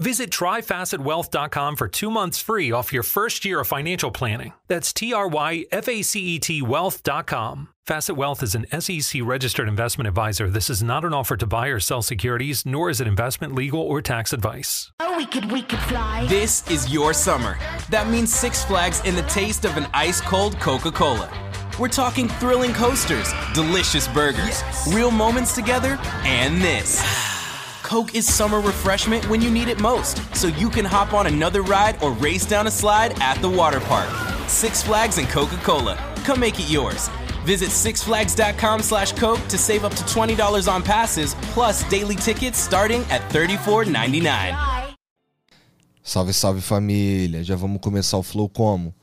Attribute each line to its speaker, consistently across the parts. Speaker 1: Visit tryfacetwealth.com for two months free off your first year of financial planning. That's T R Y F A C E T wealth.com. Facet Wealth is an SEC registered investment advisor. This is not an offer to buy or sell securities, nor is it investment, legal, or tax advice.
Speaker 2: Oh, we could, we could fly.
Speaker 3: This is your summer. That means Six Flags and the taste of an ice cold Coca Cola. We're talking thrilling coasters, delicious burgers, real moments together, and this. Coke is summer refreshment when you need it most, so you can hop on another ride or race down a slide at the water park. Six Flags and Coca Cola. Come make it yours. Visit sixflags.com slash Coke to save up to $20 on passes, plus daily tickets starting at $34.99.
Speaker 4: Salve, salve família! Já vamos começar o flow como?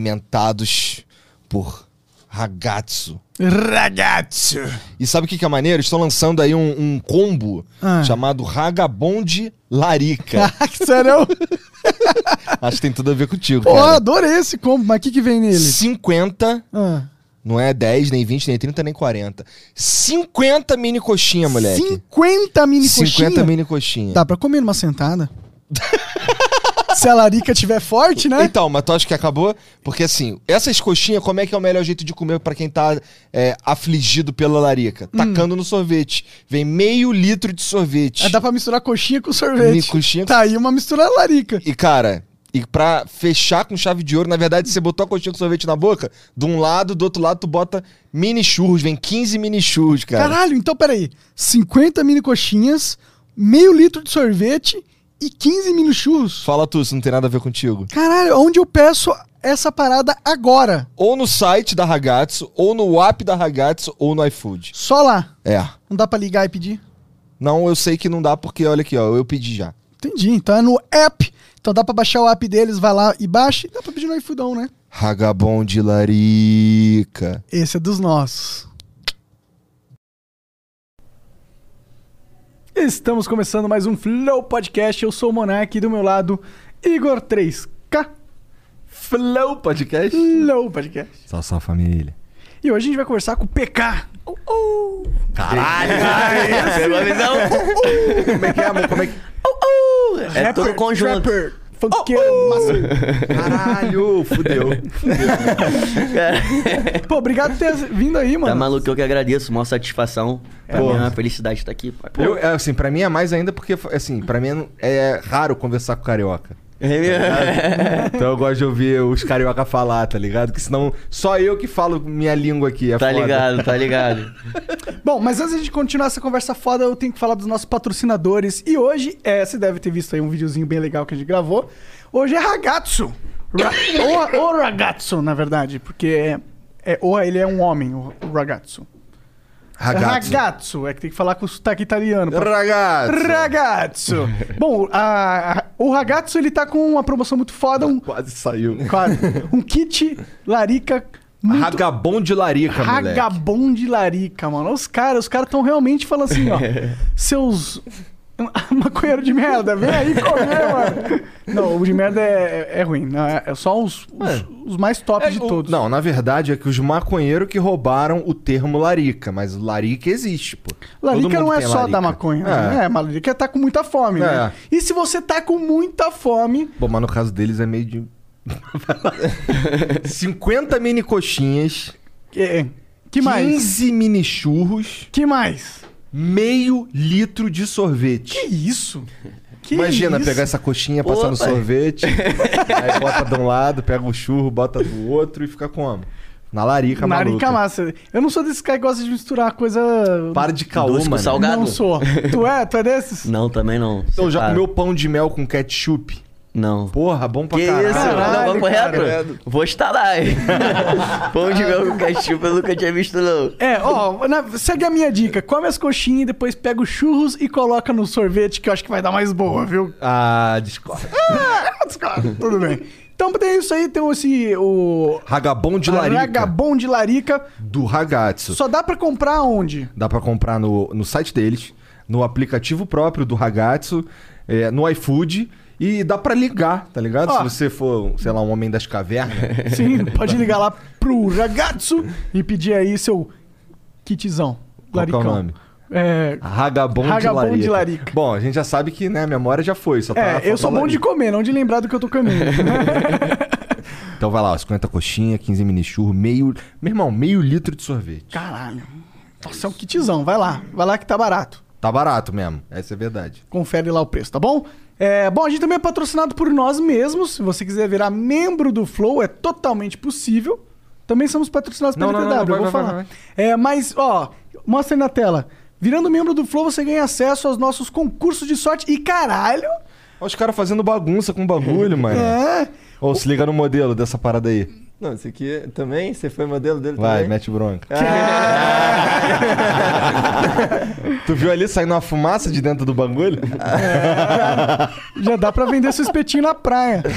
Speaker 4: Alimentados por ragazzo.
Speaker 5: Ragazzo.
Speaker 4: E sabe o que, que é maneiro? Estão lançando aí um, um combo
Speaker 5: Ah.
Speaker 4: chamado Ragabonde Larica.
Speaker 5: Sério?
Speaker 4: Acho que tem tudo a ver contigo.
Speaker 5: Pô,
Speaker 4: cara.
Speaker 5: adorei esse combo, mas o que, que vem nele?
Speaker 4: 50,
Speaker 5: Ah,
Speaker 4: não é 10, nem 20, nem 30, nem 40. 50 mini coxinha, moleque.
Speaker 5: 50 mini coxinha?
Speaker 4: 50 mini coxinha.
Speaker 5: Dá pra comer numa sentada. Se a larica tiver forte, né?
Speaker 4: Então, mas tu acha que acabou? Porque assim, essas coxinhas, como é que é o melhor jeito de comer pra quem tá é, afligido pela larica?
Speaker 5: Hum.
Speaker 4: Tacando no sorvete. Vem meio litro de sorvete.
Speaker 5: Ah, Dá pra misturar coxinha com sorvete.
Speaker 4: Mini coxinha com-
Speaker 5: Tá aí uma mistura larica.
Speaker 4: E, cara, e pra fechar com chave de ouro, na verdade, você botou a coxinha com sorvete na boca, de um lado, do outro lado, tu bota mini churros, vem 15 mini churros, cara.
Speaker 5: Caralho, então peraí. 50 mini coxinhas, meio litro de sorvete e 15 mini churros.
Speaker 4: Fala tu, isso não tem nada a ver contigo.
Speaker 5: Caralho, onde eu peço essa parada agora?
Speaker 4: Ou no site da Ragazzo, ou no app da Ragazzo, ou no iFood.
Speaker 5: Só lá.
Speaker 4: É.
Speaker 5: Não dá pra ligar e pedir?
Speaker 4: Não, eu sei que não dá porque, olha aqui, ó, eu pedi já.
Speaker 5: Entendi. Então é no app. Então dá pra baixar o app deles, vai lá e baixa. E dá pra pedir no iFoodão, né?
Speaker 4: Ragabon de Larica.
Speaker 5: Esse é dos nossos. Estamos começando mais um Flow Podcast. Eu sou o Monark e do meu lado, Igor 3K.
Speaker 6: Flow Podcast.
Speaker 5: Flow Podcast.
Speaker 6: Salve, salve família.
Speaker 5: E hoje a gente vai conversar com o PK.
Speaker 6: Caralho! Pegou a visão? Oh, Como é que é, amor? Como é que... É todo conjunto. Oh,
Speaker 5: Rapper, funkeiro, maçom.
Speaker 6: Caralho, fudeu.
Speaker 5: Pô, obrigado por ter vindo aí, mano.
Speaker 7: Tá maluco, eu que agradeço, maior satisfação. Pra mim é uma felicidade estar aqui, pai.
Speaker 4: Eu, é, assim, pra mim é mais ainda porque, assim, pra mim é raro conversar com carioca.
Speaker 7: Tá
Speaker 4: Então eu gosto de ouvir os carioca falar, tá ligado? Que senão só eu que falo minha língua aqui. É
Speaker 7: tá
Speaker 4: foda.
Speaker 7: ligado, tá ligado.
Speaker 5: Bom, mas antes de continuar essa conversa foda, eu tenho que falar dos nossos patrocinadores. E hoje, é, você deve ter visto aí um videozinho bem legal que a gente gravou. Hoje é Ragazzo. Ra ou, ou Ragazzo, na verdade, porque é, é- ou ele é um homem, o o Ragazzo.
Speaker 4: Ragazzo.
Speaker 5: Ragazzo. É que tem que falar com o sotaque italiano. pra-
Speaker 4: Ragazzo.
Speaker 5: Ragazzo. Bom, a- a- o Ragazzo ele tá com uma promoção muito foda, um,
Speaker 4: Quase saiu.
Speaker 5: claro, um kit larica muito
Speaker 4: Ragabon de larica, moleque.
Speaker 5: Ragabon de larica, mano. Os caras, os caras estão realmente falando assim, ó. seus. Maconheiro de merda, vem aí comer, mano. Não, o de merda é, é- é ruim. Não, é, é só os, os, os mais top
Speaker 4: É,
Speaker 5: de
Speaker 4: o-
Speaker 5: todos.
Speaker 4: Não, na verdade é que os maconheiros que roubaram o termo larica, mas larica existe, pô. Todo
Speaker 5: Larica
Speaker 4: mundo
Speaker 5: não é
Speaker 4: tem
Speaker 5: só
Speaker 4: larica.
Speaker 5: da maconha.
Speaker 4: É.
Speaker 5: né? É, mas larica tá com muita fome, né? E se você tá com muita fome,
Speaker 4: Bom, mas no caso deles é meio de. 50 mini coxinhas,
Speaker 5: é, que mais?
Speaker 4: 15 mini churros,
Speaker 5: Que mais?
Speaker 4: meio litro de sorvete.
Speaker 5: Que isso? Que é
Speaker 4: Imagina
Speaker 5: isso?
Speaker 4: pegar essa coxinha, passar no
Speaker 7: Opa.
Speaker 4: sorvete, aí bota de um lado, pega um churro, bota do outro e fica como? Na larica, maluca.
Speaker 5: Larica massa. Eu não sou desse cara que gosta de misturar coisa.
Speaker 4: Para de caô,
Speaker 7: Doce com
Speaker 4: mano.
Speaker 7: salgado.
Speaker 5: Não sou. Tu é? Tu é desses?
Speaker 7: Não, também não.
Speaker 4: Então, já
Speaker 7: Separa.
Speaker 4: comeu pão de mel com ketchup?
Speaker 7: Não.
Speaker 4: Porra, bom pra
Speaker 7: que
Speaker 4: caralho.
Speaker 7: isso?
Speaker 5: Caralho,
Speaker 7: não, vamos
Speaker 5: cara.
Speaker 7: reto? Vou estar lá, hein? Pão de mel com ketchup eu nunca tinha visto, não.
Speaker 5: É, ó, na- segue a minha dica. Come as coxinhas e depois pega os churros e coloca no sorvete, que eu acho que vai dar mais boa, viu? Ah,
Speaker 4: Ah, discorda.
Speaker 5: Tudo bem. Então tem isso aí, tem esse. O.
Speaker 4: Ragabon
Speaker 5: Ah,
Speaker 4: de larica.
Speaker 5: Ragabon de larica.
Speaker 4: Do Ragazzo.
Speaker 5: Só dá pra comprar onde?
Speaker 4: Dá pra comprar no, no site deles, no aplicativo próprio do Ragazzo, é, no iFood. E dá pra ligar, tá ligado?
Speaker 5: Ó.
Speaker 4: Se você for, sei lá, um homem das cavernas.
Speaker 5: Sim, pode ligar lá pro Ragazzo e pedir aí seu kitzão.
Speaker 4: Qual que é o nome? Ah,
Speaker 5: É,
Speaker 4: Ragabon,
Speaker 5: Ragabon
Speaker 4: de, larica.
Speaker 5: de larica.
Speaker 4: Bom, a gente já sabe que, né, a memória já foi. Só tá
Speaker 5: é, eu
Speaker 4: faltando
Speaker 5: sou bom de
Speaker 4: larica.
Speaker 5: comer, não de lembrar do que eu tô comendo. né?
Speaker 4: Então vai lá, ó, 50 coxinha, 15 mini churro, meio... Meu irmão, meio litro de sorvete.
Speaker 5: Caralho. Nossa, é um kitzão. Vai lá, vai lá que tá barato.
Speaker 4: Tá barato mesmo, essa é a verdade.
Speaker 5: Confere lá o preço, tá bom? É, bom, a gente também é patrocinado por nós mesmos. Se você quiser virar membro do Flow, é totalmente possível. Também somos patrocinados pela
Speaker 4: Não, não, não,
Speaker 5: TW, eu
Speaker 4: vai,
Speaker 5: vou
Speaker 4: vai,
Speaker 5: falar.
Speaker 4: vai, vai.
Speaker 5: É, mas, ó, mostra aí na tela. Virando membro do Flow, você ganha acesso aos nossos concursos de sorte. E caralho!
Speaker 4: Olha os caras fazendo bagunça com bagulho, mano.
Speaker 5: É,
Speaker 4: Ou se liga no modelo dessa parada aí.
Speaker 2: Não, esse aqui é- também? Você foi modelo dele
Speaker 4: Vai,
Speaker 2: também?
Speaker 4: mete bronca.
Speaker 5: Ah.
Speaker 4: tu viu ali saindo uma fumaça de dentro do bagulho?
Speaker 5: já dá pra vender seu espetinho na praia.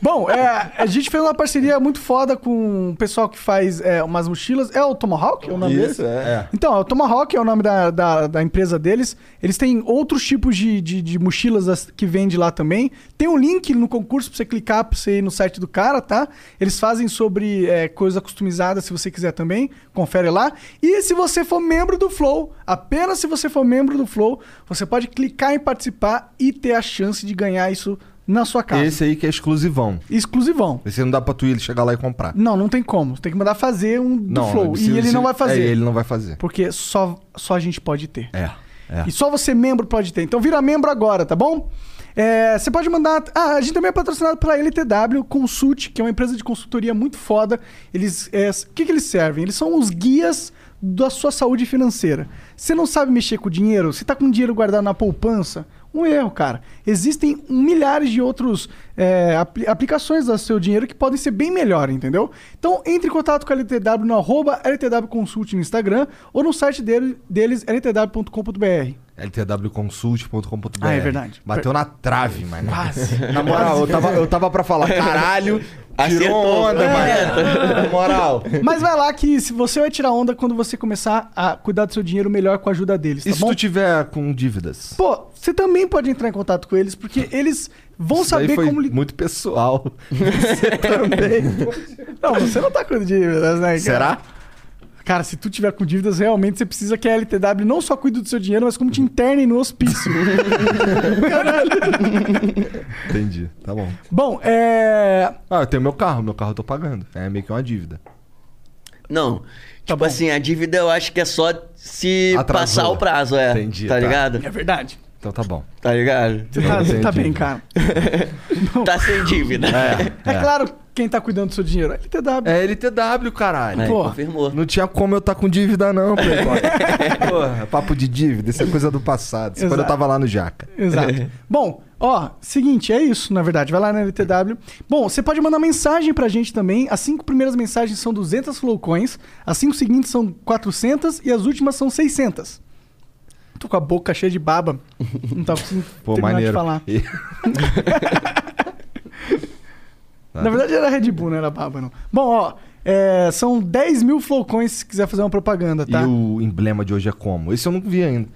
Speaker 5: Bom, é, a gente fez uma parceria muito foda com o pessoal que faz é, umas mochilas. É o Tomahawk? É o nome dele?
Speaker 2: Isso, é.
Speaker 5: Então, o Tomahawk é o nome da, da, da empresa deles. Eles têm outros tipos de, de, de mochilas as- que vende lá também. Tem um link no concurso pra você clicar pra você ir no site do cara, tá? Eles fazem sobre é, coisa customizada se você quiser também. Confere lá. E se você for membro do Flow, apenas se você for membro do Flow, você pode clicar em participar e ter a chance de ganhar isso na sua casa.
Speaker 4: Esse aí que é exclusivão.
Speaker 5: Exclusivão.
Speaker 4: Esse não dá pra tu ir chegar lá e comprar.
Speaker 5: Não, não tem como. Tem que mandar fazer um do
Speaker 4: não,
Speaker 5: Flow.
Speaker 4: se-
Speaker 5: e ele
Speaker 4: se-
Speaker 5: não vai fazer.
Speaker 4: É, ele não vai fazer.
Speaker 5: Porque só, só a gente pode ter.
Speaker 4: É. é.
Speaker 5: E só você membro pode ter. Então vira membro agora, tá bom? É, você pode mandar. Ah, a gente também é patrocinado pela LTW Consult, que é uma empresa de consultoria muito foda. Eles, é, o que, que eles servem? Eles são os guias da sua saúde financeira. Você não sabe mexer com dinheiro? Você tá com dinheiro guardado na poupança? Um erro, cara. Existem milhares de outros é, apli- aplicações do seu dinheiro que podem ser bem melhor, entendeu? Então, entre em contato com a LTW no arroba LTW Consult no Instagram ou no site dele- deles, ltw.com.br.
Speaker 4: ltwconsult.com.br.
Speaker 5: Ah, é verdade.
Speaker 4: Bateu na trave, mano.
Speaker 5: Quase.
Speaker 4: Na moral, eu tava, eu tava pra falar, caralho, tirou
Speaker 7: Acertou.
Speaker 4: onda,
Speaker 5: É.
Speaker 4: mano. Na moral.
Speaker 5: Mas vai lá que se você vai tirar onda quando você começar a cuidar do seu dinheiro melhor com a ajuda deles, tá
Speaker 4: E se
Speaker 5: bom?
Speaker 4: tu tiver com dívidas?
Speaker 5: Pô, você também pode entrar em contato com eles, porque eles vão
Speaker 4: Isso daí
Speaker 5: saber
Speaker 4: foi
Speaker 5: como... li-
Speaker 4: muito pessoal. Você também.
Speaker 5: Não, você não tá com dívidas, né? cara?
Speaker 4: Será?
Speaker 5: Cara, se tu tiver com dívidas, realmente você precisa que a LTW não só cuide do seu dinheiro, mas como te internem no hospício.
Speaker 4: Entendi, tá bom.
Speaker 5: Bom, é...
Speaker 4: Ah, eu tenho meu carro, meu carro eu tô pagando. É meio que uma dívida.
Speaker 7: Não.
Speaker 4: Tá
Speaker 7: tipo assim, a dívida eu acho que é só se
Speaker 4: Atrasou.
Speaker 7: passar o prazo, é.
Speaker 4: Entendi,
Speaker 7: Tá,
Speaker 4: tá.
Speaker 7: ligado?
Speaker 5: É verdade.
Speaker 4: Então tá bom.
Speaker 7: Tá ligado?
Speaker 5: Você tá, você tá
Speaker 4: Entendi.
Speaker 5: bem, cara.
Speaker 7: Tá sem dívida.
Speaker 5: É, claro quem tá cuidando do seu dinheiro. A LTW.
Speaker 4: É LTW, caralho.
Speaker 7: Aí,
Speaker 5: Pô.
Speaker 7: confirmou.
Speaker 4: Não tinha como eu tá com dívida, não, Playboy. Porra, papo de dívida, isso é coisa do passado. Isso é quando eu
Speaker 5: Exato.
Speaker 4: tava lá no Jaca.
Speaker 5: Exato. Bom, Ó, seguinte, é isso, na verdade. Vai lá na LTW. Bom, você pode mandar mensagem pra gente também. As cinco primeiras mensagens são 200 flowcoins, as cinco seguintes são 400 e as últimas são 600. Tô com a boca cheia de baba. Não tava conseguindo
Speaker 4: Pô,
Speaker 5: terminar
Speaker 4: maneiro.
Speaker 5: de falar.
Speaker 4: E-
Speaker 5: Na verdade era Red Bull, não era baba, não. Bom, ó, é, são 10 mil flowcoins se quiser fazer uma propaganda, tá?
Speaker 4: E o emblema de hoje é como? Esse eu não vi ainda.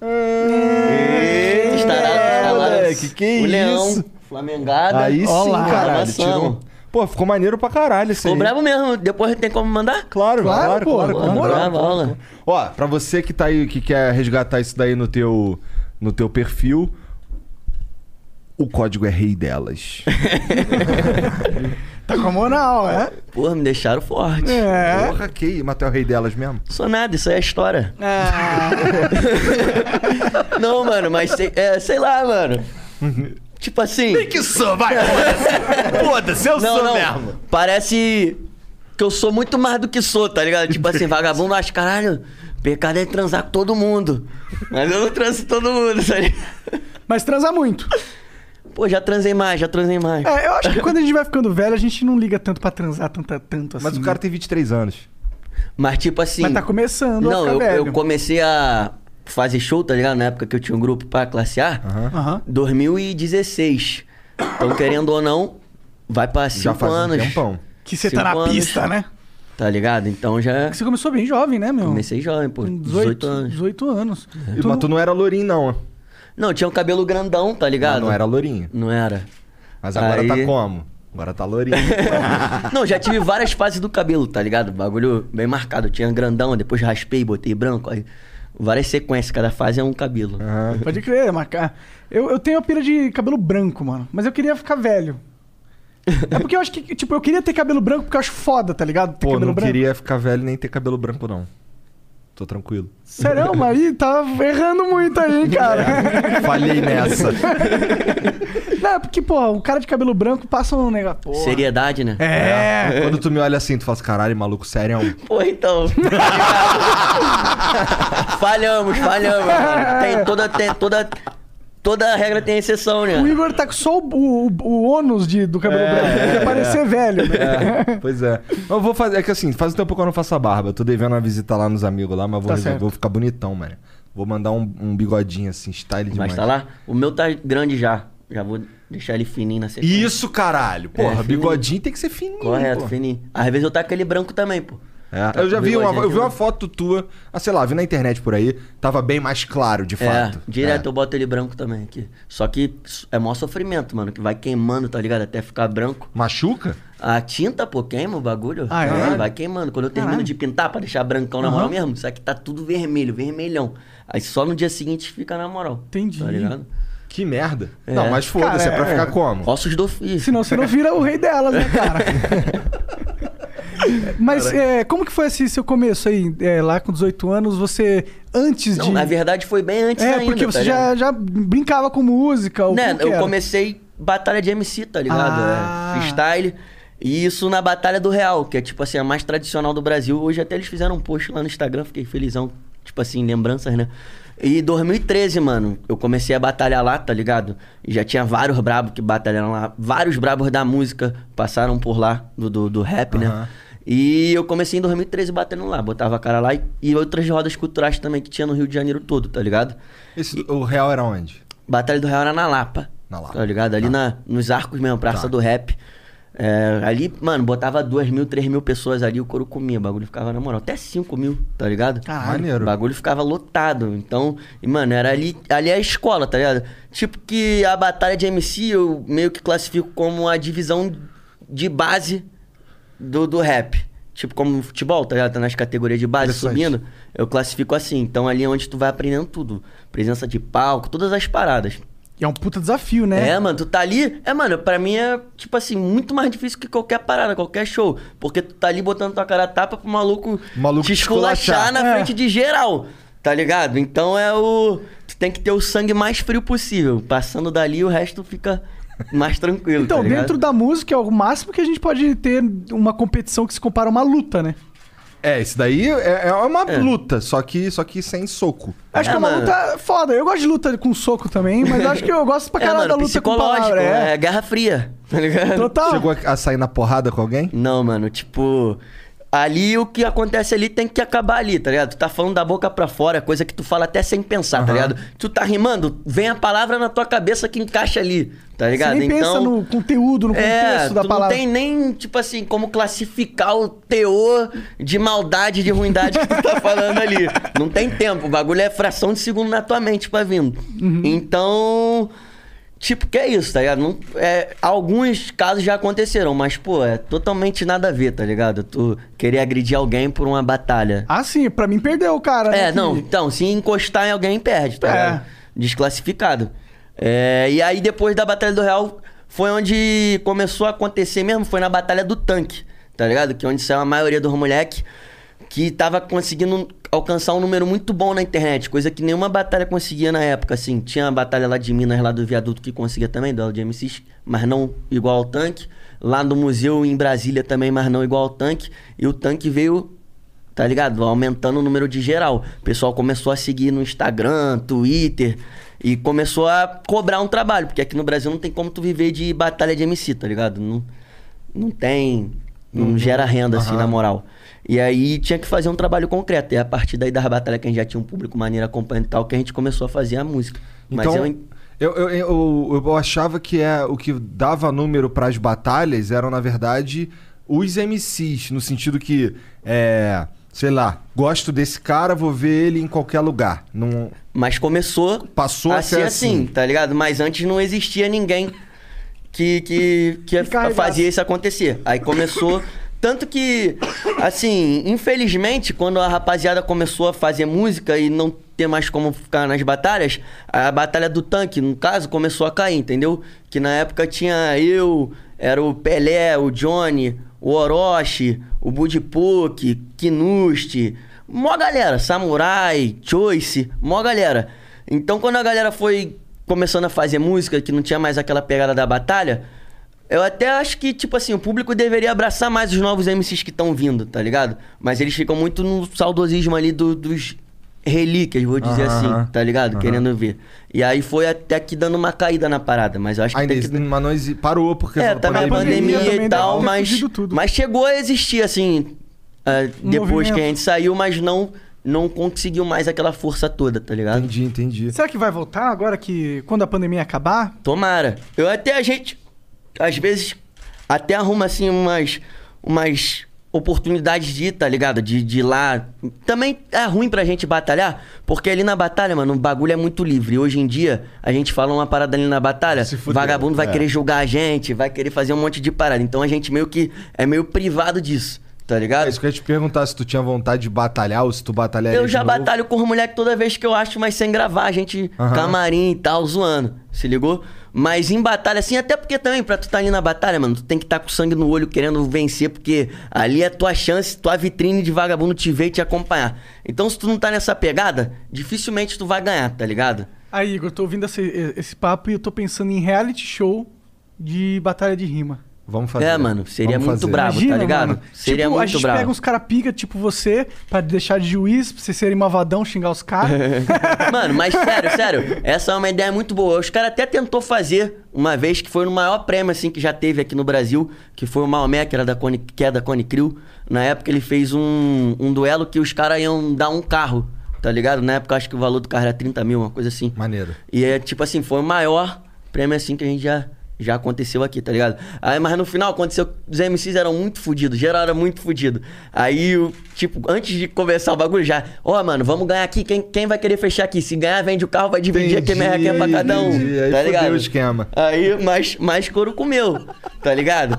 Speaker 4: É,
Speaker 7: Estará estará lá.
Speaker 6: moleque, que
Speaker 7: o leão, tá
Speaker 6: isso?
Speaker 7: flamengada.
Speaker 4: Aí sim,
Speaker 7: Olá,
Speaker 4: caralho. um.
Speaker 7: nação.
Speaker 4: Tirou... Pô, ficou maneiro pra caralho esse
Speaker 7: Ficou
Speaker 4: aí.
Speaker 7: bravo mesmo. Depois tem como mandar?
Speaker 4: Claro,
Speaker 5: Claro,
Speaker 4: claro,
Speaker 5: pô,
Speaker 4: claro.
Speaker 5: pô,
Speaker 4: claro.
Speaker 5: moral.
Speaker 7: Brava, aula.
Speaker 4: Ó, pra você que tá aí, que quer resgatar isso daí no teu, no teu perfil, o código é rei delas.
Speaker 5: Tá com a moral, é?
Speaker 7: Porra, me deixaram forte.
Speaker 5: É.
Speaker 4: Porra, que mas tu é o rei delas mesmo?
Speaker 7: Sou nada, isso aí é história.
Speaker 4: É.
Speaker 7: Não, mano, mas sei, é, sei lá, mano. Tipo assim.
Speaker 6: Que sou, vai. Foda-se, eu
Speaker 7: Não,
Speaker 6: sou
Speaker 7: não.
Speaker 6: mesmo.
Speaker 7: Parece que eu sou muito mais do que sou, tá ligado? Tipo assim, vagabundo acha, caralho, pecado é transar com todo mundo. Mas eu não transo com todo mundo, tá ligado?
Speaker 5: Mas transar muito.
Speaker 7: Pô, já transei mais, já transei mais.
Speaker 5: É, eu acho que quando a gente vai ficando velho, a gente não liga tanto pra transar tanto, tanto assim.
Speaker 4: Mas o cara tem 23 anos.
Speaker 7: Mas tipo assim.
Speaker 5: Mas tá começando a
Speaker 7: Não,
Speaker 5: ficar
Speaker 7: eu,
Speaker 5: velho.
Speaker 7: eu comecei a fazer show, tá ligado? Na época que eu tinha um grupo pra classe A.
Speaker 5: Aham.
Speaker 7: 2016. Então, querendo ou não, vai pra cinco
Speaker 4: Já faz
Speaker 7: anos.
Speaker 4: um tempão.
Speaker 5: Que você tá na
Speaker 7: Cinco anos.
Speaker 5: pista, né?
Speaker 7: Tá ligado? Então já
Speaker 5: Você começou bem jovem, né, meu?
Speaker 7: comecei jovem, pô.
Speaker 5: com
Speaker 7: 18,
Speaker 5: 18
Speaker 7: anos. É.
Speaker 5: 18 anos. Então,
Speaker 4: E- Mas tu não era lourinho, não. né?
Speaker 7: Não, tinha um cabelo grandão, tá
Speaker 4: Mas
Speaker 7: ligado?
Speaker 4: não era lourinho.
Speaker 7: Não era.
Speaker 4: Mas agora
Speaker 7: Aí-
Speaker 4: tá como? Agora tá lourinho.
Speaker 7: Não, já tive várias fases do cabelo, tá ligado? Bagulho bem marcado. Eu tinha grandão, depois raspei, botei branco. Aí várias sequências, cada fase é um cabelo.
Speaker 5: Pode crer, marcar. Eu, eu tenho a pira de cabelo branco, mano. Mas eu queria ficar velho. É porque eu acho que, tipo, eu queria ter cabelo branco porque eu acho foda, tá ligado? Ter
Speaker 4: Pô,
Speaker 5: cabelo
Speaker 4: não
Speaker 5: branco.
Speaker 4: queria ficar velho nem ter cabelo branco, não. Tô tranquilo.
Speaker 5: Sério, mas aí tá errando muito aí,
Speaker 4: É.
Speaker 5: hein, cara.
Speaker 4: Falhei nessa.
Speaker 5: Não, é porque, pô, o cara de cabelo branco passa um negócio. Porra.
Speaker 7: Seriedade, né?
Speaker 5: É.
Speaker 4: Quando tu me olha assim, tu fala assim, caralho, maluco, sério. é um-"
Speaker 7: Pô, então. falhamos, falhamos. mano. Tem toda, tem toda, toda regra tem exceção, né?
Speaker 5: O Igor tá com só o, o, o ônus de, do cabelo
Speaker 4: É,
Speaker 5: branco. é Ele quer parecer velho, né?
Speaker 4: Pois é. Eu vou fazer. É que assim, faz um tempo que eu não faço a barba. Eu tô devendo uma visita lá nos amigos lá, mas vou,
Speaker 5: Tá
Speaker 4: resolver,
Speaker 5: certo.
Speaker 4: vou ficar bonitão, mano. Vou mandar um, um bigodinho assim, style demais.
Speaker 7: Mas tá lá? O meu tá grande já. Já vou deixar ele fininho na sequência.
Speaker 4: Isso, caralho! Porra,
Speaker 7: É,
Speaker 4: bigodinho tem que ser fininho.
Speaker 7: Correto,
Speaker 4: porra.
Speaker 7: fininho. Às vezes eu taco ele branco também, pô.
Speaker 4: É,
Speaker 7: Tá
Speaker 4: eu já
Speaker 7: com
Speaker 4: vi uma,
Speaker 7: bigodinho
Speaker 4: eu vi uma
Speaker 7: aqui,
Speaker 4: foto tua, ah, sei lá, vi na internet por aí, tava bem mais claro, de
Speaker 7: É,
Speaker 4: fato.
Speaker 7: direto eu boto ele branco também aqui. Só que é maior sofrimento, mano, que vai queimando, tá ligado? Até ficar branco.
Speaker 4: Machuca?
Speaker 7: A tinta, pô, queima o bagulho.
Speaker 5: Ah, é?
Speaker 7: Aí vai queimando. Quando eu termino de pintar pra deixar brancão na moral mesmo, isso aqui tá tudo vermelho, vermelhão. Aí só no dia seguinte fica na moral.
Speaker 5: Entendi.
Speaker 7: Tá ligado?
Speaker 4: Que merda. Não, mas foda-se, é
Speaker 5: Cara,
Speaker 4: pra
Speaker 5: é.
Speaker 4: ficar como?
Speaker 7: Ossos do ofício.
Speaker 5: Senão você não vira o rei delas, né, cara? Mas é, como que foi esse seu começo aí? É, lá com 18 anos, você antes
Speaker 7: Não,
Speaker 5: de.
Speaker 7: na verdade foi bem antes
Speaker 5: é,
Speaker 7: ainda.
Speaker 5: porque
Speaker 7: tá
Speaker 5: você já,
Speaker 7: ligado?
Speaker 5: já brincava com música. Ou
Speaker 7: Né,
Speaker 5: como que
Speaker 7: eu
Speaker 5: era?
Speaker 7: comecei batalha de MC, tá ligado?
Speaker 5: Ah.
Speaker 7: É, freestyle. E isso na Batalha do Real, que é tipo assim, a mais tradicional do Brasil. Hoje até eles fizeram um post lá no Instagram, fiquei felizão. Tipo assim, lembranças, né? E 2013, mano, eu comecei a batalhar lá, tá ligado? E já tinha vários brabos que batalharam lá. Vários brabos da música passaram por lá, do, do, do rap, né? E eu comecei em 2013 batendo lá. Botava a cara lá e, e outras rodas culturais também que tinha no Rio de Janeiro todo, tá ligado?
Speaker 4: Esse- o real era onde?
Speaker 7: Batalha do Real era na Lapa.
Speaker 4: Na Lapa. Tá.
Speaker 7: Tá ligado? Ali na, nos arcos mesmo, Praça do Rap. É, ali, mano, botava duas mil, três mil pessoas ali, o couro comia. O bagulho ficava, na moral, até cinco mil, tá ligado?
Speaker 4: Maneiro.
Speaker 7: O bagulho ficava lotado. Então, e, mano, era ali, ali é a escola, tá ligado? Tipo que a batalha de MC eu meio que classifico como a divisão de base do, do rap. Tipo, como futebol, tá ligado? Tá nas categorias de base
Speaker 4: Interessante.
Speaker 7: subindo, eu classifico assim. Então ali é onde tu vai aprendendo tudo. Presença de palco, todas as paradas.
Speaker 5: E é um puta desafio, né?
Speaker 7: É, mano, tu tá ali. É, mano, pra mim é, tipo assim, muito mais difícil que qualquer parada, qualquer show. Porque tu tá ali botando tua cara a tapa pro maluco,
Speaker 4: O maluco
Speaker 7: te esculachar,
Speaker 4: esculachar.
Speaker 7: na
Speaker 5: É.
Speaker 7: frente de geral. Tá ligado? Então é o. Tu tem que ter o sangue mais frio possível. Passando dali, o resto fica mais tranquilo.
Speaker 5: Então,
Speaker 7: tá ligado?
Speaker 5: dentro da música é o máximo que a gente pode ter uma competição que se compara a uma luta, né?
Speaker 4: É, isso daí é, é uma luta, só que, só que sem soco.
Speaker 5: Acho
Speaker 7: É,
Speaker 5: que é uma
Speaker 7: mano.
Speaker 5: luta foda. Eu gosto de luta com soco também, mas acho que eu gosto pra
Speaker 7: É,
Speaker 5: caralho
Speaker 7: mano,
Speaker 5: da luta com
Speaker 7: psicológico,
Speaker 5: palavra.
Speaker 7: é.
Speaker 5: É. Então,
Speaker 7: guerra fria, tá ligado?
Speaker 5: Total.
Speaker 4: Chegou a, a sair na porrada com alguém?
Speaker 7: Não, mano, tipo. Ali o que acontece ali tem que acabar ali, tá ligado? Tu tá falando da boca pra fora, coisa que tu fala até sem pensar, tá ligado? Tu tá rimando, vem a palavra na tua cabeça que encaixa ali, tá
Speaker 5: Você
Speaker 7: ligado?
Speaker 5: nem pensa no conteúdo, no
Speaker 7: É,
Speaker 5: contexto da
Speaker 7: tu
Speaker 5: palavra.
Speaker 7: não tem nem, tipo assim, como classificar o teor de maldade, de ruindade que tu tá falando ali. Não tem tempo, o bagulho é fração de segundo na tua mente pra vindo.
Speaker 5: Uhum.
Speaker 7: Então, tipo, que é isso, tá ligado? Não- é, alguns casos já aconteceram, mas, pô, é totalmente nada a ver, tá ligado? Tu querer agredir alguém por uma batalha.
Speaker 5: Ah, sim, pra mim perdeu, cara. né,
Speaker 7: É,
Speaker 5: que-
Speaker 7: não, então, se encostar em alguém, perde, tá
Speaker 5: É.
Speaker 7: ligado? Desclassificado. É, e aí, depois da Batalha do Real, foi onde começou a acontecer mesmo, foi na Batalha do Tanque, tá ligado? Que é onde saiu a maioria dos moleque que tava conseguindo alcançar um número muito bom na internet, coisa que nenhuma batalha conseguia na época, assim. Tinha a batalha lá de Minas, lá do Viaduto, que conseguia também, do de MCs, mas não igual ao Tanque. Lá no museu em Brasília também, mas não igual ao Tanque. E o Tanque veio Tá ligado? Aumentando o número de geral. O pessoal começou a seguir no Instagram, Twitter e começou a cobrar um trabalho, porque aqui no Brasil não tem como tu viver de batalha de MC, tá ligado? Não, não tem. Não
Speaker 4: Uhum.
Speaker 7: gera renda, assim, na moral. E aí tinha que fazer um trabalho concreto. E a partir daí das batalhas que a gente já tinha um público maneiro acompanhando e tal, que a gente começou a fazer a música.
Speaker 4: Então,
Speaker 7: Mas
Speaker 4: eu,
Speaker 7: eu.
Speaker 4: eu, eu, eu achava que é, o que dava número pras batalhas eram, na verdade, os MCs, no sentido que, é, sei lá, gosto desse cara, vou ver ele em qualquer lugar. Não,
Speaker 7: Mas começou
Speaker 4: Passou a
Speaker 7: a ser
Speaker 4: ser
Speaker 7: assim,
Speaker 4: assim.
Speaker 7: tá ligado? Mas antes não existia ninguém que, que, que
Speaker 5: carregasse.
Speaker 7: fazia isso acontecer. Aí começou. Tanto que, assim, infelizmente, quando a rapaziada começou a fazer música e não ter mais como ficar nas batalhas, a batalha do tanque, no caso, começou a cair, entendeu? Que na época tinha eu, era o Pelé, o Johnny, o Orochi, o Budipuk, Kinuste, mó galera, Samurai, Choice, mó galera. Então quando a galera foi começando a fazer música, que não tinha mais aquela pegada da batalha, eu até acho que, tipo assim, o público deveria abraçar mais os novos MCs que estão vindo, tá ligado? Mas eles ficam muito no saudosismo ali do- dos relíquias, vou dizer assim, tá ligado? Querendo ver. E aí foi até que dando uma caída na parada, mas eu acho que
Speaker 4: ainda
Speaker 7: tem que
Speaker 4: existe, mas não exi- parou porque...
Speaker 7: é,
Speaker 4: na
Speaker 7: também a pandemia,
Speaker 5: pandemia também
Speaker 7: e tal,
Speaker 5: deve ter
Speaker 7: mas,
Speaker 5: fugido tudo.
Speaker 7: mas chegou a existir, assim, ah, depois
Speaker 5: movimento.
Speaker 7: que a gente saiu, mas não, não conseguiu mais aquela força toda, tá ligado?
Speaker 4: Entendi, entendi.
Speaker 5: Será que vai voltar agora que quando a pandemia acabar?
Speaker 7: Tomara. Eu até a gente, às vezes, até arruma assim umas, umas oportunidades de ir, tá ligado? De, de ir lá. Também é ruim pra gente batalhar, porque ali na batalha, mano, o bagulho é muito livre. Hoje em dia, a gente fala uma parada ali na batalha, vagabundo
Speaker 4: é.
Speaker 7: vai querer julgar a gente, vai querer fazer um monte de parada. Então a gente meio que é meio privado disso, tá ligado?
Speaker 4: É isso que eu ia te perguntar se tu tinha vontade de batalhar ou se tu batalharia
Speaker 7: Eu já
Speaker 4: de novo.
Speaker 7: batalho com os moleques toda vez que eu acho, mas sem gravar, a gente camarim e tal, zoando, se ligou? Mas em batalha, assim, até porque também, pra tu tá ali na batalha, mano, tu tem que tá com sangue no olho querendo vencer, porque ali é tua chance, tua vitrine de vagabundo te ver e te acompanhar. Então, se tu não tá nessa pegada, dificilmente tu vai ganhar, tá ligado?
Speaker 5: Aí, Igor, eu tô ouvindo esse, esse papo e eu tô pensando em reality show de batalha de rima.
Speaker 4: Vamos fazer.
Speaker 7: É, mano, seria
Speaker 4: Vamos
Speaker 7: muito
Speaker 4: fazer.
Speaker 7: brabo. tá ligado? Seria
Speaker 5: tipo, a
Speaker 7: muito
Speaker 5: gente
Speaker 7: brabo.
Speaker 5: pega uns cara pica, tipo você, pra deixar de juiz, pra vocês serem mavadão, xingar os caras.
Speaker 7: Mano, mas sério, sério, essa é uma ideia muito boa. Os caras até tentou fazer uma vez que foi no maior prêmio assim que já teve aqui no Brasil, que foi o Maomé, que era da Cone, que é da Cone Crew. Na época ele fez um, um duelo que os caras iam dar um carro, tá ligado? Na época acho que o valor do carro era 30 mil, uma coisa assim.
Speaker 4: Maneiro.
Speaker 7: E é tipo assim, foi o maior prêmio assim que a gente já, já aconteceu aqui, tá ligado? Aí, mas no final aconteceu que os MCs eram muito fudidos, geral era muito fudido. Aí, o- tipo, antes de começar o bagulho, já, ó, mano, vamos ganhar aqui, quem, quem vai quer fechar aqui? Se ganhar, vende o carro, vai dividir aqui, merda aqui é pra cada um.
Speaker 4: entendi. Aí
Speaker 7: tá
Speaker 4: fudeu
Speaker 7: ligado?
Speaker 4: o esquema.
Speaker 7: Aí, mais, mais couro comeu, tá ligado?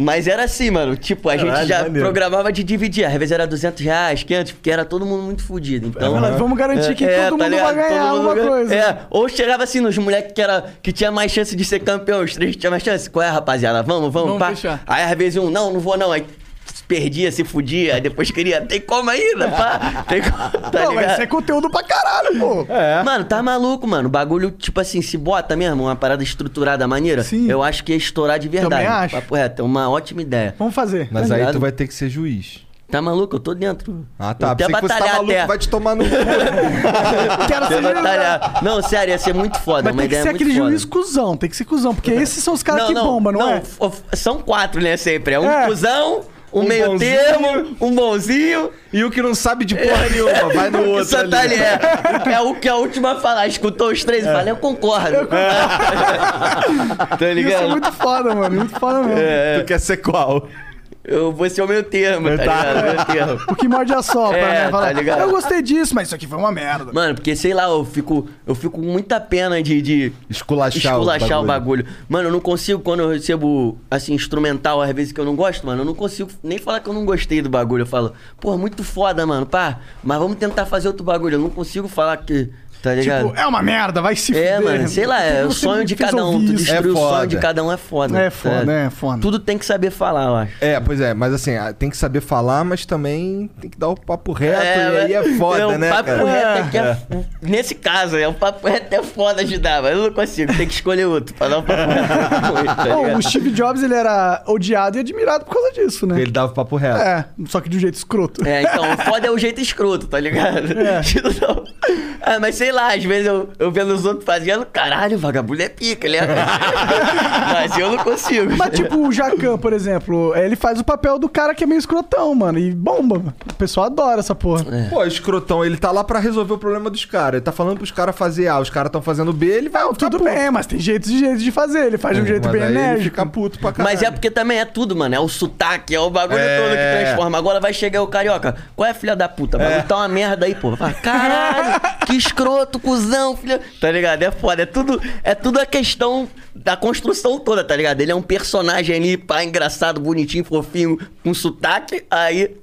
Speaker 7: Mas era assim, mano. Tipo, a gente já programava de dividir. Às vezes era 200 reais, 500, porque era todo mundo muito fudido. Então, É, tá
Speaker 5: Fala, Vamos garantir que todo mundo vai
Speaker 7: ligado?
Speaker 5: ganhar
Speaker 7: Todo mundo
Speaker 5: alguma
Speaker 7: ganha-
Speaker 5: coisa.
Speaker 7: É, ou chegava assim nos moleques que, era- que tinha mais chance de ser campeão, os três que tinham mais chance. Qual é, rapaziada? Vamos, vamos,
Speaker 5: Vamos
Speaker 7: pá.
Speaker 5: fechar.
Speaker 7: Aí às vezes um, não, não vou não. Aí se perdia, se fudia, aí depois queria, tem como ainda, pá? Tem como, tá
Speaker 5: Pô, mas
Speaker 7: ligado?
Speaker 5: isso é conteúdo pra caralho, pô.
Speaker 4: É.
Speaker 7: Mano, tá maluco, mano. O bagulho, tipo assim, se bota mesmo, uma parada estruturada maneira,
Speaker 5: Sim.
Speaker 7: eu acho que ia estourar de verdade.
Speaker 5: Também acho.
Speaker 7: Papo reto, é uma ótima ideia.
Speaker 5: Vamos fazer.
Speaker 4: Mas
Speaker 7: Tá
Speaker 4: aí
Speaker 7: ligado?
Speaker 4: tu vai ter que ser juiz.
Speaker 7: Tá maluco? Eu tô dentro.
Speaker 4: Ah, tá.
Speaker 7: Eu até
Speaker 4: Pensei que você tá
Speaker 7: batalhar
Speaker 4: maluco,
Speaker 7: até.
Speaker 4: vai te tomar no cu.
Speaker 5: Quero
Speaker 7: Até
Speaker 5: ser batalhar.
Speaker 7: batalhar. Não, sério, ia ser muito foda.
Speaker 5: tá- Mas
Speaker 7: uma
Speaker 5: tem que
Speaker 7: ideia
Speaker 5: ser
Speaker 7: muito
Speaker 5: aquele
Speaker 7: foda.
Speaker 5: juiz cuzão, tem que ser cuzão, porque esses são os caras que bombam, não, é?
Speaker 7: f- f- São quatro, né, sempre. É um
Speaker 5: É.
Speaker 7: cuzão, um,
Speaker 4: Um
Speaker 7: meio
Speaker 4: bonzinho.
Speaker 7: termo, um bonzinho.
Speaker 4: E o que não sabe de porra nenhuma, vai no
Speaker 7: que
Speaker 4: outro.
Speaker 7: só
Speaker 4: ali.
Speaker 7: tá ali, é. É o que a última a falar. Escutou os três e fala, eu concordo. tá
Speaker 5: Isso é
Speaker 7: ligado? É,
Speaker 5: muito foda, mano. Muito foda mesmo.
Speaker 4: Tu quer ser qual?
Speaker 7: Eu vou ser o meio termo, tá,
Speaker 4: Tá.
Speaker 7: ligado? Meio termo.
Speaker 5: O que morde a sopa,
Speaker 7: É,
Speaker 5: né? Fala,
Speaker 7: tá ligado? Tá
Speaker 5: eu gostei disso, mas isso aqui foi uma merda.
Speaker 7: Mano, porque sei lá, eu fico, eu fico com muita pena de, de
Speaker 4: Esculachar,
Speaker 7: esculachar o bagulho. Mano, eu não consigo, quando eu recebo, assim, instrumental, às vezes que eu não gosto, mano, eu não consigo nem falar que eu não gostei do bagulho. Eu falo, pô, muito foda, mano, pá, mas vamos tentar fazer outro bagulho. Eu não consigo falar que, tá ligado?
Speaker 5: Tipo, é uma merda, vai se
Speaker 7: É,
Speaker 5: fuder.
Speaker 7: mano, sei
Speaker 4: tipo,
Speaker 7: lá, é o sonho de cada um. Tu
Speaker 4: É
Speaker 7: destruir o
Speaker 4: foda.
Speaker 7: sonho de cada um é foda.
Speaker 5: É foda,
Speaker 7: tá?
Speaker 5: é foda.
Speaker 7: Tudo tem que saber falar, eu acho.
Speaker 4: É, pois é, mas assim, ah, tem que saber falar, mas também tem que dar o papo reto, e aí é
Speaker 7: é
Speaker 4: foda,
Speaker 7: um
Speaker 4: né,
Speaker 7: papo
Speaker 4: cara?
Speaker 7: reto é que é- Nesse caso, é um papo reto é foda de dar, mas eu não consigo, tem que escolher outro pra dar um papo reto. tá
Speaker 5: Bom,
Speaker 7: ligado?
Speaker 5: É, o Steve Jobs, ele era odiado e admirado por causa disso, né?
Speaker 4: Ele dava o papo reto.
Speaker 5: É, só que de um jeito escroto.
Speaker 7: É, então, o foda é o jeito escroto, tá ligado? Não. Ah, mas sei lá, às vezes eu, eu vendo os outros fazendo, caralho, vagabundo é pica, né? mas eu não consigo.
Speaker 5: Mas tipo, o Jacan, por exemplo, é, ele faz o papel do cara que é meio escrotão, mano, e bomba. O pessoal adora essa
Speaker 7: É.
Speaker 5: porra.
Speaker 4: Pô, escrotão, ele tá lá pra resolver o problema dos caras. Ele tá falando pros caras fazer A, os caras tão fazendo B, ele vai.
Speaker 5: Não, tudo bem, mas tem jeitos e jeitos de fazer. Ele faz de um
Speaker 7: É,
Speaker 5: jeito
Speaker 4: É, Mas
Speaker 5: bem
Speaker 4: aí ele
Speaker 5: enérgico.
Speaker 4: fica puto pra caralho.
Speaker 7: Mas é porque também é tudo, mano. É o sotaque, é o bagulho
Speaker 4: É.
Speaker 7: todo que transforma. Agora vai chegar o carioca. Qual é, filha da puta? Vai botar uma merda aí, pô. Fala, Caralho, que escroto, cuzão, filha. Tá ligado? É foda. É tudo, é tudo a questão da construção toda, tá ligado? Ele é um personagem ali, pá, engraçado, bonitinho, fofinho, com sotaque. Aí.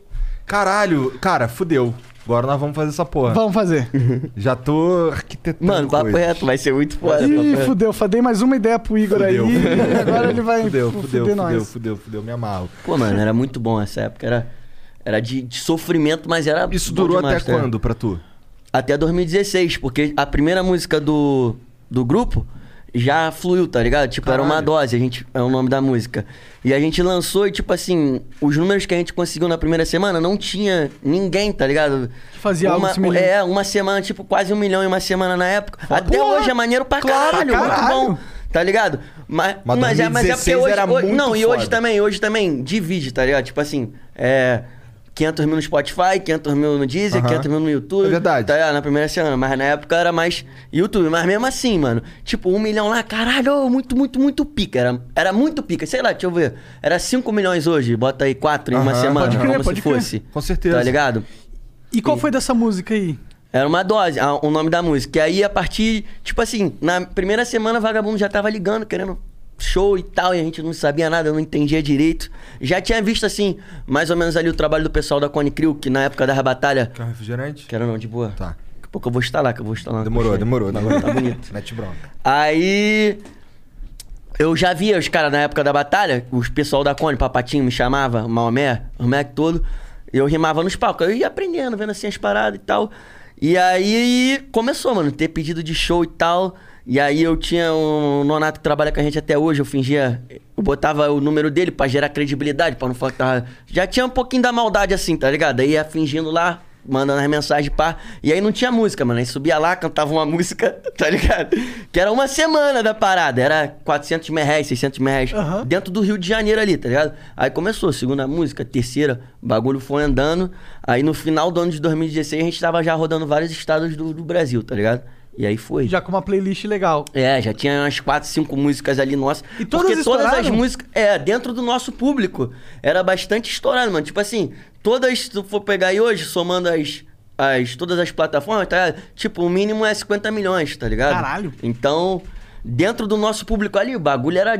Speaker 4: Caralho, cara, fudeu. Agora nós vamos fazer essa porra.
Speaker 5: Vamos fazer.
Speaker 4: Já tô arquitetando.
Speaker 7: Mano, papo
Speaker 4: coisas.
Speaker 7: reto, vai ser muito foda.
Speaker 5: Ih, fudeu, fadei mais uma ideia pro Igor
Speaker 4: Fudeu.
Speaker 5: aí. e Agora ele vai
Speaker 4: Fudeu,
Speaker 5: fu-
Speaker 4: fudeu, fudeu,
Speaker 5: fuder
Speaker 4: fudeu,
Speaker 5: nós.
Speaker 4: fudeu, fudeu, me amarro.
Speaker 7: Pô, mano, era muito bom essa época. Era, era de, de sofrimento, mas era.
Speaker 4: Isso
Speaker 7: bom
Speaker 4: durou
Speaker 7: demais,
Speaker 4: até
Speaker 7: tá ligado?
Speaker 4: quando pra tu?
Speaker 7: Até 2016, porque a primeira música do, do grupo já fluiu, tá ligado? Tipo, era uma
Speaker 4: Caralho.
Speaker 7: dose, a gente, é o nome da música. E a gente lançou e, tipo assim, os números que a gente conseguiu na primeira semana não tinha ninguém, tá ligado?
Speaker 5: Fazia
Speaker 7: uma,
Speaker 5: algo semelhante.
Speaker 7: É, uma semana, tipo, quase um milhão em uma semana na época. Até
Speaker 4: Porra!
Speaker 7: hoje é maneiro pra
Speaker 4: Claro,
Speaker 7: caralho,
Speaker 4: caralho!
Speaker 7: muito bom. Tá ligado? Mas,
Speaker 4: Mas
Speaker 7: mas é, mas é porque
Speaker 4: 2016
Speaker 7: hoje.
Speaker 4: era
Speaker 7: hoje- não,
Speaker 4: muito
Speaker 7: e hoje
Speaker 4: foda.
Speaker 7: também, hoje também divide, tá ligado? Tipo assim, é. 500 mil no Spotify, 500 mil no Deezer,
Speaker 4: Aham.
Speaker 7: 500 mil no YouTube.
Speaker 4: É verdade.
Speaker 7: Tá ligado? na primeira semana, mas na época era mais YouTube. Mas mesmo assim, mano, tipo, um milhão lá, caralho, muito, muito, muito pica. Era, era muito pica. Sei lá, deixa eu ver. Era 5 milhões hoje, bota aí 4 em uma
Speaker 4: Aham.
Speaker 7: semana,
Speaker 4: Pode
Speaker 5: crer,
Speaker 7: como
Speaker 5: pode
Speaker 7: se
Speaker 5: crer.
Speaker 7: fosse.
Speaker 4: Com certeza.
Speaker 7: Tá ligado?
Speaker 5: E qual foi dessa música aí?
Speaker 7: Era uma dose, a- o nome da música. E aí, a partir, tipo assim, na primeira semana, vagabundo já tava ligando, querendo show e tal, e a gente não sabia nada, não entendia direito. Já tinha visto, assim, mais ou menos ali o trabalho do pessoal da Cone Crew, que na época da batalha.
Speaker 4: Quer um refrigerante?
Speaker 7: Quero não, de boa.
Speaker 4: Tá.
Speaker 7: Daqui a pouco eu vou instalar, que eu vou instalar.
Speaker 4: Demorou, demorou.
Speaker 7: Agora tá
Speaker 4: demorou.
Speaker 7: bonito.
Speaker 4: Mete bronca.
Speaker 7: Aí. Eu já via os caras na época da batalha, os pessoal da Cone, Papatinho me chamava, Maomé, o Mac todo. Eu rimava nos palcos. Eu ia aprendendo, vendo assim as paradas e tal. E aí começou, mano, ter pedido de show e tal. E aí eu tinha um nonato que trabalha com a gente até hoje, eu fingia. Eu botava o número dele pra gerar credibilidade, pra não falar que tava. Já tinha um pouquinho da maldade assim, tá ligado? Aí ia fingindo lá, mandando as mensagens pá. E aí não tinha música, mano. Aí subia lá, cantava uma música, tá ligado? Que era uma semana da parada. Era 400 mil reais, 600 mil reais.
Speaker 5: Aham.
Speaker 7: Dentro do Rio de Janeiro ali, tá ligado? Aí começou, segunda música, terceira, o bagulho foi andando. Aí no final do ano de 2016 a gente tava já rodando vários estados do, do Brasil, tá ligado? E aí foi.
Speaker 5: Já com uma playlist legal.
Speaker 7: É, já tinha umas quatro, cinco músicas ali nossas.
Speaker 5: E todas
Speaker 7: Porque todas as
Speaker 5: estouraram?
Speaker 7: músicas. É, dentro do nosso público. Era bastante estourado, mano. Tipo assim, todas, se tu for pegar aí hoje, somando as. as todas as plataformas, tá? ligado? Tipo, o mínimo é 50 milhões, tá ligado?
Speaker 5: Caralho.
Speaker 7: Então, dentro do nosso público ali, o bagulho era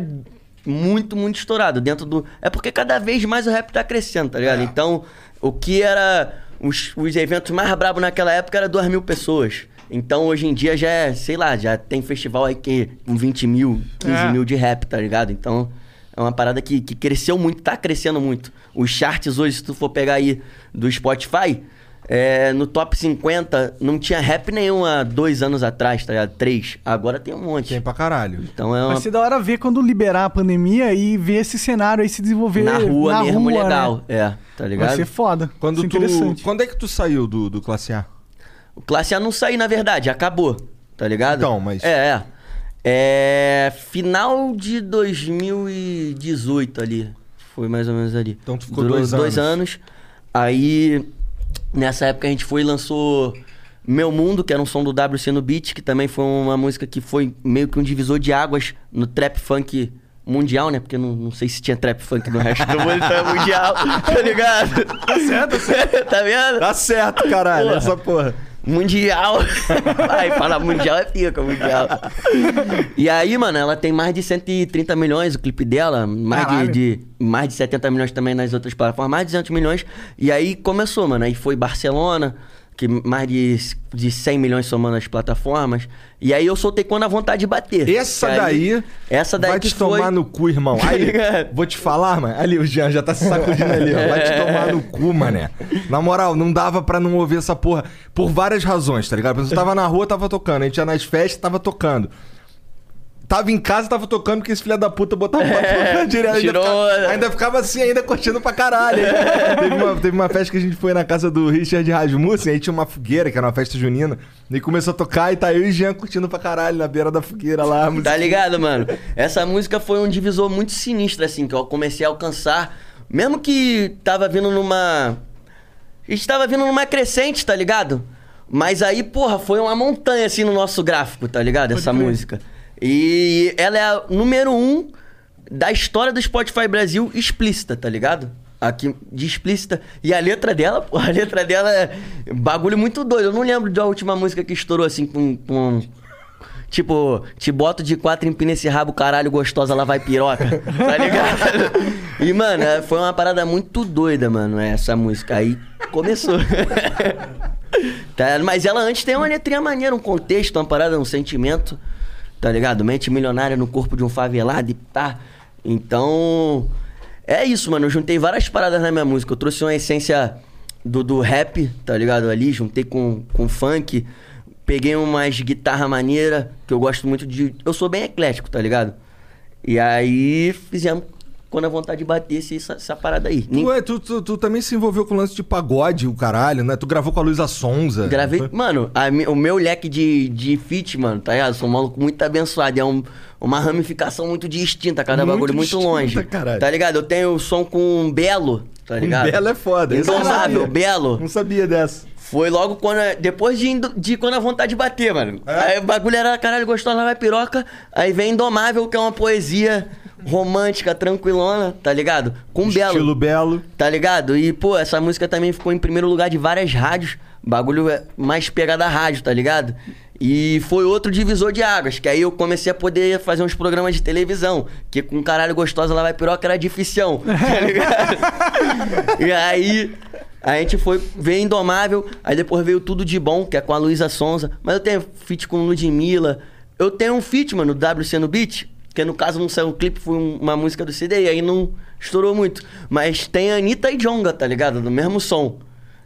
Speaker 7: muito, muito estourado. Dentro do. É porque cada vez mais o rap tá crescendo, tá ligado? Então, o que era. Os, os eventos mais brabos naquela época era 2 mil pessoas. Então hoje em dia já é, sei lá, já tem festival aí que com 20 mil, 15
Speaker 5: É.
Speaker 7: mil de rap, tá ligado? Então é uma parada que, que cresceu muito, tá crescendo muito. Os charts hoje, se tu for pegar aí do Spotify, É, no top 50 não tinha rap nenhum há dois anos atrás, tá ligado? Três. Agora tem um monte.
Speaker 4: Tem pra caralho.
Speaker 7: Então é uma...
Speaker 5: Vai ser da hora ver quando liberar a pandemia e ver esse cenário aí se desenvolver
Speaker 7: na rua mesmo
Speaker 5: rua, né?
Speaker 7: legal. É, tá ligado?
Speaker 5: Vai ser foda.
Speaker 4: Quando
Speaker 5: Isso é
Speaker 4: tu,
Speaker 5: interessante.
Speaker 4: quando é que tu saiu do, do Classe A?
Speaker 7: O Classe A não saiu, na verdade, acabou. Tá ligado?
Speaker 4: Então, mas-
Speaker 7: É, é. É. Final de 2018 ali. Foi mais ou menos ali.
Speaker 4: Então tu ficou
Speaker 7: Durou
Speaker 4: dois
Speaker 7: dois
Speaker 4: anos.
Speaker 7: anos. Aí, nessa época, a gente foi e lançou Meu Mundo, que era um som do WC no Beat, que também foi uma música que foi meio que um divisor de águas no trap funk mundial, né? Porque não, não sei se tinha trap funk no resto do mundo, então é mundial, tá ligado? Tá certo, tá certo. tá vendo?
Speaker 4: Tá certo, caralho, essa porra.
Speaker 7: Mundial. Vai, fala mundial é pica, mundial. E aí, mano, ela tem mais de 130 milhões o clipe dela, mais de,
Speaker 5: Caralho.
Speaker 7: de- mais de 70 milhões também nas outras plataformas, mais de 200 milhões. E aí começou, mano, aí foi Barcelona, que mais de, de 100 milhões somando as plataformas. E aí eu soltei quando a vontade de bater.
Speaker 4: Essa
Speaker 7: E aí-
Speaker 4: daí,
Speaker 7: essa daí
Speaker 4: vai
Speaker 7: que
Speaker 4: te tomar
Speaker 7: foi-
Speaker 4: no cu, irmão. Aí, vou te falar, mano. Ali, o Jean já tá se sacudindo ali, ó. Vai
Speaker 7: É.
Speaker 4: te tomar no cu, mané. Na moral, não dava pra não ouvir essa porra. Por várias razões, tá ligado? A pessoa tava na rua, tava tocando. A gente ia nas festas, tava tocando. Tava em casa, tava tocando, porque esse filho da puta botava pra tocar direto. Ainda
Speaker 7: É. tirou,
Speaker 4: ficava,
Speaker 7: né?
Speaker 4: ainda ficava assim, ainda curtindo pra caralho. hein? teve, uma, teve uma festa que a gente foi na casa do Richard Rasmussen, aí tinha uma fogueira, que era uma festa junina, e começou a tocar, e tá eu e Jean curtindo pra caralho na beira da fogueira lá. a
Speaker 7: Tá
Speaker 4: musiquinha.
Speaker 7: ligado, mano? Essa música foi um divisor muito sinistro, assim, que eu comecei a alcançar. Mesmo que tava vindo numa. A gente tava vindo numa crescente, tá ligado? Mas aí, porra, foi uma montanha, assim, no nosso gráfico, tá ligado? Essa música. E ela é a número um da história do Spotify Brasil explícita, tá ligado? Aqui, de explícita. E a letra dela, porra, a letra dela é bagulho muito doido. Eu não lembro da última música que estourou, assim, com- com Tipo, te boto de quatro, empina esse rabo, caralho, gostosa, lá vai piroca. Tá ligado? E, mano, é, foi uma parada muito doida, mano, essa música. Aí começou. Tá, mas ela antes tem uma letrinha maneira, um contexto, uma parada, um sentimento. Tá ligado? Mente milionária no corpo de um favelado e pá. Então. É isso, mano. Eu juntei várias paradas na minha música. Eu trouxe uma essência do, do rap, tá ligado? Ali, juntei com, com funk. Peguei umas guitarra maneira, que eu gosto muito de. Eu sou bem eclético, tá ligado? E aí fizemos quando a vontade de bater esse- essa, essa parada aí. Nem-
Speaker 4: Tu, é, tu, tu, tu também se envolveu com o lance de pagode, o caralho, né? Tu gravou com a Luísa Sonza.
Speaker 7: Gravei. tá
Speaker 4: Foi-
Speaker 7: Mano, a mi- o meu leque de, de fit, mano, tá ligado? Sou um maluco muito abençoado. É um- uma ramificação muito distinta, cada
Speaker 4: Muito
Speaker 7: bagulho muito
Speaker 4: distinta,
Speaker 7: longe.
Speaker 4: caralho.
Speaker 7: Tá ligado? Eu tenho som com um belo, tá ligado?
Speaker 4: Belo é foda. esse eu não
Speaker 7: Indomável,
Speaker 4: sabia.
Speaker 7: belo.
Speaker 4: Não sabia dessa.
Speaker 7: Foi logo quando. a- Depois de, indo- de quando a vontade de bater, mano.
Speaker 4: É?
Speaker 7: Aí o bagulho era caralho, gostosa, lá vai piroca. Aí vem Indomável, que é uma poesia romântica, tranquilona, tá ligado? Com belo.
Speaker 4: Estilo belo.
Speaker 7: Tá ligado? E, pô, essa música também ficou em primeiro lugar de várias rádios. Bagulho é mais pegada à rádio, tá ligado? E foi outro divisor de águas, que aí eu comecei a poder fazer uns programas de televisão. Que com um caralho gostosa lá vai piroca era dificião, tá ligado? e aí a gente foi ver Indomável, aí depois veio Tudo de Bom, que é com a Luísa Sonza. Mas eu tenho feat com Ludmilla. Eu tenho um feat, mano, do WC no Beat, que no caso não saiu o clipe, foi um- uma música do CD, e aí não estourou muito. Mas tem Anitta e Jonga, tá ligado? Do mesmo som.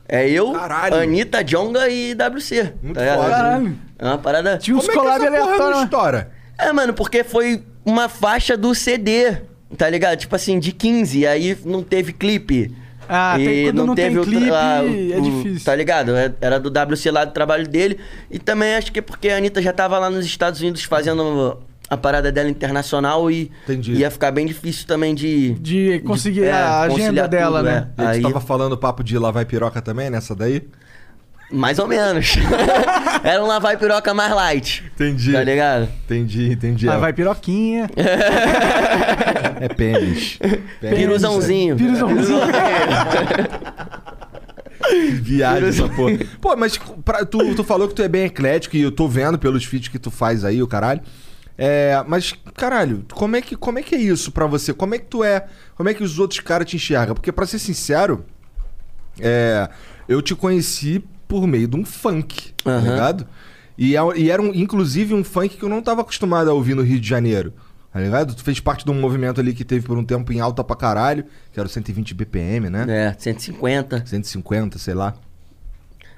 Speaker 7: É eu,
Speaker 4: Caralho.
Speaker 7: Anitta, Jonga e WC.
Speaker 4: Muito
Speaker 7: tá ligado?
Speaker 4: foda. né?
Speaker 5: Caralho.
Speaker 7: É uma parada.
Speaker 5: Tinha uns
Speaker 4: Como é que
Speaker 5: collab
Speaker 4: essa porra não
Speaker 5: aleatórios.
Speaker 4: estoura?
Speaker 7: É, mano, porque foi uma faixa do CD, tá ligado? Tipo assim, de 15, aí não teve clipe.
Speaker 5: Ah,
Speaker 7: e
Speaker 5: tem- quando não tem
Speaker 7: o tra-
Speaker 5: clipe,
Speaker 7: ah,
Speaker 5: é
Speaker 7: o-
Speaker 5: difícil.
Speaker 7: Tá ligado? É- Era do WC lá do trabalho dele. E também acho que é porque a Anitta já tava lá nos Estados Unidos fazendo a parada dela internacional e
Speaker 4: Entendi.
Speaker 7: ia ficar bem difícil também de.
Speaker 5: De conseguir
Speaker 7: é,
Speaker 5: a agenda
Speaker 7: conciliar
Speaker 5: dela,
Speaker 7: tudo,
Speaker 5: né?
Speaker 7: é.
Speaker 4: Aí...
Speaker 7: Aí,
Speaker 4: Tu tava falando papo de lavar piroca também nessa daí?
Speaker 7: Mais ou menos. Era um lavar piroca mais light.
Speaker 4: Entendi.
Speaker 7: Tá ligado?
Speaker 4: Entendi, entendi.
Speaker 5: Ah, vai piroquinha.
Speaker 4: É pênis.
Speaker 7: Piruzãozinho.
Speaker 5: Piruzãozinho.
Speaker 4: Viagem essa porra. Pô, mas pra- tu, tu falou que tu é bem eclético e eu tô vendo pelos feats que tu faz aí, o caralho. É, mas, caralho, como é, que, como é que é isso pra você? Como é que tu é? Como é que os outros caras te enxergam? Porque, pra ser sincero, é, eu te conheci por meio de um funk, tá
Speaker 7: Aham.
Speaker 4: ligado? E, é- e era, um- inclusive, um funk que eu não tava acostumado a ouvir no Rio de Janeiro, tá ligado? Tu fez parte de um movimento ali que teve por um tempo em alta pra caralho, que era o 120 BPM, né?
Speaker 7: É, 150.
Speaker 4: 150, sei lá.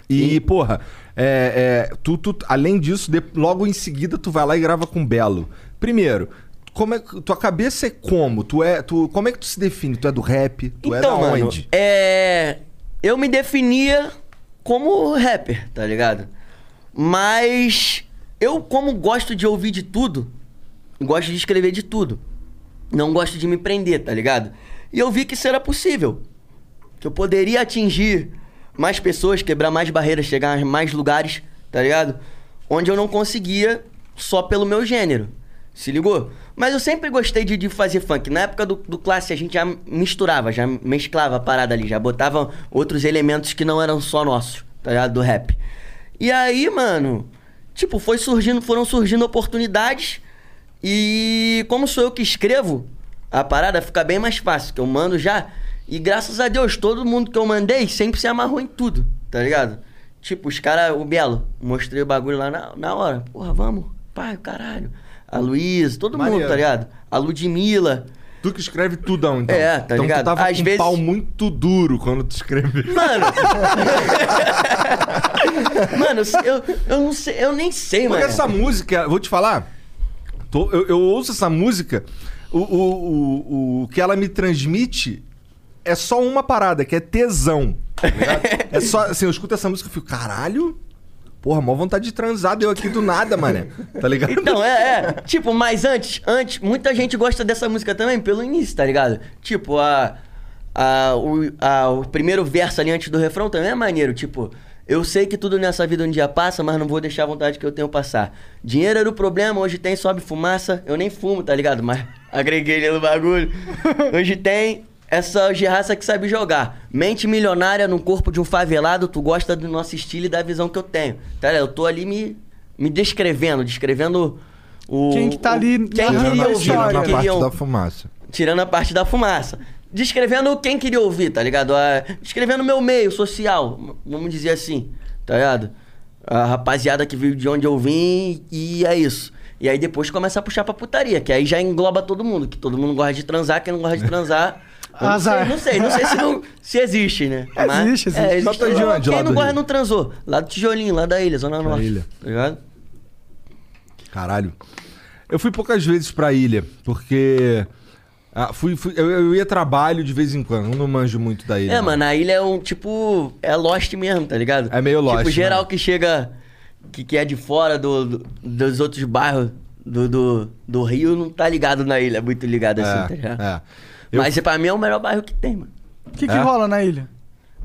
Speaker 4: E, porra, é, é, tu, tu- além disso, de- logo em seguida tu vai lá e grava com o Belo. Primeiro, como é que- tua cabeça é como? Tu é, tu, como é que tu se define? Tu é do rap? Tu é da
Speaker 7: Então, mano,
Speaker 4: onde?
Speaker 7: é... eu me definia como rapper, tá ligado? Mas eu, como gosto de ouvir de tudo, gosto de escrever de tudo. Não gosto de me prender, tá ligado? E eu vi que isso era possível. Que eu poderia atingir mais pessoas, quebrar mais barreiras, chegar a mais lugares, tá ligado? Onde eu não conseguia só pelo meu gênero. Se ligou? Mas eu sempre gostei de, de fazer funk. Na época do, do classe a gente já misturava, já mesclava a parada ali, já botava outros elementos que não eram só nossos, tá ligado? Do rap. E aí, mano, tipo, foi surgindo, foram surgindo oportunidades. E como sou eu que escrevo, a parada fica bem mais fácil, que eu mando já. E graças a Deus, todo mundo que eu mandei sempre se amarrou em tudo, tá ligado? Tipo, os caras, o Belo, mostrei o bagulho lá na, na hora. Porra, vamos, pai, caralho. A Luísa, todo mundo,
Speaker 4: Maneiro.
Speaker 7: tá ligado? A Ludmilla.
Speaker 4: Tu que escreve tudão, então.
Speaker 7: É, tá
Speaker 4: então
Speaker 7: ligado?
Speaker 4: tu tava
Speaker 7: Às
Speaker 4: com
Speaker 7: vezes-
Speaker 4: um pau muito duro quando tu escreveu.
Speaker 7: Mano! mano, eu, eu não sei, eu nem sei,
Speaker 4: Porque
Speaker 7: mano.
Speaker 4: essa música, vou te falar, tô- eu, eu ouço essa música, o, o, o, o que ela me transmite é só uma parada, que é tesão. tá ligado? é só, assim, eu escuto essa música e fico, caralho, porra, mó vontade de transar, deu aqui do nada, mané. Tá ligado?
Speaker 7: Então, é, é. Tipo, mas antes, antes, muita gente gosta dessa música também pelo início, tá ligado? Tipo, a, a, o, a- o primeiro verso ali antes do refrão também é maneiro. Tipo, eu sei que tudo nessa vida um dia passa, mas não vou deixar a vontade que eu tenho passar. Dinheiro era o problema, hoje tem, sobe fumaça. Eu nem fumo, tá ligado? Mas agreguei ele no bagulho. Hoje tem. Essa girraça que sabe jogar. Mente milionária no corpo de um favelado, tu gosta do nosso estilo e da visão que eu tenho. Tá ligado? Eu tô ali me me descrevendo, descrevendo o.
Speaker 5: Quem que tá ali
Speaker 7: o- Quem
Speaker 5: narrando
Speaker 7: queria
Speaker 5: a
Speaker 7: ouvir,
Speaker 5: história.
Speaker 7: quem
Speaker 4: na
Speaker 7: queria
Speaker 4: parte
Speaker 7: ou-
Speaker 4: da fumaça.
Speaker 7: tirando a parte da fumaça. Descrevendo quem queria ouvir, tá ligado? A- Descrevendo o meu meio social, m- vamos dizer assim, tá ligado? A rapaziada que veio de onde eu vim e é isso. E aí depois começa a puxar pra putaria, que aí já engloba todo mundo, que todo mundo gosta de transar, quem não gosta de transar. eu não sei,
Speaker 5: Azar.
Speaker 7: Não sei, não sei, se, não- se existe, né?
Speaker 5: Existe, existe.
Speaker 7: É,
Speaker 4: Lá
Speaker 7: existe.
Speaker 4: tá de onde,
Speaker 7: quem
Speaker 4: lá
Speaker 7: não
Speaker 4: do
Speaker 7: gosta
Speaker 4: Rio?
Speaker 7: não transou. Lá do tijolinho, lá da ilha, Zona Norte.
Speaker 4: ilha.
Speaker 7: Tá ligado?
Speaker 4: Caralho. Eu fui poucas vezes pra ilha, porque. ah, fui, fui- eu, eu ia trabalho de vez em quando, eu não manjo muito da ilha.
Speaker 7: É,
Speaker 4: não.
Speaker 7: mano, a ilha é um tipo. É Lost mesmo, tá ligado?
Speaker 4: É meio Lost,
Speaker 7: Tipo, geral
Speaker 4: né?
Speaker 7: que chega. Que, que é de fora do, do- dos outros bairros do, do, do Rio não tá ligado na ilha, é muito ligado assim, tá ligado?
Speaker 4: É, é. Eu-
Speaker 7: Mas pra mim é o melhor bairro que tem, mano.
Speaker 5: O que, que
Speaker 4: É?
Speaker 5: rola na ilha?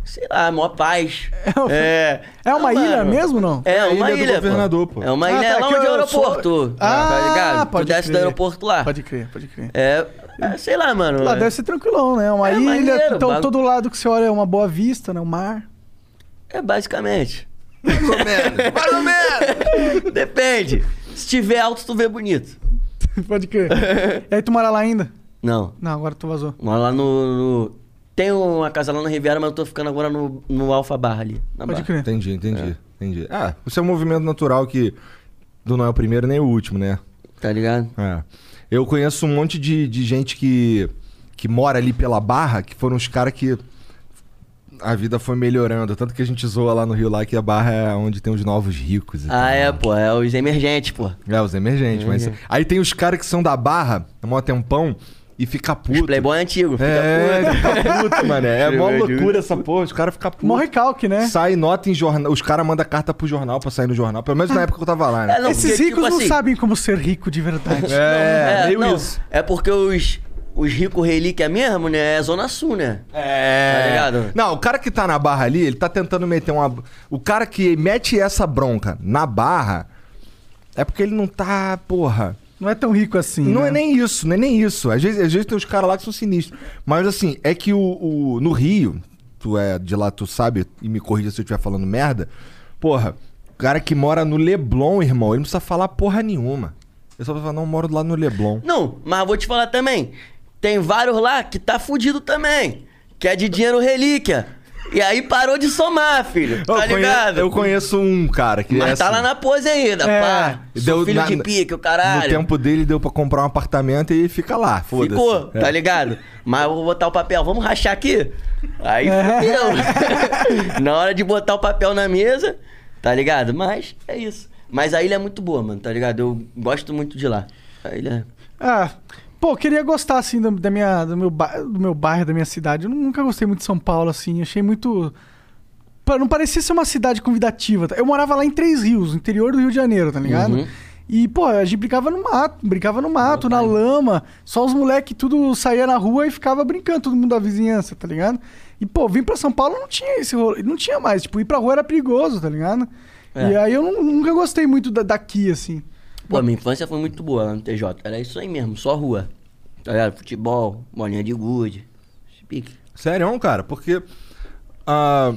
Speaker 7: Sei lá, a maior paz.
Speaker 5: É uma-
Speaker 7: É,
Speaker 5: É uma ilha mesmo, não?
Speaker 7: É,
Speaker 4: É a
Speaker 7: uma
Speaker 4: ilha do
Speaker 7: ilha.
Speaker 4: governador, pô.
Speaker 7: É uma
Speaker 5: Ah,
Speaker 7: ilha
Speaker 5: tá,
Speaker 7: lá
Speaker 5: que
Speaker 7: onde é o
Speaker 5: eu sou-
Speaker 7: aeroporto. tá
Speaker 5: Ah,
Speaker 7: ligado?
Speaker 5: pode
Speaker 7: tu desce do
Speaker 5: crer.
Speaker 7: aeroporto lá.
Speaker 5: Pode crer, pode crer.
Speaker 7: Ah. É, é, sei lá, mano.
Speaker 5: Lá
Speaker 7: é.
Speaker 5: deve ser tranquilão, né? Uma
Speaker 7: É
Speaker 5: ilha,
Speaker 7: maneiro,
Speaker 5: então
Speaker 7: bagu-
Speaker 5: todo lado que você olha é uma boa vista, né? O mar.
Speaker 7: É basicamente. Mais ou menos. Depende. Se tiver alto, tu vê bonito.
Speaker 5: Pode crer. e aí tu mora lá ainda?
Speaker 7: Não.
Speaker 5: Não, agora tu vazou.
Speaker 7: Moro lá no, no- Tem uma casa lá na Riviera, mas eu tô ficando agora no, no Alfa Barra ali. na
Speaker 5: Pode
Speaker 7: Barra.
Speaker 5: crer.
Speaker 4: Entendi, entendi, entendi. Ah, isso é um movimento natural que do não é o primeiro nem o último, né?
Speaker 7: Tá ligado?
Speaker 4: É. Eu conheço um monte de, de gente que, que mora ali pela Barra, que foram os caras que a vida foi melhorando. Tanto que a gente zoa lá no Rio, lá que a Barra é onde tem os novos ricos. e tal. né?
Speaker 7: Ah, é, Uhum. pô. É os emergentes, pô.
Speaker 4: É, os emergentes. Mas...
Speaker 7: Emergente.
Speaker 4: Aí tem os caras que são da Barra, há mó tempão, e fica
Speaker 7: Os
Speaker 4: puto.
Speaker 7: playboy antigo.
Speaker 4: É, fica puto, mano. É mó
Speaker 7: Meu Deus.
Speaker 4: loucura essa porra. Os caras ficam putos.
Speaker 5: Mó recalque, né?
Speaker 4: Sai nota em jornal. Os caras mandam carta pro jornal pra sair no jornal. Pelo menos na época que eu tava lá, né?
Speaker 7: É, não,
Speaker 5: Esses
Speaker 7: porque,
Speaker 5: ricos
Speaker 7: tipo
Speaker 5: não
Speaker 7: assim,
Speaker 5: sabem como ser rico de verdade.
Speaker 4: É, meio
Speaker 7: não,
Speaker 4: isso.
Speaker 7: É porque os, os ricos relíquia mesmo, né? É Zona Sul, né?
Speaker 4: É.
Speaker 7: Tá ligado?
Speaker 4: Não, o cara que tá na barra ali, ele tá tentando meter uma. O cara que mete essa bronca na barra é porque ele não tá, porra.
Speaker 5: Não é tão rico assim.
Speaker 4: Não
Speaker 5: né?
Speaker 4: é nem isso, não é nem isso. Às vezes, às vezes tem os caras lá que são sinistros. Mas assim, é que o, o- no Rio, tu é de lá, tu sabe, e me corrija se eu estiver falando merda. Porra, o cara que mora no Leblon, irmão, ele não precisa falar porra nenhuma. Ele só vai falar, não, eu moro lá no Leblon.
Speaker 7: Não, mas vou te falar também. Tem vários lá que tá fudido também. Que é de dinheiro relíquia. E aí parou de somar, filho. Tá
Speaker 4: eu conhe-
Speaker 7: ligado?
Speaker 4: eu conheço um cara que é
Speaker 7: Mas tá
Speaker 4: assim.
Speaker 7: lá na pose ainda,
Speaker 4: É.
Speaker 7: pá. Deu
Speaker 4: Deu
Speaker 7: filho
Speaker 4: na-
Speaker 7: de pique, o caralho.
Speaker 4: No tempo dele deu pra comprar um apartamento e ele fica lá, foda-se.
Speaker 7: Ficou,
Speaker 4: É.
Speaker 7: tá ligado? Mas eu vou botar o papel, vamos rachar aqui? Aí
Speaker 4: É.
Speaker 7: fudeu. na hora de botar o papel na mesa, tá ligado? Mas é isso. Mas a ilha é muito boa, mano, tá ligado? Eu gosto muito de lá. A ilha
Speaker 5: Ah, pô, eu queria gostar assim da, da minha, do, meu ba- do meu bairro, da minha cidade. Eu nunca gostei muito de São Paulo, assim. Achei muito. Pa- Não parecia ser uma cidade convidativa. tá? Eu morava lá em Três Rios, no interior do Rio de Janeiro, tá ligado? E, pô, a gente brincava no mato, brincava no mato, na lama. Só os moleque tudo saía na rua e ficava brincando, todo mundo da vizinhança, tá ligado? E, pô, vim pra São Paulo não tinha esse rolê, não tinha mais. Tipo, ir pra rua era perigoso, tá ligado?
Speaker 7: É.
Speaker 5: E aí eu nu- nunca gostei muito da- daqui, assim.
Speaker 7: Pô, minha infância foi muito boa lá no TJ. Era isso aí mesmo, só rua. Tá ligado? Futebol, bolinha de gude. esse pique.
Speaker 4: Sério, cara, porque. ah,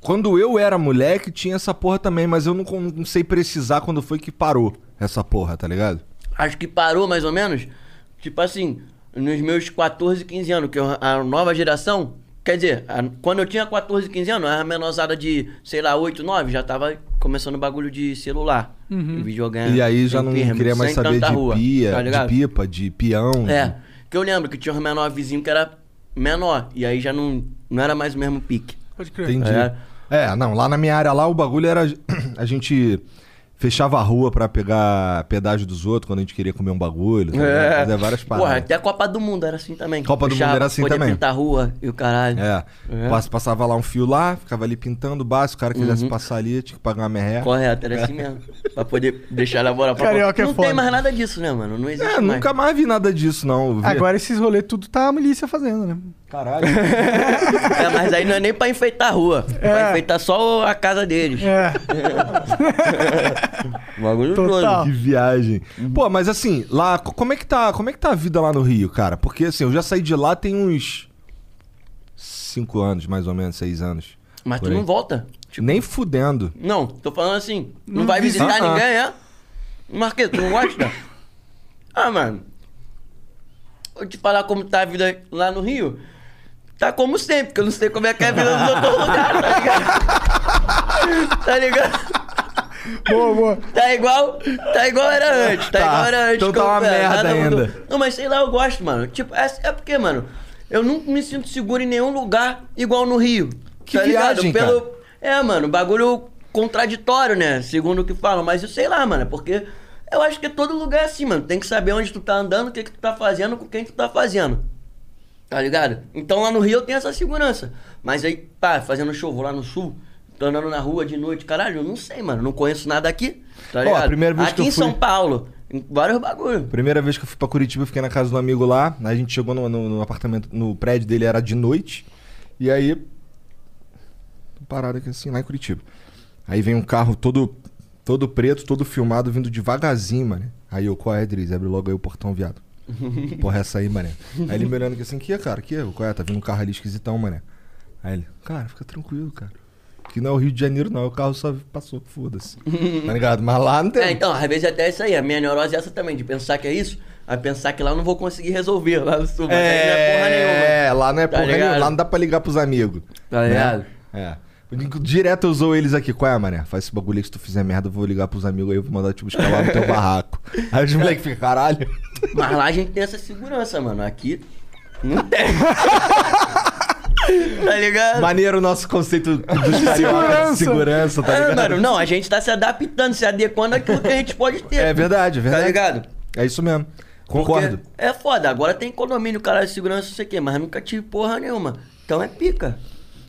Speaker 4: quando eu era moleque, tinha essa porra também, mas eu não, con- não sei precisar quando foi que parou essa porra, tá ligado?
Speaker 7: Acho que parou mais ou menos. Tipo assim, nos meus 14, 15 anos, que eu- a nova geração. Quer dizer, a- quando eu tinha 14, 15 anos, a menosada de, sei lá, 8, 9, já tava começando o bagulho de celular. de videogame.
Speaker 4: e aí já
Speaker 7: sem
Speaker 4: não
Speaker 7: firme,
Speaker 4: queria mais
Speaker 7: É, sem
Speaker 4: saber de
Speaker 7: tanta rua,
Speaker 4: pia,
Speaker 7: tá
Speaker 4: de
Speaker 7: ligado?
Speaker 4: pipa, de peão.
Speaker 7: É. Que eu lembro que tinha um menor vizinho que era menor. E aí já não, não era mais o mesmo pique.
Speaker 5: Pode crer.
Speaker 4: Entendi.
Speaker 7: É.
Speaker 4: É. não, lá na minha área lá o bagulho era. A gente fechava a rua pra pegar pedágio dos outros quando a gente queria comer um bagulho. tá ligado? Fazia várias paradas.
Speaker 7: É. Porra, até a Copa do Mundo era assim também.
Speaker 4: Copa do
Speaker 7: Fechava,
Speaker 4: Mundo era assim
Speaker 7: podia
Speaker 4: também.
Speaker 7: pintar a rua e o caralho.
Speaker 4: É.
Speaker 7: É. Uhum.
Speaker 4: Pass- Passava lá um fio lá, ficava ali pintando o bar. Se o cara quisesse passar ali, tinha que pagar uma merreca.
Speaker 7: Correto, era assim mesmo. pra poder deixar elaborar pra
Speaker 5: Carioca é
Speaker 7: Não
Speaker 5: foda.
Speaker 7: tem mais nada disso, né, mano? Não existe
Speaker 4: É,
Speaker 7: mais.
Speaker 4: nunca mais vi nada disso, não. Vi-
Speaker 5: Agora esses rolês tudo tá a milícia fazendo, né?
Speaker 4: Caralho.
Speaker 7: É, mas aí não é nem pra enfeitar a rua. É. Pra enfeitar só a casa deles.
Speaker 5: É,
Speaker 7: O bagulho
Speaker 5: Total.
Speaker 4: que viagem.
Speaker 7: Uhum.
Speaker 4: Pô, mas assim, lá, co- como é, que tá, como é que tá a vida lá no Rio, cara? Porque assim, eu já saí de lá tem uns. cinco anos, mais ou menos, seis anos.
Speaker 7: Mas tu
Speaker 4: Por aí.
Speaker 7: não volta. Tipo,
Speaker 4: Nem fudendo.
Speaker 7: Não, tô falando assim. Não, vai visitar
Speaker 4: visita.
Speaker 7: ninguém, é? Marquês, tu não gosta? ah, mano. Vou te falar como tá a vida lá no Rio. Tá como sempre, porque eu não sei como é que é a vida nos outros lugares, tá ligado? tá ligado?
Speaker 5: boa, boa.
Speaker 7: Tá igual, tá igual era antes, tá,
Speaker 4: Tá,
Speaker 7: igual era antes.
Speaker 4: então tá
Speaker 7: como
Speaker 4: uma
Speaker 7: era,
Speaker 4: merda
Speaker 7: nada mudou.
Speaker 4: ainda.
Speaker 7: Não, mas sei lá, eu gosto, mano. Tipo, é, é porque, mano, eu não me sinto seguro em nenhum lugar igual no Rio.
Speaker 4: Que
Speaker 7: tá
Speaker 4: viagem,
Speaker 7: ligado? É, mano, bagulho contraditório, né? Segundo o que falam, mas eu sei lá, mano, é porque eu acho que todo lugar é assim, mano. Tem que saber onde tu tá andando, o que, que tu tá fazendo, com quem tu tá fazendo. Tá ligado? Então lá no Rio eu tenho essa segurança. Mas aí, pá, fazendo show, vou lá no sul, tô andando na rua de noite, caralho, eu não sei, mano. Não conheço nada aqui. Tá
Speaker 4: Ó,
Speaker 7: ligado?
Speaker 4: a primeira vez
Speaker 7: aqui
Speaker 4: que eu
Speaker 7: em
Speaker 4: fui-
Speaker 7: São Paulo, em vários bagulho.
Speaker 4: Primeira vez que eu fui pra Curitiba, eu fiquei na casa de um amigo lá. A gente chegou no, no- no apartamento, no prédio dele, era de noite. E aí. tô Parado aqui assim, lá em Curitiba. Aí vem um carro todo todo preto, todo filmado, vindo devagarzinho, mano. Aí eu, qual é, Dries? Abre logo aí o portão, viado. Porra, é essa aí, mané. Aí ele me olhando aqui assim, que é, cara? Que é? Qual é? Tá vindo um carro ali esquisitão, mané. Aí ele, cara, fica tranquilo, cara. Que não é o Rio de Janeiro, não. O carro só passou, foda-se. tá ligado? Mas lá não tem.
Speaker 7: É, então, às vezes até é isso aí. A minha neurose é essa também, de pensar que é isso, a pensar que lá eu não vou conseguir resolver, lá no sul. Mas aí não é porra nenhuma.
Speaker 4: É, lá não é
Speaker 7: Tá
Speaker 4: porra
Speaker 7: ligado?
Speaker 4: nenhuma. Lá não dá pra ligar pros amigos.
Speaker 7: Tá
Speaker 4: né?
Speaker 7: ligado?
Speaker 4: É. Direto eu usou eles aqui. Qual é, mané? Faz esse bagulho aí que se tu fizer merda, eu vou ligar pros amigos aí, eu vou mandar te buscar lá no teu barraco. Aí os moleques ficam, caralho.
Speaker 7: Mas lá a gente tem essa segurança, mano. Aqui não tem. tá ligado?
Speaker 4: Maneiro o nosso conceito dos carioca de segurança, tá
Speaker 7: É,
Speaker 4: ligado?
Speaker 7: mano, não, a gente tá se adaptando, se adequando àquilo que a gente pode ter.
Speaker 4: É verdade, é verdade.
Speaker 7: Tá ligado?
Speaker 4: É isso mesmo. Concordo.
Speaker 7: Porque É foda, agora tem condomínio, caralho, segurança, não sei o quê, mas nunca tive porra nenhuma. Então é pica.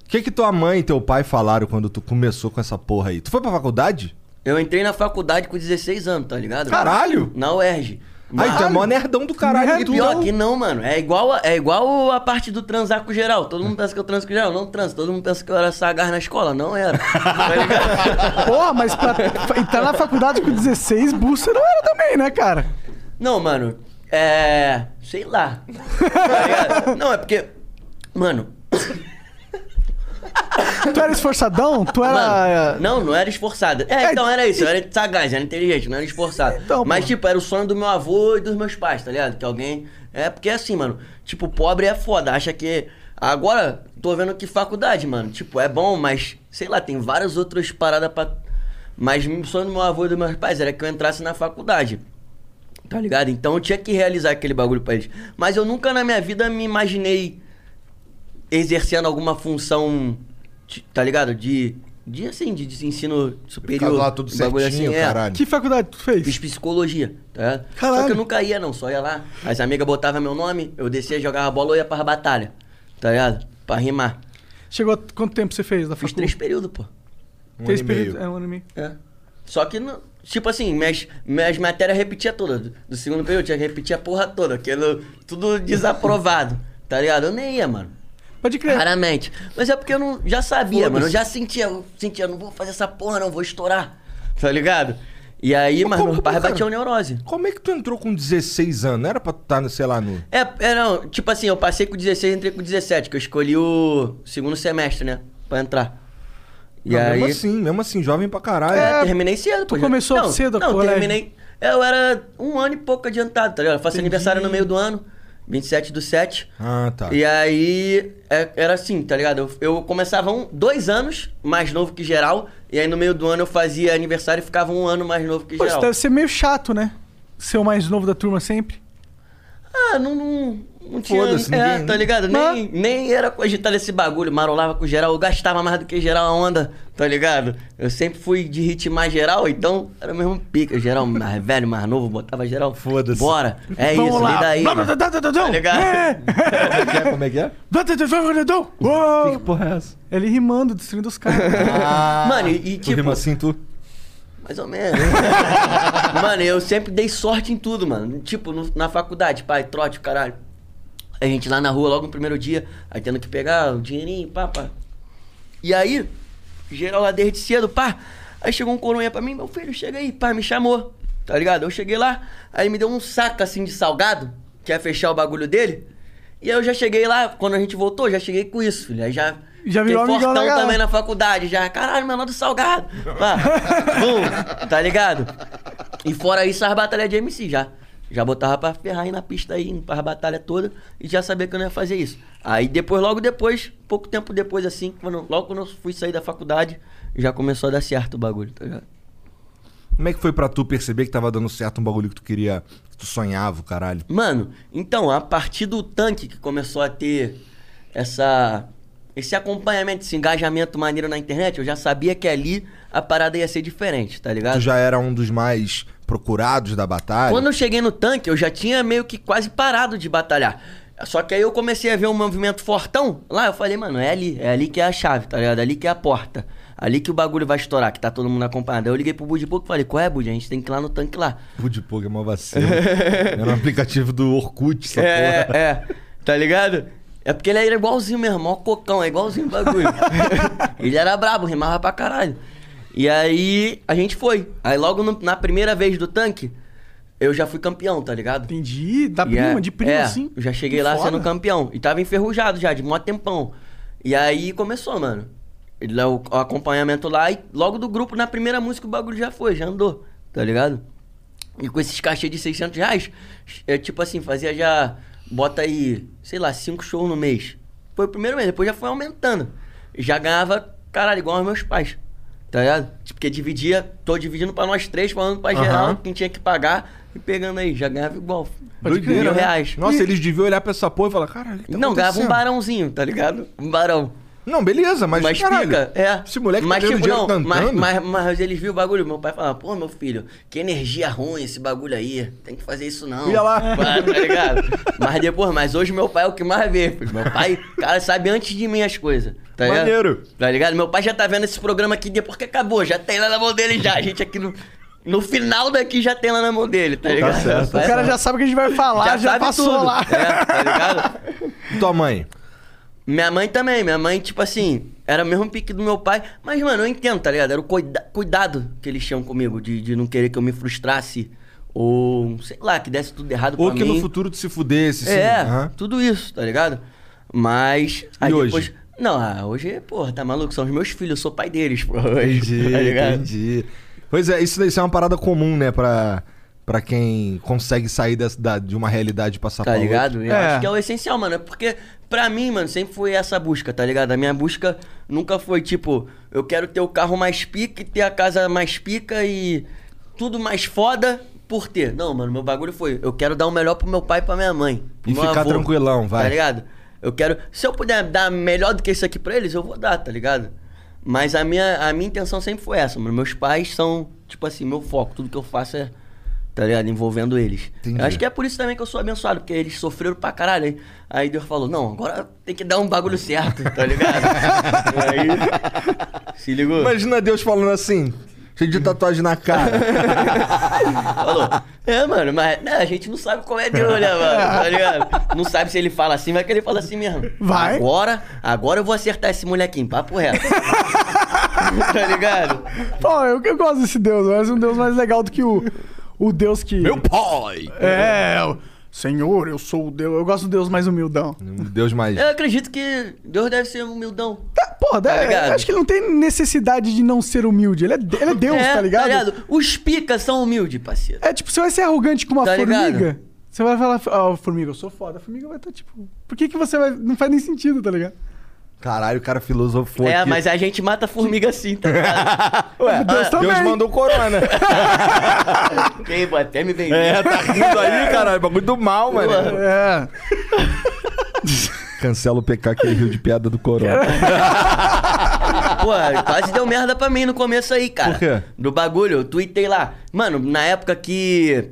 Speaker 4: O que que tua mãe e teu pai falaram quando tu começou com essa porra aí? Tu foi pra faculdade?
Speaker 7: Eu entrei na faculdade com 16 anos, tá ligado?
Speaker 4: Caralho!
Speaker 7: Na UERJ.
Speaker 4: Aí tu é um- mó nerdão do caralho.
Speaker 7: E pior que não, mano. É igual, a, é igual a parte do transar com geral. Todo
Speaker 4: É.
Speaker 7: mundo pensa que eu transo com geral. Não transo. Todo mundo pensa que eu era sagaz na escola. Não era. Tá ligado?
Speaker 5: Porra, mas pra pra entrar na faculdade com 16, bucha não era também, né, cara?
Speaker 7: Não, mano, é. Sei lá. Tá ligado? não, é porque. Mano.
Speaker 5: Tu era esforçadão? Tu era.
Speaker 7: mano não, não era esforçado. É,
Speaker 5: É,
Speaker 7: então era isso. Eu era sagaz, era inteligente, não era esforçado.
Speaker 5: Então,
Speaker 7: Mas,
Speaker 5: pô.
Speaker 7: tipo, era o sonho do meu avô e dos meus pais, tá ligado? Que alguém. É porque é assim, mano. Tipo, pobre é foda. Acha que. Agora, tô vendo que faculdade, mano. Tipo, é bom, mas sei lá, tem várias outras paradas pra. Mas o sonho do meu avô e dos meus pais era que eu entrasse na faculdade. Tá ligado? Então eu tinha que realizar aquele bagulho pra eles. Mas eu nunca na minha vida me imaginei exercendo alguma função, ti- tá ligado? De. De assim, de, de ensino superior.
Speaker 4: lá tudo
Speaker 7: um bagulho
Speaker 4: certinho,
Speaker 7: é.
Speaker 4: caralho.
Speaker 5: Que faculdade tu fez?
Speaker 7: Fiz psicologia, tá?
Speaker 5: Caralho.
Speaker 7: Só que eu nunca ia, não. Só ia lá. As amigas botavam meu nome, eu descia, jogava bola ou ia pra batalha. Tá ligado? Pra rimar.
Speaker 5: Chegou a quanto tempo você fez da
Speaker 7: Fiz
Speaker 4: Tá
Speaker 5: faculdade?
Speaker 7: três períodos, pô.
Speaker 4: Um
Speaker 5: Três
Speaker 4: ano e meio.
Speaker 5: períodos. É, um ano e meio.
Speaker 7: É. Só que, não- tipo assim, minhas, minhas matérias repetia todas. Do- Do segundo período eu tinha que repetir a porra toda. Aquilo, tudo desaprovado. Tá ligado? Eu nem ia, mano.
Speaker 5: Pode crer.
Speaker 7: Raramente. Mas é porque eu não, já sabia, mano. Eu já sentia, eu sentia, não vou fazer essa porra, não, vou estourar. Tá ligado? E aí, mas,
Speaker 4: como,
Speaker 7: meu pai
Speaker 4: cara?
Speaker 7: batia neurose.
Speaker 4: Como é que tu entrou com 16 anos? Não era pra tu estar, sei lá, no.
Speaker 7: É, é, não, tipo assim, eu passei com 16 e entrei com 17, que eu escolhi o segundo semestre, né? Pra entrar. E
Speaker 4: Não,
Speaker 7: aí.
Speaker 4: Mesmo assim, mesmo assim, jovem pra caralho.
Speaker 7: É, terminei cedo,
Speaker 5: tu
Speaker 7: pô.
Speaker 5: começou
Speaker 7: não,
Speaker 5: cedo a
Speaker 7: Não,
Speaker 5: colégio.
Speaker 7: terminei. Eu era um ano e pouco adiantado, tá ligado? Eu faço aniversário no meio do ano, 27 do 7.
Speaker 4: Ah, tá.
Speaker 7: E aí, é- era assim, tá ligado? Eu, eu começava um, dois anos mais novo que geral, e aí no meio do ano eu fazia aniversário e ficava um ano mais novo que
Speaker 5: Pô, tá isso
Speaker 7: geral.
Speaker 5: deve ser meio chato, né? Ser o mais novo da turma sempre.
Speaker 7: Ah, não, não, não tinha.
Speaker 4: Foda-se,
Speaker 7: é,
Speaker 4: ninguém-
Speaker 7: tá ligado?
Speaker 5: Mas-
Speaker 7: Nem, nem era cogitado esse bagulho. Marolava com geral, eu gastava mais do que geral a onda, tá ligado? Eu sempre fui de ritmar geral, então era o mesmo pica. Geral mais velho, mais novo, botava geral.
Speaker 4: Foda-se.
Speaker 7: Bora. É isso, e daí?
Speaker 5: Blá, blá,
Speaker 7: mano?
Speaker 5: blá, blá, blá, blá.
Speaker 7: Tá ligado?
Speaker 4: Como é que é? Como é que é?
Speaker 5: Blá, blá, blá, blá, blá, blá. Uou!
Speaker 4: porra é essa?
Speaker 5: Ele rimando, destruindo os caras.
Speaker 7: Ah. Mano, e, e
Speaker 4: Tu
Speaker 7: tipo.
Speaker 4: rima assim, tu.
Speaker 7: Mais ou menos. mano, eu sempre dei sorte em tudo, mano. Tipo, no- na faculdade, pai, trote, o caralho. A gente lá na rua logo no primeiro dia, aí tendo que pegar o dinheirinho, pá, pá. E aí, geral lá desde cedo, pá. Aí chegou um coronha pra mim, meu filho, chega aí, pá, me chamou. Tá ligado? Eu cheguei lá, aí me deu um saco assim de salgado, que ia fechar o bagulho dele. E aí eu já cheguei lá, quando a gente voltou, já cheguei com isso, filho. Aí já.
Speaker 5: Já virou
Speaker 7: fiquei
Speaker 5: amigão da
Speaker 7: fortão
Speaker 5: galera.
Speaker 7: também na faculdade, já. Caralho, menor do salgado. Pá, bum, tá ligado? E fora isso, as batalhas de MC já. Já botava pra ferrar aí na pista aí, pra batalha toda, e já sabia que eu não ia fazer isso. Aí depois, logo depois, pouco tempo depois, assim, quando- logo quando eu fui sair da faculdade, já começou a dar certo o bagulho, tá ligado?
Speaker 4: Como é que foi pra tu perceber que tava dando certo um bagulho que tu queria, que tu sonhava, caralho?
Speaker 7: Mano, então, a partir do tanque que começou a ter essa esse acompanhamento, esse engajamento maneiro na internet, eu já sabia que ali a parada ia ser diferente, tá ligado?
Speaker 4: Tu já era um dos mais procurados da batalha?
Speaker 7: Quando eu cheguei no tanque, eu já tinha meio que quase parado de batalhar. Só que aí eu comecei a ver um movimento fortão. Lá eu falei, mano, é ali, é ali que é a chave, tá ligado? É ali que é a porta. Ali que o bagulho vai estourar, que tá todo mundo acompanhado. Aí eu liguei pro Budipoco e pouco, falei, qual é, Bud? A gente tem que ir lá no tanque lá.
Speaker 4: O de Pog é mó vacilo. era um aplicativo do Orkut, essa
Speaker 7: é,
Speaker 4: porra.
Speaker 7: é, tá ligado? É porque ele era igualzinho meu irmão, cocão, é igualzinho o bagulho. ele era brabo, rimava pra caralho. E aí a gente foi. Aí logo no- na primeira vez do tanque, eu já fui campeão, tá ligado?
Speaker 5: Entendi. Da Tá
Speaker 7: E
Speaker 5: prima,
Speaker 7: é-
Speaker 5: de prima,
Speaker 7: é,
Speaker 5: assim.
Speaker 7: Eu já cheguei
Speaker 5: Que
Speaker 7: lá
Speaker 5: foda.
Speaker 7: sendo campeão. E tava enferrujado já, de mó tempão. E aí começou, mano. E lá O o acompanhamento lá e logo do grupo, na primeira música, o bagulho já foi, já andou, tá ligado? E com esses cachê de 600 reais, é tipo assim, fazia já. Bota aí, sei lá, cinco shows no mês. Foi o primeiro mês, depois já foi aumentando. Já ganhava, caralho, igual aos meus pais. Tá ligado? Tipo, Porque dividia, tô dividindo pra nós três, falando pra geral, quem tinha que pagar e pegando aí. Já ganhava igual. Mil
Speaker 4: né?
Speaker 7: reais.
Speaker 4: Nossa, eles deviam olhar pra essa porra e falar, caralho, o que tá
Speaker 7: Não, ganhava um
Speaker 4: acontecendo?"
Speaker 7: barãozinho, tá ligado? Um barão.
Speaker 4: Não, beleza, mas,
Speaker 7: Mas
Speaker 4: caralho,
Speaker 7: fica, é.
Speaker 4: esse moleque
Speaker 7: mas,
Speaker 4: tá ganhando
Speaker 7: tipo,
Speaker 4: dinheiro
Speaker 7: não,
Speaker 4: cantando.
Speaker 7: mas, mas, mas eles viram o bagulho. Meu pai falava, pô, meu filho, que energia ruim esse bagulho aí. Tem que fazer isso não.
Speaker 4: Ia lá.
Speaker 7: Pá, tá ligado? mas depois, mas hoje meu pai é o que mais vê, filho. Meu pai, cara, sabe antes de mim as coisas. Tá ligado?
Speaker 4: Maneiro.
Speaker 7: Tá ligado? Meu pai já tá vendo esse programa aqui depois que acabou. Já tem lá na mão dele já. A gente aqui no... No final daqui já tem lá na mão dele, tá ligado?
Speaker 4: certo, tá
Speaker 5: O cara já sabe o que a gente vai falar, já,
Speaker 7: sabe
Speaker 5: passou
Speaker 7: tudo.
Speaker 5: lá.
Speaker 7: É, tá ligado?
Speaker 4: E Tua mãe?
Speaker 7: Minha mãe também, minha mãe, tipo assim, era o mesmo pique do meu pai, mas, mano, eu entendo, tá ligado? Era o cuida- cuidado que eles tinham comigo, de, de não querer que eu me frustrasse, ou sei lá, que desse tudo errado
Speaker 4: Ou
Speaker 7: pra
Speaker 4: que
Speaker 7: mim.
Speaker 4: no futuro tu se fudesse, sim.
Speaker 7: É,
Speaker 4: Aham.
Speaker 7: tudo isso, tá ligado? Mas. Aí
Speaker 4: E
Speaker 7: depois.
Speaker 4: hoje?
Speaker 7: Não, ah, hoje, porra, tá maluco? São os meus filhos, eu sou pai deles, porra.
Speaker 4: Entendi,
Speaker 7: tá ligado?
Speaker 4: entendi. Pois é, isso daí isso é uma parada comum, né, pra, Pra quem consegue sair dessa- da- de uma realidade e passar
Speaker 7: Tá
Speaker 4: pra outra.
Speaker 7: ligado? Eu
Speaker 5: É.
Speaker 7: acho que é o essencial, mano. É Porque, pra mim, mano, sempre foi essa busca, tá ligado? A minha busca nunca foi tipo, eu quero ter o carro mais pica e ter a casa mais pica e tudo mais foda por ter. Não, mano, meu bagulho foi, eu quero dar o melhor pro meu pai e pra minha mãe. pro
Speaker 4: E
Speaker 7: meu
Speaker 4: ficar tranquilão, vai.
Speaker 7: Tá ligado? Eu quero. Se eu puder dar melhor do que isso aqui pra eles, eu vou dar, tá ligado? Mas a minha, a minha intenção sempre foi essa, mano. Meus pais são, tipo assim, meu foco. Tudo que eu faço é, tá ligado? Envolvendo eles.
Speaker 4: Entendi.
Speaker 7: Eu acho que é por isso também que eu sou abençoado, porque eles sofreram pra caralho. Aí, aí Deus falou, não, agora tem que dar um bagulho certo, tá ligado? aí. Se ligou?
Speaker 4: Imagina Deus falando assim, cheio de tatuagem na cara.
Speaker 7: Falou. É, mano, mas né, a gente não sabe qual é Deus, né, mano? Tá ligado? Não sabe se ele fala assim, vai que ele fala assim mesmo.
Speaker 5: Vai.
Speaker 7: Agora, agora eu vou acertar esse molequinho, papo reto. tá ligado?
Speaker 5: Pô, eu, eu gosto desse Deus, mas um Deus mais legal do que o, o Deus que. Meu pai! É, o Senhor, eu sou o Deus. Eu gosto do Deus mais humildão.
Speaker 7: Hum.
Speaker 4: Deus mais.
Speaker 7: Eu acredito que Deus deve ser humildão.
Speaker 5: Tá, porra,
Speaker 7: Tá
Speaker 5: é-
Speaker 7: ligado?
Speaker 5: acho que ele não tem necessidade de não ser humilde. Ele é, de- ele é Deus,
Speaker 7: É,
Speaker 5: tá, ligado?
Speaker 7: Os picas são humildes, parceiro.
Speaker 5: É tipo, você vai ser arrogante com uma
Speaker 7: Tá
Speaker 5: formiga.
Speaker 7: ligado?
Speaker 5: Você vai falar, ó, formiga, eu sou foda. A formiga vai estar tipo. Por que, que você vai. Não faz nem sentido, tá ligado?
Speaker 4: Caralho, o cara filosofou
Speaker 7: é,
Speaker 4: aqui.
Speaker 7: mas a gente mata formiga assim, tá ligado?
Speaker 5: Ué, Deus também.
Speaker 4: Deus mandou corona.
Speaker 7: Quem vai ah, até me vender.
Speaker 4: é, tá rindo aí, caralho. Bagulho do mal, mano.
Speaker 5: É.
Speaker 4: Cancela o PK que ele riu de piada do corona. é
Speaker 7: Pô, quase deu merda pra mim no começo aí, cara.
Speaker 4: Por quê?
Speaker 7: Do bagulho, eu tuitei lá. Mano, na época que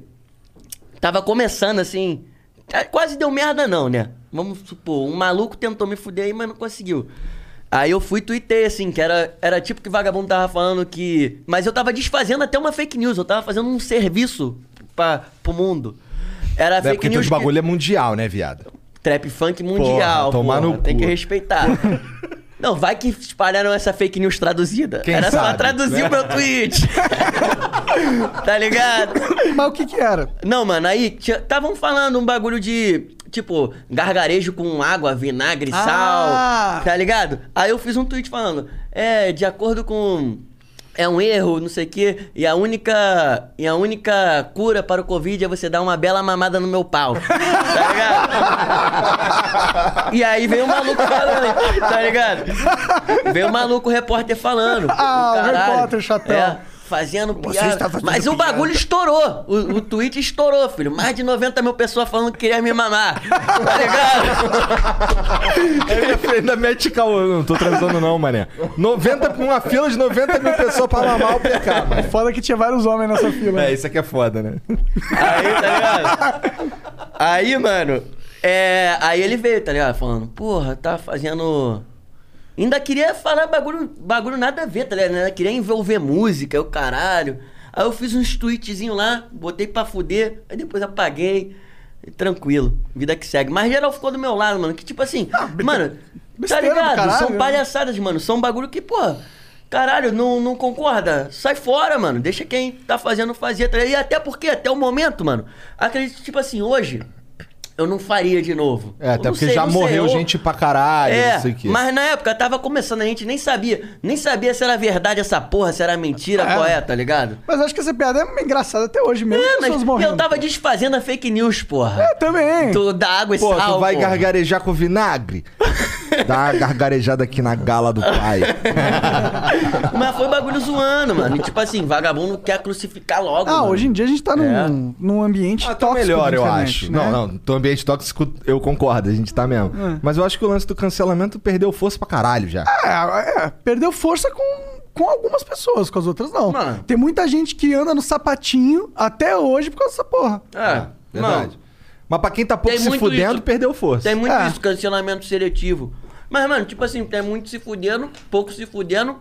Speaker 7: tava começando assim, tá- quase deu merda não, né? Vamos supor, um maluco tentou me fuder aí, mas não conseguiu. Aí eu fui e tuitei, assim, que era, era tipo que vagabundo tava falando que... Mas eu tava desfazendo até uma fake news, eu tava fazendo um serviço pra, pro mundo. Era
Speaker 4: É
Speaker 7: fake
Speaker 4: porque
Speaker 7: news
Speaker 4: teus
Speaker 7: que-
Speaker 4: bagulho é mundial, né, viado?
Speaker 7: Trap funk mundial,
Speaker 4: Porra, tomar
Speaker 7: porra,
Speaker 4: no
Speaker 7: tem
Speaker 4: cu.
Speaker 7: que respeitar. Não, vai que espalharam essa fake news traduzida.
Speaker 4: Quem
Speaker 7: Era só
Speaker 4: sabe,
Speaker 7: traduzir
Speaker 4: né?
Speaker 7: o meu tweet. tá ligado?
Speaker 5: Mas o que que era?
Speaker 7: Não, mano, aí estavam falando um bagulho de, tipo, gargarejo com água, vinagre,
Speaker 5: Ah!
Speaker 7: sal, tá ligado? Aí eu fiz um tweet falando, é, de acordo com... É um erro, não sei o quê, e a única e a única cura para o Covid é você dar uma bela mamada no meu pau. Tá ligado? E aí veio o maluco falando, tá ligado? Veio o maluco repórter falando.
Speaker 5: Ah, o
Speaker 7: caralho.
Speaker 5: repórter chatão.
Speaker 7: É, fazendo piada.
Speaker 4: está fazendo
Speaker 7: mas o
Speaker 4: piada.
Speaker 7: bagulho estourou. O, o tweet estourou, filho. Mais de 90 mil pessoas falando que queria me mamar. Tá ligado?
Speaker 4: Ele ainda mete caô. Eu Não tô transando, não, mané. 90, uma fila de 90 mil pessoas pra mamar o PK, mano.
Speaker 5: Foda é que tinha vários homens nessa fila.
Speaker 4: É, isso aqui é foda, né?
Speaker 7: Aí, tá ligado? Aí, mano. é, aí ele veio, tá ligado? Falando, porra, tá fazendo. Ainda queria falar bagulho, bagulho nada a ver, tá ligado? Ainda queria envolver música, o caralho. Aí eu fiz uns tweetzinhos lá, botei pra fuder, aí depois apaguei. E Tranquilo, vida que segue. Mas geral ficou do meu lado, mano. Que tipo assim, mano, tá
Speaker 5: Ah, besteira do
Speaker 7: ligado?
Speaker 5: caralho,
Speaker 7: São
Speaker 5: né?
Speaker 7: palhaçadas, mano. São um bagulho que, pô, caralho, não, não concorda? Sai fora, mano. Deixa quem tá fazendo fazer. tá ligado? E até porque, até o momento, mano, acredito, tipo assim, hoje eu não faria de novo.
Speaker 4: É, até
Speaker 7: Eu não
Speaker 4: porque
Speaker 7: sei,
Speaker 4: já
Speaker 7: não sei,
Speaker 4: morreu
Speaker 7: eu-
Speaker 4: gente pra caralho,
Speaker 7: é,
Speaker 4: não sei o quê.
Speaker 7: mas na época tava começando, a gente nem sabia. Nem sabia se era verdade essa porra, se era mentira, qual é, tá ligado?
Speaker 5: Mas acho que essa piada é engraçada até hoje mesmo.
Speaker 7: É,
Speaker 5: as pessoas
Speaker 7: mas
Speaker 5: morrendo.
Speaker 7: eu tava desfazendo a fake news, porra.
Speaker 5: Eu também.
Speaker 7: Tu da água e
Speaker 4: É, Pô,
Speaker 7: é sal,
Speaker 4: tu vai
Speaker 7: pô.
Speaker 4: gargarejar com vinagre? Dá uma gargarejada aqui na gala do pai.
Speaker 7: Mas foi bagulho zoando, mano. E, tipo assim, vagabundo quer crucificar logo.
Speaker 5: Ah,
Speaker 7: mano.
Speaker 5: hoje em dia a gente tá
Speaker 7: É.
Speaker 5: num, num ambiente
Speaker 4: Ah, tá
Speaker 5: tóxico.
Speaker 4: melhor,
Speaker 5: da
Speaker 4: eu
Speaker 5: internet,
Speaker 4: acho.
Speaker 5: né?
Speaker 4: Não, não, teu ambiente tóxico, eu concordo, a gente tá mesmo. Mas eu acho que o lance do cancelamento perdeu força pra caralho já.
Speaker 5: É, é, perdeu força com, com algumas pessoas, com as outras não.
Speaker 7: Mano.
Speaker 5: Tem muita gente que anda no sapatinho até hoje por causa dessa porra.
Speaker 7: É,
Speaker 4: Verdade. Mas pra quem tá pouco
Speaker 7: Tem
Speaker 4: se
Speaker 7: muito
Speaker 4: fudendo,
Speaker 7: isso.
Speaker 4: perdeu força.
Speaker 7: Tem muito
Speaker 5: É.
Speaker 7: isso, cancelamento seletivo. Mas, mano, tipo assim, tem muito se fudendo, pouco se fudendo,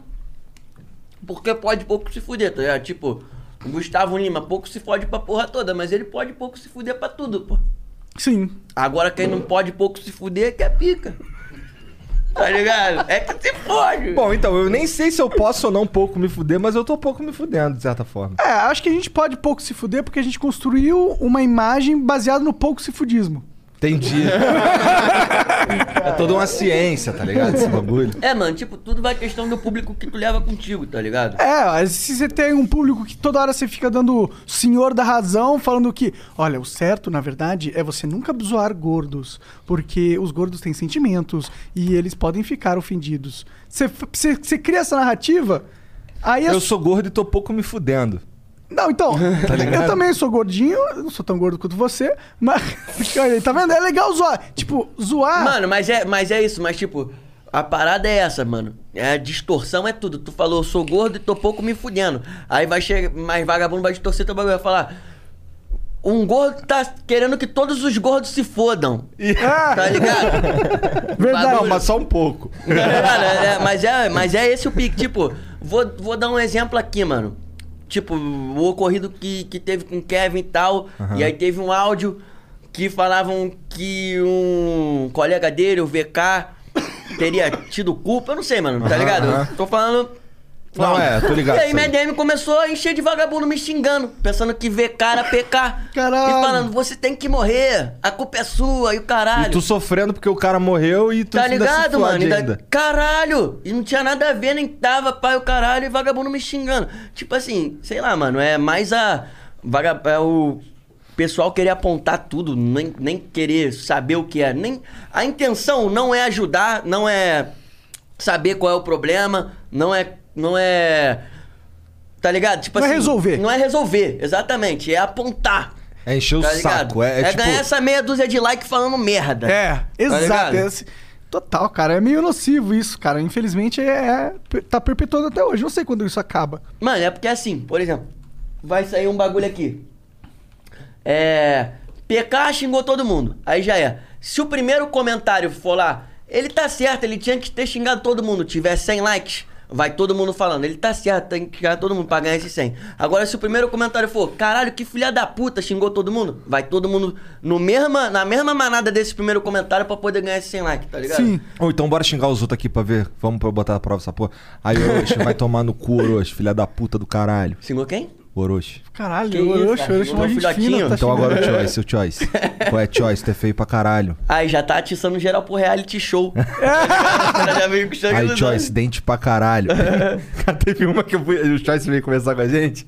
Speaker 7: porque pode pouco se fuder, tá ligado? Tipo, o Gustavo Lima, pouco se fode pra porra toda, mas ele pode pouco se fuder pra tudo, pô.
Speaker 5: Sim.
Speaker 7: Agora quem não pode pouco se fuder é que é pica. Tá ligado? É que se fode.
Speaker 4: Bom, então, eu nem sei se eu posso ou não pouco me fuder, mas eu tô pouco me fudendo, de certa forma.
Speaker 5: É, acho que a gente pode pouco se fuder porque a gente construiu uma imagem baseada no pouco se fudismo.
Speaker 4: Entendi. é toda uma ciência, tá ligado? Esse bagulho.
Speaker 7: É, mano, tipo, tudo vai questão do público que tu leva contigo, tá ligado?
Speaker 5: É, se você tem um público que toda hora você fica dando senhor da razão, falando que, olha, o certo, na verdade, é você nunca zoar gordos, porque os gordos têm sentimentos e eles podem ficar ofendidos. Você, você, você cria essa narrativa, aí
Speaker 4: Eu
Speaker 5: as-
Speaker 4: sou gordo e tô pouco me fudendo.
Speaker 5: Não, então, eu também sou gordinho, eu não sou tão gordo quanto você, mas. Olha aí, tá vendo? É legal zoar. Tipo, zoar.
Speaker 7: Mano, mas é, mas é isso, mas tipo, a parada é essa, mano. É, a distorção é tudo. Tu falou, eu sou gordo e tô pouco me fudendo. Aí vai chegar, mais vagabundo vai distorcer teu bagulho, vai falar. Um gordo tá querendo que todos os gordos se fodam. Tá ligado?
Speaker 5: verdade.
Speaker 7: bagulho-
Speaker 4: Mas só um pouco.
Speaker 7: Cara, é, mas, é, mas é esse o pique. Tipo, vou, vou dar um exemplo aqui, mano. Tipo, o ocorrido que, que teve com o Kevin e tal. E aí teve um áudio que falavam que um colega dele, o VK, teria tido culpa. Eu não sei, mano, tá ligado?
Speaker 4: aham.
Speaker 7: Tô falando.
Speaker 4: Não, é, tô ligado,
Speaker 7: E aí
Speaker 4: tô
Speaker 7: minha
Speaker 4: ligado.
Speaker 7: DM começou a encher de vagabundo me xingando, pensando que VK era PK.
Speaker 5: Caralho.
Speaker 7: E falando, você tem que morrer, a culpa é sua e o caralho.
Speaker 4: E tu sofrendo porque o cara morreu e tu
Speaker 7: Tá
Speaker 4: ainda se
Speaker 7: ligado,
Speaker 4: fode
Speaker 7: mano? Ainda-
Speaker 4: ainda.
Speaker 7: Caralho! E não tinha nada a ver, nem tava, pai, o caralho, e vagabundo me xingando. Tipo assim, sei lá, mano, é mais a. Vaga... É o pessoal querer apontar tudo, nem, nem querer saber o que é. Nem... A intenção não é ajudar, não é saber qual é o problema, não é. Não é. Tá ligado? Tipo
Speaker 5: Não é
Speaker 7: assim,
Speaker 5: resolver.
Speaker 7: Não é resolver, exatamente. É apontar.
Speaker 4: É encher o
Speaker 7: tá ligado?
Speaker 4: saco. É, é tipo,
Speaker 7: ganhar essa Tá meia dúzia de like falando merda.
Speaker 4: tá
Speaker 5: É, exato.
Speaker 7: ligado?
Speaker 5: é assim. Total, cara. É meio nocivo isso, cara. Infelizmente, é, é- tá perpetuando até hoje. Não sei quando isso acaba.
Speaker 7: Mano, é porque assim, por exemplo, vai sair um bagulho aqui. É. PK xingou todo mundo. Aí já é. Se o primeiro comentário for lá, ele tá certo, ele tinha que ter xingado todo mundo. Tiver 100 likes, vai todo mundo falando. Ele tá certo, tem que xingar todo mundo pra ganhar esses 100. Agora, se o primeiro comentário for, caralho, que filha da puta xingou todo mundo, vai todo mundo no mesma, na mesma manada desse primeiro comentário pra poder ganhar esses 100 likes, tá ligado?
Speaker 5: Sim.
Speaker 4: Ou então bora xingar os outros aqui pra ver. Vamos pra eu botar a prova essa porra. Aí o Orochi vai tomar no cu, Orochi, filha da puta do caralho.
Speaker 7: Xingou quem?
Speaker 4: Orochi.
Speaker 5: Caralho,
Speaker 7: Que
Speaker 5: eu
Speaker 7: isso,
Speaker 5: eu
Speaker 7: cara.
Speaker 5: choro, eu chamo
Speaker 7: Meu
Speaker 5: a gente
Speaker 7: filhotinho.
Speaker 5: fina, tá
Speaker 4: Então agora o
Speaker 5: xingando.
Speaker 4: Choice, o Choice. Qual é Choice? Tu é feio pra caralho.
Speaker 7: Aí já tá atiçando geral pro reality show. Ela já veio com sangue
Speaker 4: Aí,
Speaker 7: nos olhos.
Speaker 4: Choice, dente pra caralho. Cara, teve uma que eu fui, o Choice veio conversar com a gente.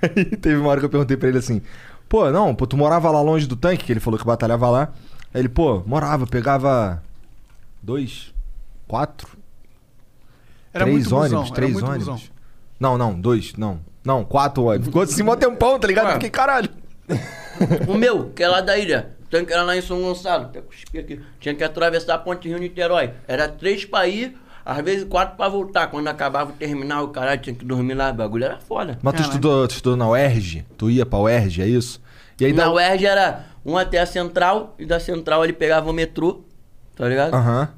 Speaker 4: Aí teve uma hora que eu perguntei pra ele assim: pô, não, pô, tu morava lá longe do tanque, que ele falou que batalhava lá. Aí ele, pô, morava, pegava. Dois? Quatro?
Speaker 5: Era
Speaker 4: três
Speaker 5: muito
Speaker 4: ônibus?
Speaker 5: busão, era
Speaker 4: três
Speaker 5: muito
Speaker 4: ônibus?
Speaker 5: busão.
Speaker 4: Não, não, dois, não. Não, quatro ônibus. Ficou assim, mó tempão, tá ligado?
Speaker 7: Ué.
Speaker 4: Fiquei, caralho.
Speaker 7: O meu, que é lá da ilha. Tem que era lá em São Gonçalo. Até cuspi aqui. Tinha que atravessar a ponte Rio-Niterói. Era três pra ir, às vezes quatro pra voltar. Quando acabava o terminal, o caralho tinha que dormir lá. O bagulho era foda.
Speaker 4: Mas tu estudou, tu estudou na UERJ? Tu ia pra UERJ, é isso? E aí
Speaker 7: Na
Speaker 4: dá.
Speaker 7: UERJ era um até a central, e da central ele pegava o metrô, tá ligado?
Speaker 4: Aham.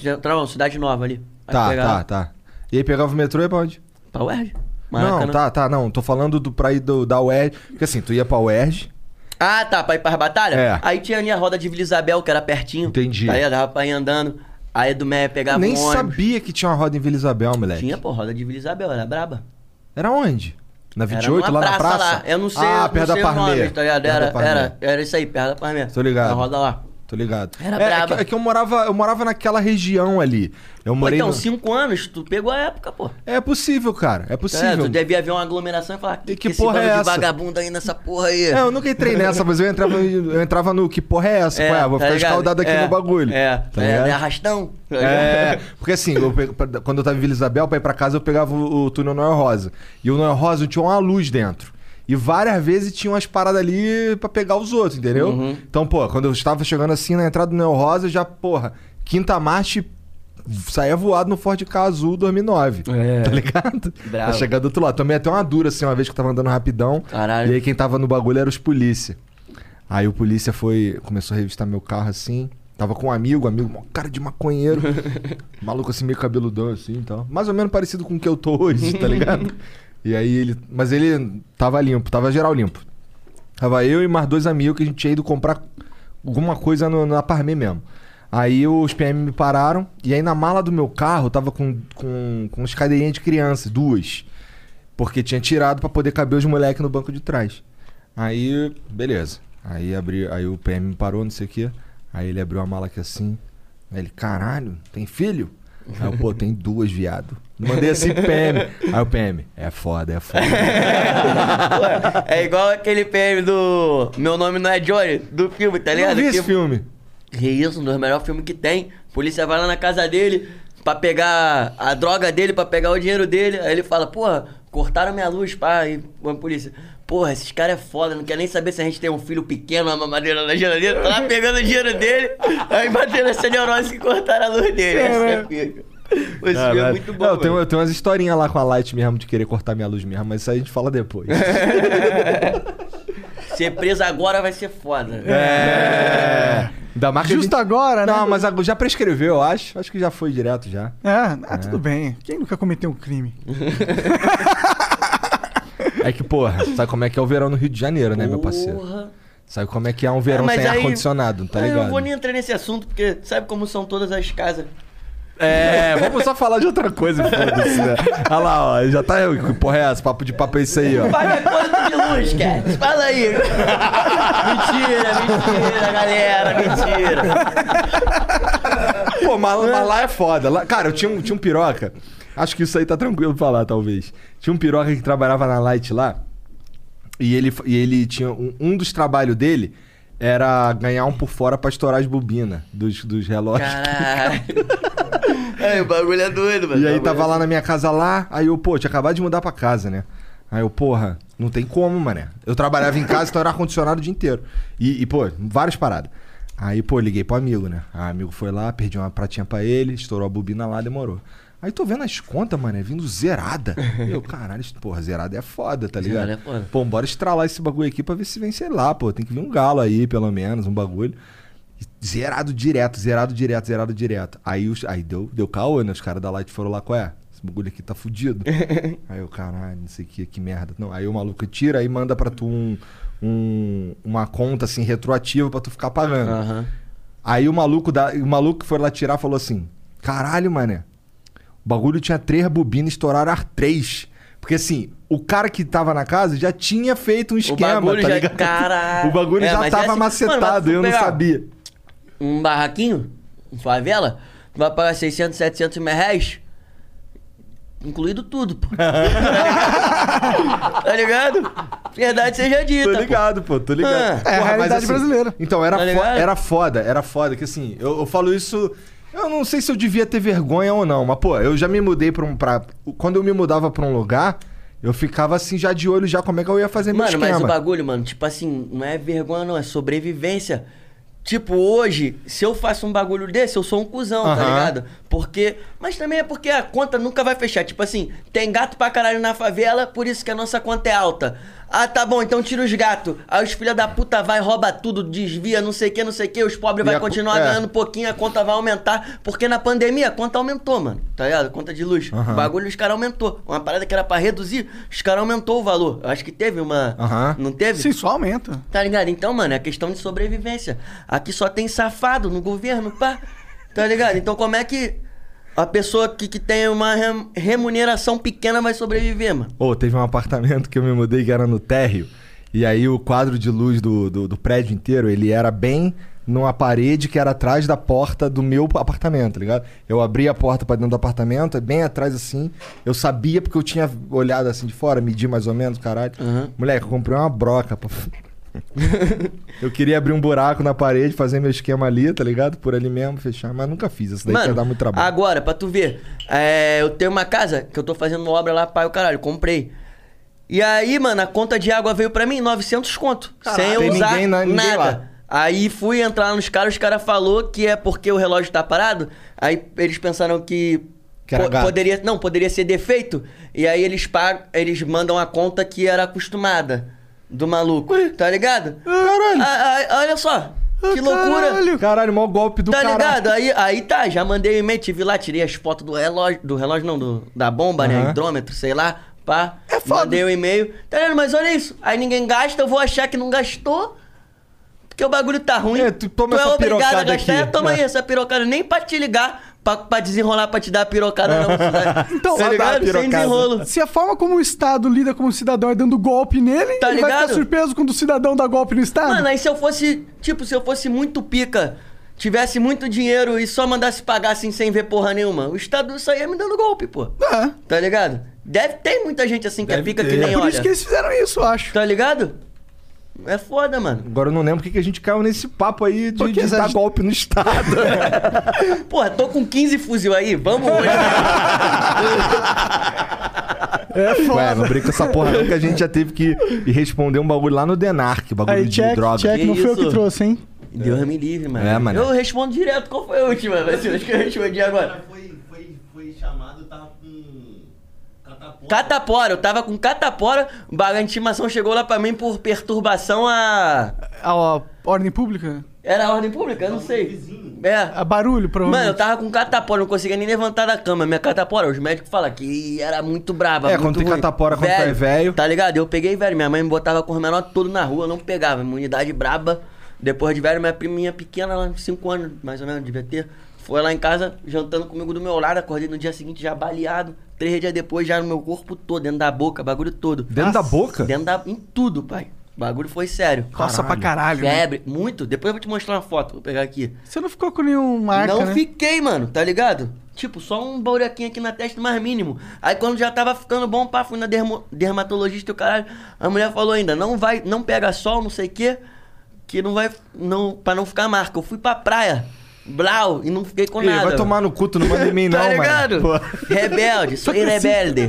Speaker 7: Central, Cidade Nova ali. Aí
Speaker 4: Tá, tá,
Speaker 7: pegava
Speaker 4: tá. E aí pegava o metrô e ia pra onde?
Speaker 7: Pra UERJ.
Speaker 4: Não, tá, tá, não. Tô falando do pra ir do, da UERJ. Porque assim, tu ia pra UERJ.
Speaker 7: Ah, tá, pra ir pra batalha?
Speaker 4: É.
Speaker 7: Aí tinha ali a roda de Vila Isabel, que era pertinho.
Speaker 4: Entendi.
Speaker 7: Aí dava pra ir andando. Aí do Meia pegava
Speaker 4: nem
Speaker 7: um ônibus.
Speaker 4: sabia que tinha uma roda em Vila Isabel, moleque.
Speaker 7: Tinha, pô, roda de Vila Isabel, era braba.
Speaker 4: Era onde? Na
Speaker 7: Era
Speaker 4: 28,
Speaker 7: numa
Speaker 4: lá na praça?
Speaker 7: Eu não
Speaker 4: Ah,
Speaker 7: sei, eu não
Speaker 4: perto da
Speaker 7: sei o nome,
Speaker 4: Parmeia.
Speaker 7: tá ligado?
Speaker 4: Perto da
Speaker 7: Era,
Speaker 4: Parmeia.
Speaker 7: era, era isso aí, perto da Parmeia.
Speaker 4: Tô ligado.
Speaker 7: Na roda lá.
Speaker 4: Tô ligado.
Speaker 7: Era
Speaker 4: É, é
Speaker 7: braba.
Speaker 4: que- É que eu morava, eu morava naquela região ali. Eu
Speaker 7: Pô,
Speaker 4: morei
Speaker 7: então,
Speaker 4: no-
Speaker 7: cinco anos, tu pegou a época, pô. Tá
Speaker 4: É possível, cara. É
Speaker 7: ligado?
Speaker 4: possível.
Speaker 7: Tu devia ver uma aglomeração e falar,
Speaker 4: E
Speaker 7: que,
Speaker 4: que
Speaker 7: que esse
Speaker 4: porra é
Speaker 7: bando de
Speaker 4: essa?
Speaker 7: vagabundo aí nessa porra aí.
Speaker 4: É, eu nunca entrei nessa, mas eu entrava, eu entrava no que porra é essa? Qual é? vou
Speaker 7: tá
Speaker 4: ficar
Speaker 7: ligado?
Speaker 4: escaldado aqui
Speaker 7: É,
Speaker 4: no bagulho.
Speaker 7: É,
Speaker 4: tá
Speaker 7: é,
Speaker 4: ligado?
Speaker 7: né, arrastão. tá
Speaker 4: É,
Speaker 7: ligado?
Speaker 4: porque assim, eu pe- pra- quando eu tava em Vila Isabel, pra ir pra casa, eu pegava o, o túnel Noel Rosa. E o Noel Rosa tinha uma luz dentro. E várias vezes tinha umas paradas ali pra pegar os outros, entendeu?
Speaker 7: Uhum.
Speaker 4: Então, pô, quando eu estava chegando assim na entrada do Noel Rosa, já, porra, quinta marcha e saía voado no Ford K Azul 2009. Tá ligado?
Speaker 7: É.
Speaker 4: Tá
Speaker 7: Bravo.
Speaker 4: chegando do outro lado. Tomei até uma dura assim, uma vez que eu tava andando rapidão.
Speaker 7: Caralho.
Speaker 4: E aí quem tava no bagulho era os polícia. Aí o polícia foi, começou a revistar meu carro assim. Tava com um amigo, amigo, mó cara de maconheiro. maluco assim, meio cabeludão assim e tal. Mais ou menos parecido com o que eu tô hoje, tá ligado? e aí ele. Mas ele tava limpo, tava geral limpo. Tava eu e mais dois amigos que a gente tinha ido comprar alguma coisa no- na Parmê mesmo. Aí os PM me pararam, e aí na mala do meu carro tava com, com, com uns cadeirinhas de criança, duas. Porque tinha tirado pra poder caber os moleques no banco de trás. Aí, beleza. Aí abri, aí o PM me parou, não sei o quê. Aí ele abriu a mala aqui assim. Aí ele, caralho, tem filho? Aí eu, pô, tem duas, viado. Mandei assim pro PM. Aí o PM, é foda, é foda.
Speaker 7: Tá Ué, é igual aquele PM do Meu Nome Não É Johnny, do filme, tá
Speaker 4: Eu
Speaker 7: ligado?
Speaker 4: vi
Speaker 7: Que-
Speaker 4: esse filme.
Speaker 7: Que isso, um dos melhores filmes que tem. A polícia vai lá na casa dele pra pegar a droga dele, pra pegar o dinheiro dele. Aí ele fala, porra, cortaram minha luz, pá. E a polícia, porra, esses caras é foda, não quer nem saber se a gente tem um filho pequeno, uma mamadeira na geladeira. Tá lá pegando o dinheiro dele, aí batendo essa neurose que cortaram a luz dele. Essa é pica. Esse filme é
Speaker 4: Caralho.
Speaker 7: muito bom,
Speaker 4: Não, tem,
Speaker 7: mano.
Speaker 4: eu tenho umas historinhas lá com a Light mesmo de querer cortar minha luz mesmo, mas isso aí a gente fala depois.
Speaker 7: Ser preso agora vai ser foda.
Speaker 4: é. Da marca
Speaker 5: Justo agora, né?
Speaker 4: Não, mas a- já prescreveu, eu acho. Acho que já foi direto já.
Speaker 5: É, ah, tudo bem. Quem nunca cometeu um crime?
Speaker 4: É que, porra, sabe como é que é o verão no Rio de Janeiro, né, meu parceiro?
Speaker 7: Porra.
Speaker 4: Sabe como é que é um verão
Speaker 7: Mas
Speaker 4: sem
Speaker 7: aí-
Speaker 4: ar-condicionado, tá
Speaker 7: Ah, Eu
Speaker 4: ligado?
Speaker 7: não vou nem entrar nesse assunto, porque sabe como são todas as casas.
Speaker 4: É, vamos só falar de outra coisa, foda-se, né? Olha lá, ó, já tá. Que porra é essa? Papo de papo é isso aí, ó.
Speaker 7: Paga quanto de luz, Cat? Fala aí. mentira, mentira, galera, mentira.
Speaker 4: Pô, mas, mas lá é foda. Lá- cara, eu tinha um, tinha um piroca. Acho que isso aí tá tranquilo pra lá, talvez. Tinha um piroca que trabalhava na Light lá. E ele, e ele tinha. Um, um dos trabalhos dele era ganhar um por fora pra estourar as bobinas dos, dos relógios.
Speaker 7: Caralho. Aí, o bagulho é doido, mano.
Speaker 4: E aí tava lá na minha casa lá, aí eu, pô, tinha acabado de mudar pra casa, né? Aí eu, porra, não tem como, mané. Eu trabalhava em casa, então era ar-condicionado o dia inteiro. E, e, pô, várias paradas. Aí, pô, liguei pro amigo, né? Aí o amigo foi lá, perdi uma pratinha pra ele, estourou a bobina lá, demorou. Aí tô vendo as contas, mané, vindo zerada. E eu, caralho, isso- porra, zerada é foda, tá ligado?
Speaker 7: Zerada é foda.
Speaker 4: Pô, bora estralar esse bagulho aqui pra ver se vem, sei lá, pô. Tem que vir um galo aí, pelo menos, um bagulho. Zerado direto, zerado direto, zerado direto. Aí, os, aí deu, deu caô, né? Os caras da Light foram lá, qual é? Esse bagulho aqui tá fudido. aí eu, caralho, não sei o que, que merda. Não, aí o maluco tira e manda pra tu um, um- uma conta, assim, retroativa pra tu ficar pagando.
Speaker 7: Aham.
Speaker 4: Aí o maluco, da, o maluco que foi lá tirar falou assim, caralho, mané, o bagulho tinha três bobinas, estouraram as três. Porque assim, o cara que tava na casa já tinha feito um esquema,
Speaker 7: bagulho
Speaker 4: tá
Speaker 7: já-
Speaker 4: ligado?
Speaker 7: Caralho.
Speaker 4: O bagulho
Speaker 7: É,
Speaker 4: já
Speaker 7: mas é
Speaker 4: tava
Speaker 7: assim- Mano, mas
Speaker 4: macetado,
Speaker 7: tu
Speaker 4: eu não
Speaker 7: pegar-
Speaker 4: sabia.
Speaker 7: Um barraquinho, uma favela, tu vai pagar 600, 700 mil reais. Incluído tudo, pô. tá ligado? Verdade seja dita.
Speaker 4: Tô ligado, pô, tô ligado.
Speaker 7: Ah,
Speaker 5: é a realidade brasileira.
Speaker 4: Então, era,
Speaker 7: Tá
Speaker 4: fo-
Speaker 7: ligado?
Speaker 4: era foda, era foda. Que assim, eu, eu falo isso. Eu não sei se eu devia ter vergonha ou não, mas, pô, eu já me mudei pra um. Pra, quando eu me mudava pra um lugar, eu ficava assim já de olho já como é que eu ia fazer meu
Speaker 7: Mano,
Speaker 4: esquema.
Speaker 7: mas o bagulho, mano, tipo assim, não é vergonha, não, é sobrevivência. Tipo, hoje, se eu faço um bagulho desse, eu sou um cuzão, tá
Speaker 4: Aham.
Speaker 7: ligado? Porque. Mas também é porque a conta nunca vai fechar. Tipo assim, tem gato pra caralho na favela, por isso que a nossa conta é alta. Ah, tá bom, então tira os gatos. Aí os filha da puta vai, rouba tudo, desvia, não sei o que, não sei o que. Os pobres
Speaker 4: E
Speaker 7: vai
Speaker 4: a co-
Speaker 7: continuar
Speaker 4: é.
Speaker 7: ganhando um pouquinho, a conta vai aumentar. Porque na pandemia a conta aumentou, mano. Tá ligado? Conta de luz. O bagulho os caras aumentou. Uma parada que era pra reduzir, os caras aumentou o valor. Eu acho que teve uma.
Speaker 4: Aham.
Speaker 7: Não teve?
Speaker 5: Sim, só aumenta.
Speaker 7: Tá ligado? Então, mano, é questão de sobrevivência. Aqui só tem safado no governo, pá. Tá ligado? Então, como é que a pessoa que, que tem uma rem- remuneração pequena vai sobreviver, mano?
Speaker 4: Ô, teve um apartamento que eu me mudei que era no térreo. E aí o quadro de luz do, do, do prédio inteiro, ele era bem numa parede que era atrás da porta do meu apartamento, tá ligado? Eu abri a porta pra dentro do apartamento, bem atrás assim. Eu sabia porque eu tinha olhado assim de fora, medi mais ou menos, caralho. Moleque, eu comprei uma broca. Pra... eu queria abrir um buraco na parede, fazer meu esquema ali, tá ligado? Por ali mesmo, fechar. Mas nunca fiz. Isso daí ia dar muito trabalho.
Speaker 7: Agora, pra tu ver, é, eu tenho uma casa que eu tô fazendo uma obra lá, pai, o caralho, comprei. E aí, mano, a conta de água veio pra mim, 900 conto. sem
Speaker 4: tem
Speaker 7: eu usar
Speaker 4: ninguém na- ninguém
Speaker 7: nada.
Speaker 4: lá.
Speaker 7: Aí fui entrar nos caras, os caras falou que é porque o relógio tá parado. Aí eles pensaram que,
Speaker 4: Que era
Speaker 7: po-
Speaker 4: gato.
Speaker 7: poderia, não, poderia ser defeito. E aí eles pagam, eles mandam a conta que era acostumada do maluco, tá ligado?
Speaker 4: Caralho.
Speaker 7: Ah, ah, olha só, que loucura.
Speaker 4: Caralho, mó golpe do
Speaker 7: Tá
Speaker 4: caralho.
Speaker 7: ligado? Aí, aí tá, já mandei um e-mail, tive lá, tirei as fotos do relógio, do relógio não, do, da bomba, né?
Speaker 4: Aham.
Speaker 7: Hidrômetro, sei lá, pá. É foda. Mandei o e-mail. Tá ligado? Mas olha isso. Aí ninguém gasta, eu vou achar que não gastou. Porque o bagulho tá ruim.
Speaker 4: É, tu toma essa pirocada aqui.
Speaker 7: é, Toma
Speaker 4: É.
Speaker 7: aí essa pirocada. Nem pra te ligar, pra, pra desenrolar, pra te dar a pirocada, não. Tá-
Speaker 5: Então, só
Speaker 7: tá
Speaker 5: dá
Speaker 4: a
Speaker 7: ligado? Sem
Speaker 4: pirocada.
Speaker 7: desenrolo.
Speaker 5: Se a forma como o Estado lida com o cidadão é dando golpe nele,
Speaker 7: Tá
Speaker 5: ele vai
Speaker 7: ligado?
Speaker 5: ficar surpreso quando o cidadão dá golpe no Estado?
Speaker 7: Mano, aí se eu fosse. Tipo, se eu fosse muito pica tivesse muito dinheiro e só mandasse pagar assim sem ver porra nenhuma, o Estado saía me dando golpe, pô.
Speaker 5: É.
Speaker 7: Tá ligado? Deve ter muita gente assim que é pica que nem
Speaker 5: Por
Speaker 7: olha.
Speaker 5: isso que eles fizeram isso, eu acho.
Speaker 7: Tá ligado? É foda, mano.
Speaker 4: Agora eu não lembro porque que a gente caiu nesse papo aí de,
Speaker 5: Porque
Speaker 4: de
Speaker 5: essa
Speaker 4: dar
Speaker 5: gente-
Speaker 4: golpe no Estado.
Speaker 7: Porra, tô com 15 fuzil aí, vamos hoje.
Speaker 5: É
Speaker 4: Ué,
Speaker 5: foda.
Speaker 4: não brinca com essa porra não, que a gente já teve que ir responder um bagulho lá no Denarc, bagulho
Speaker 5: Aí,
Speaker 4: de
Speaker 5: check,
Speaker 4: droga.
Speaker 5: check,
Speaker 7: Que
Speaker 5: não foi eu
Speaker 7: isso?
Speaker 5: que trouxe, hein?
Speaker 7: Deus me livre, mano.
Speaker 4: É, mano.
Speaker 7: Eu respondo direto qual foi a última, velho. Acho que eu respondi agora.
Speaker 8: Foi, foi, foi chamado, tava com. Catapora.
Speaker 7: Catapora, eu tava com catapora, a intimação chegou lá pra mim por perturbação a.
Speaker 5: A, ordem pública?
Speaker 7: Era a ordem pública? Eu não sei. É.
Speaker 5: A barulho,
Speaker 7: Mano, eu
Speaker 5: provavelmente.
Speaker 7: tava com catapora, não conseguia nem levantar da cama. Minha catapora, os médicos falam que era muito braba.
Speaker 4: É,
Speaker 7: muito
Speaker 4: quando tem
Speaker 7: ruim.
Speaker 4: catapora, quando tu é velho.
Speaker 7: Tá ligado? Eu peguei velho. Minha mãe me botava com os menores tudo na rua, eu não pegava. Imunidade braba. Depois de velho, minha priminha pequena, lá, 5 anos mais ou menos, devia ter, foi lá em casa jantando comigo do meu lado. Acordei no dia seguinte já baleado. Três dias depois já no meu corpo todo, dentro da boca, bagulho todo.
Speaker 4: Dentro da boca?
Speaker 7: Dentro da. em tudo, pai. O bagulho foi sério.
Speaker 5: Nossa, pra caralho. né?
Speaker 7: Febre, muito. Depois eu vou te mostrar uma foto, vou pegar aqui.
Speaker 5: Você não ficou com nenhum marca,
Speaker 7: Não
Speaker 5: né?
Speaker 7: fiquei, mano, tá ligado? Tipo, só um buraquinho aqui na testa, mais mínimo. Aí quando já tava ficando bom, pá, fui na dermo- dermatologista e o caralho. A mulher falou ainda, não vai, não pega sol, não sei o quê, que não vai, não, pra não ficar marca. Eu fui pra praia, blau, e não fiquei com
Speaker 4: Ei,
Speaker 7: nada.
Speaker 4: vai tomar no cu, tu não manda em mim não,
Speaker 7: Tá
Speaker 4: mano.
Speaker 7: ligado?
Speaker 4: Pô.
Speaker 7: Rebelde, sou rebelde.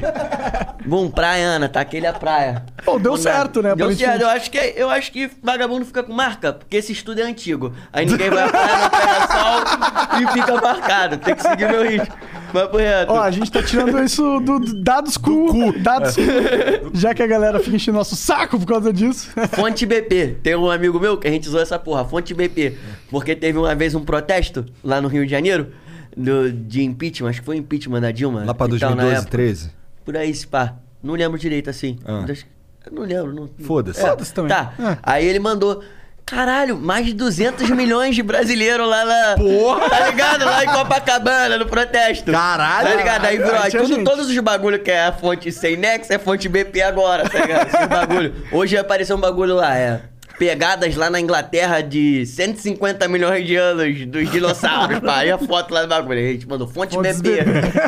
Speaker 7: Bom, praia, Ana, tá aquele a praia.
Speaker 5: Pô, deu
Speaker 7: Bom,
Speaker 5: certo, né,
Speaker 7: Deu
Speaker 5: aparentemente.
Speaker 7: certo. Eu acho, que, eu acho que vagabundo fica com marca, porque esse estudo é antigo. Aí ninguém vai à praia, não pega sol e fica marcado. Tem que seguir meu ritmo. Vai pro reto.
Speaker 5: Ó, a gente tá tirando isso do, do dados cu, dados cu.
Speaker 7: É.
Speaker 5: Já que a galera fica enchendo nosso saco por causa disso.
Speaker 7: Fonte BP. Tem um amigo meu que a gente usou essa porra, Fonte BP. Porque teve uma vez um protesto lá no Rio de Janeiro do- de impeachment, acho que foi impeachment da Dilma.
Speaker 4: Lá pra
Speaker 7: e tal, Então, na
Speaker 4: 2012,
Speaker 7: época.
Speaker 4: 13.
Speaker 7: Por aí, se pá. Não lembro direito assim.
Speaker 4: Ah.
Speaker 7: Acho que- Eu Não lembro. Não...
Speaker 4: Foda-se.
Speaker 5: Foda-se também.
Speaker 7: Tá.
Speaker 5: É.
Speaker 7: Aí ele mandou. Caralho, mais de 200 milhões de brasileiros lá na. Porra! Tá ligado? Lá em Copacabana, no protesto.
Speaker 4: Caralho!
Speaker 7: Tá ligado? Aí virou.
Speaker 5: Caralho,
Speaker 7: Aí
Speaker 5: tinha
Speaker 7: tudo,
Speaker 5: gente.
Speaker 7: todos os bagulho que é a fonte sem nexo é fonte BP agora, tá ligado? Esses bagulho. Hoje apareceu um bagulho lá, é. Pegadas lá na Inglaterra de 150 milhões de anos dos dinossauros, pá. Aí a foto lá do bagulho. Aí A gente mandou fonte
Speaker 5: Fontes
Speaker 7: BP,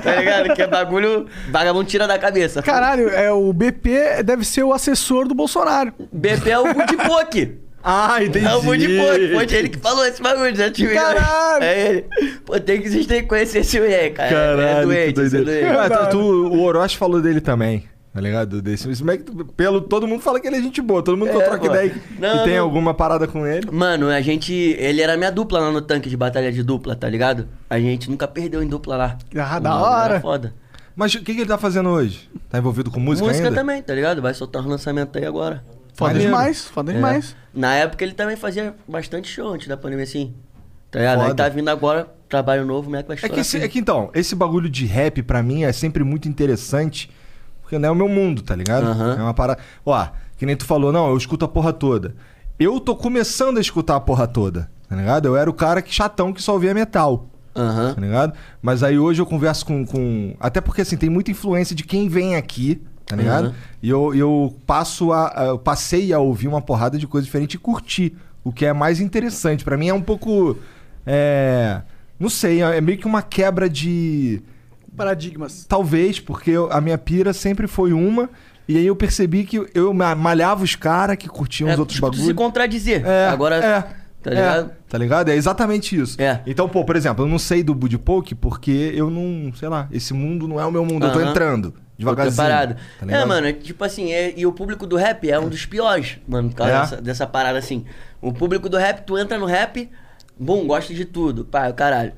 Speaker 7: tá ligado? Que é bagulho. Vagabundo tira da cabeça.
Speaker 5: Caralho, é, o BP deve ser o assessor do Bolsonaro.
Speaker 7: BP é o Budipoque.
Speaker 4: Ah, entendi.
Speaker 7: É o Budipoque. Foi ele que falou esse bagulho, já tive.
Speaker 5: Caralho!
Speaker 7: É ele. Pô, tem que, vocês têm que conhecer esse moleque, cara. é
Speaker 4: Caralho,
Speaker 7: doente,
Speaker 4: que
Speaker 7: esse é
Speaker 4: doideira.
Speaker 7: doente.
Speaker 4: Ué, tu- tu- o Orochi falou dele também. Tá ligado? Desse, esse moleque, pelo todo mundo fala que ele é gente boa, todo mundo que eu
Speaker 7: É,
Speaker 4: troca
Speaker 7: pô.
Speaker 4: ideia
Speaker 7: Não,
Speaker 4: e tem
Speaker 7: não.
Speaker 4: alguma parada com ele.
Speaker 7: Mano, a gente. Ele era minha dupla lá no tanque de batalha de dupla, tá ligado? A gente nunca perdeu em dupla lá.
Speaker 5: Ah, da
Speaker 7: Mano,
Speaker 5: hora.
Speaker 7: Era foda.
Speaker 4: Mas o que, que ele tá fazendo hoje? Tá envolvido com música,
Speaker 7: Música,
Speaker 4: ainda?
Speaker 7: também, tá ligado? Vai soltar um lançamento aí agora.
Speaker 5: Foda
Speaker 4: Maneiro.
Speaker 5: demais,
Speaker 7: É.
Speaker 5: foda demais.
Speaker 7: Na época ele também fazia bastante show antes da pandemia, assim. Tá ligado?
Speaker 4: Foda.
Speaker 7: Aí tá vindo agora, trabalho novo, minha que vai assim.
Speaker 4: É
Speaker 7: estourar
Speaker 4: que, esse-
Speaker 7: tudo.
Speaker 4: é que, então, esse bagulho de rap pra mim é sempre muito interessante, porque não é o meu mundo, tá ligado?
Speaker 7: Aham.
Speaker 4: É uma parada. Ó, que nem tu falou, não, eu escuto a porra toda. Eu tô começando a escutar a porra toda, tá ligado? Eu era o cara que chatão que só ouvia metal.
Speaker 7: Aham.
Speaker 4: Tá ligado? Mas aí hoje eu converso com. com... Até porque assim, tem muita influência de quem vem aqui, tá ligado?
Speaker 7: Uhum.
Speaker 4: E eu, eu passo a. a- Eu passei a ouvir uma porrada de coisa diferente e curtir. O que é mais interessante. Pra mim é um pouco. É. Não sei, é meio que uma quebra de.
Speaker 5: Paradigmas.
Speaker 4: Talvez, porque eu- a minha pira sempre foi uma. E aí eu percebi que eu ma- malhava os caras que curtiam os
Speaker 7: É,
Speaker 4: outros
Speaker 7: tipo,
Speaker 4: bagulhos.
Speaker 7: se contradizer.
Speaker 4: É,
Speaker 7: agora,
Speaker 4: é,
Speaker 7: tá
Speaker 4: é,
Speaker 7: ligado?
Speaker 4: tá ligado? É exatamente isso.
Speaker 7: É.
Speaker 4: Então, pô, por exemplo, eu não sei do Budipoke porque eu não, sei lá, esse mundo não é o meu mundo. Eu tô
Speaker 7: Aham.
Speaker 4: entrando
Speaker 7: Outra
Speaker 4: devagarzinho.
Speaker 7: parada.
Speaker 4: tá ligado?
Speaker 7: é, mano, é tipo assim, é- e o público do rap é um dos piores, mano, por causa
Speaker 4: É?
Speaker 7: dessa, dessa parada assim. O público do rap, tu entra no rap, bum, gosta de tudo, pá, é caralho.